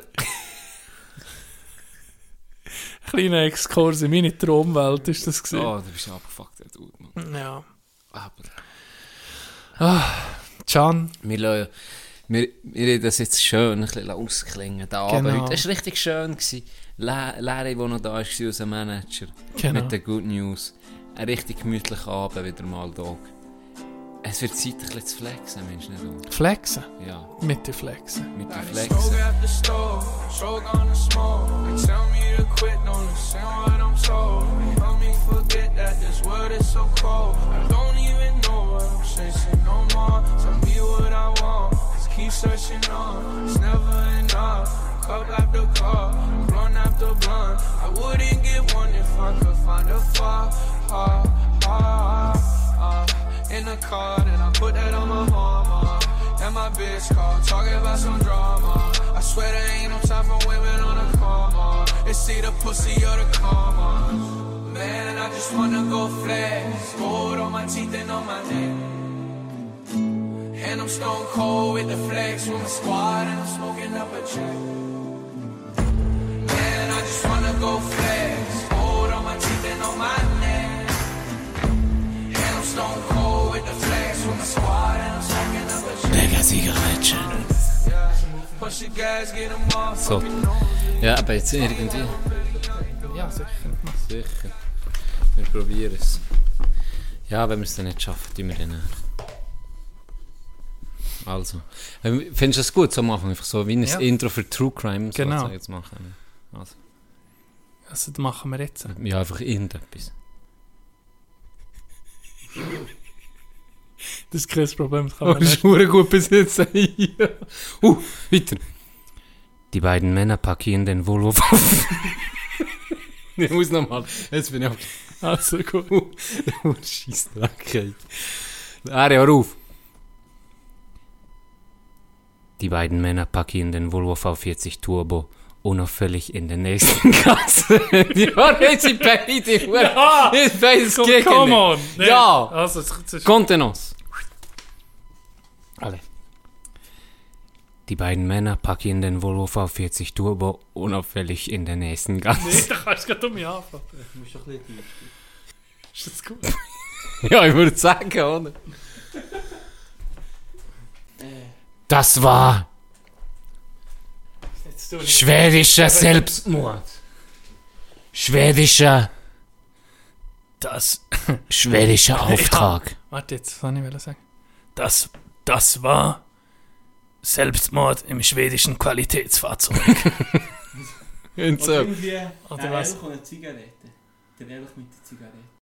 Kleiner Exkurs in meine Traumwelt ist das gewesen. Oh, du bist abgefuckt, der Dude, Mann. Ja. Aber Can, wir lassen, wir, wir reden das jetzt schön ein bisschen ausklingen, der Abend Genau. heute. Es war richtig schön. Gewesen. Le Larry, der noch da war, unser Manager, Genau. mit den Good News. Ein richtig gemütlicher Abend wieder mal da. Es wird Zeit, ein bisschen zu flexen, Mensch, nicht um. flexen. Ja, Mit dir flexen. mit dem Smoke Flexen. at the stove, stroke on the smoke. They tell me to quit, don't listen what I'm told. They help me forget that this world is so cold. I don't even know what I'm chasing no more. Tell me what I want, just keep searching on. It's never enough. Cup after cup, blunt after blunt. I wouldn't get one if I could find a far, far, far. uh, In the car, then I put that on my mama. And my bitch called, talking about some drama. I swear there ain't no time for women on a coma. It's either pussy or the karma. Man, I just wanna go flex. Gold on my teeth and on my neck. And I'm stone cold with the flex with my squad, and I'm smoking up a check. Man, I just wanna go flex. Gold on my teeth and on my neck. And I'm stone cold with the flex with my squad, and I'm smoking up a check. Push the gas, get 'em off. So. Ja, aber jetzt irgendwie. Ja, sicher. Sicher. Wir probieren es. Ja, wenn wir es dann nicht schaffen, tun wir dann. auch. Also. Ähm, Findest du das gut so machen? Einfach so wie ein Ja. Intro für True Crime Genau. sozusagen jetzt machen. Also, Also, das machen wir jetzt. ja, einfach irgendetwas. Das ist kein Problem. Das kann man nicht. schon gut bis jetzt. [LAUGHS] uh, weiter. Die beiden Männer parkieren den Volvo [LAUGHS] auf. [LAUGHS] Ich muss nochmal. Jetzt bin ich Uh, auf Also gut. [LAUGHS] der Scheissdreckheit. Ari, hör auf. Die beiden Männer parkieren den Volvo V40 Turbo unauffällig in der nächsten [LAUGHS] Gasse. Ja, jetzt sind beide. Ja! Jetzt beides Komm, gegen. come on! Nee. Ja. Also, es ist Contenance. Die beiden Männer parkieren den Volvo V40 Turbo unauffällig in der nächsten Gasse. [LAUGHS] Nee, da [LAUGHS] kannst du gerade um mich anfangen. Du musst doch ein bisschen Ist das gut? Ja, ich würde sagen, oder? Das war Jetzt tu ich. schwedischer Selbstmord. Schwedischer, Das. schwedischer Auftrag. Warte, jetzt soll ich wieder sagen. Das, das war Selbstmord im schwedischen Qualitätsfahrzeug. Und so. Irgendwie, Oder nein, was? einfach eine Zigarette. Dann einfach mit der Zigarette.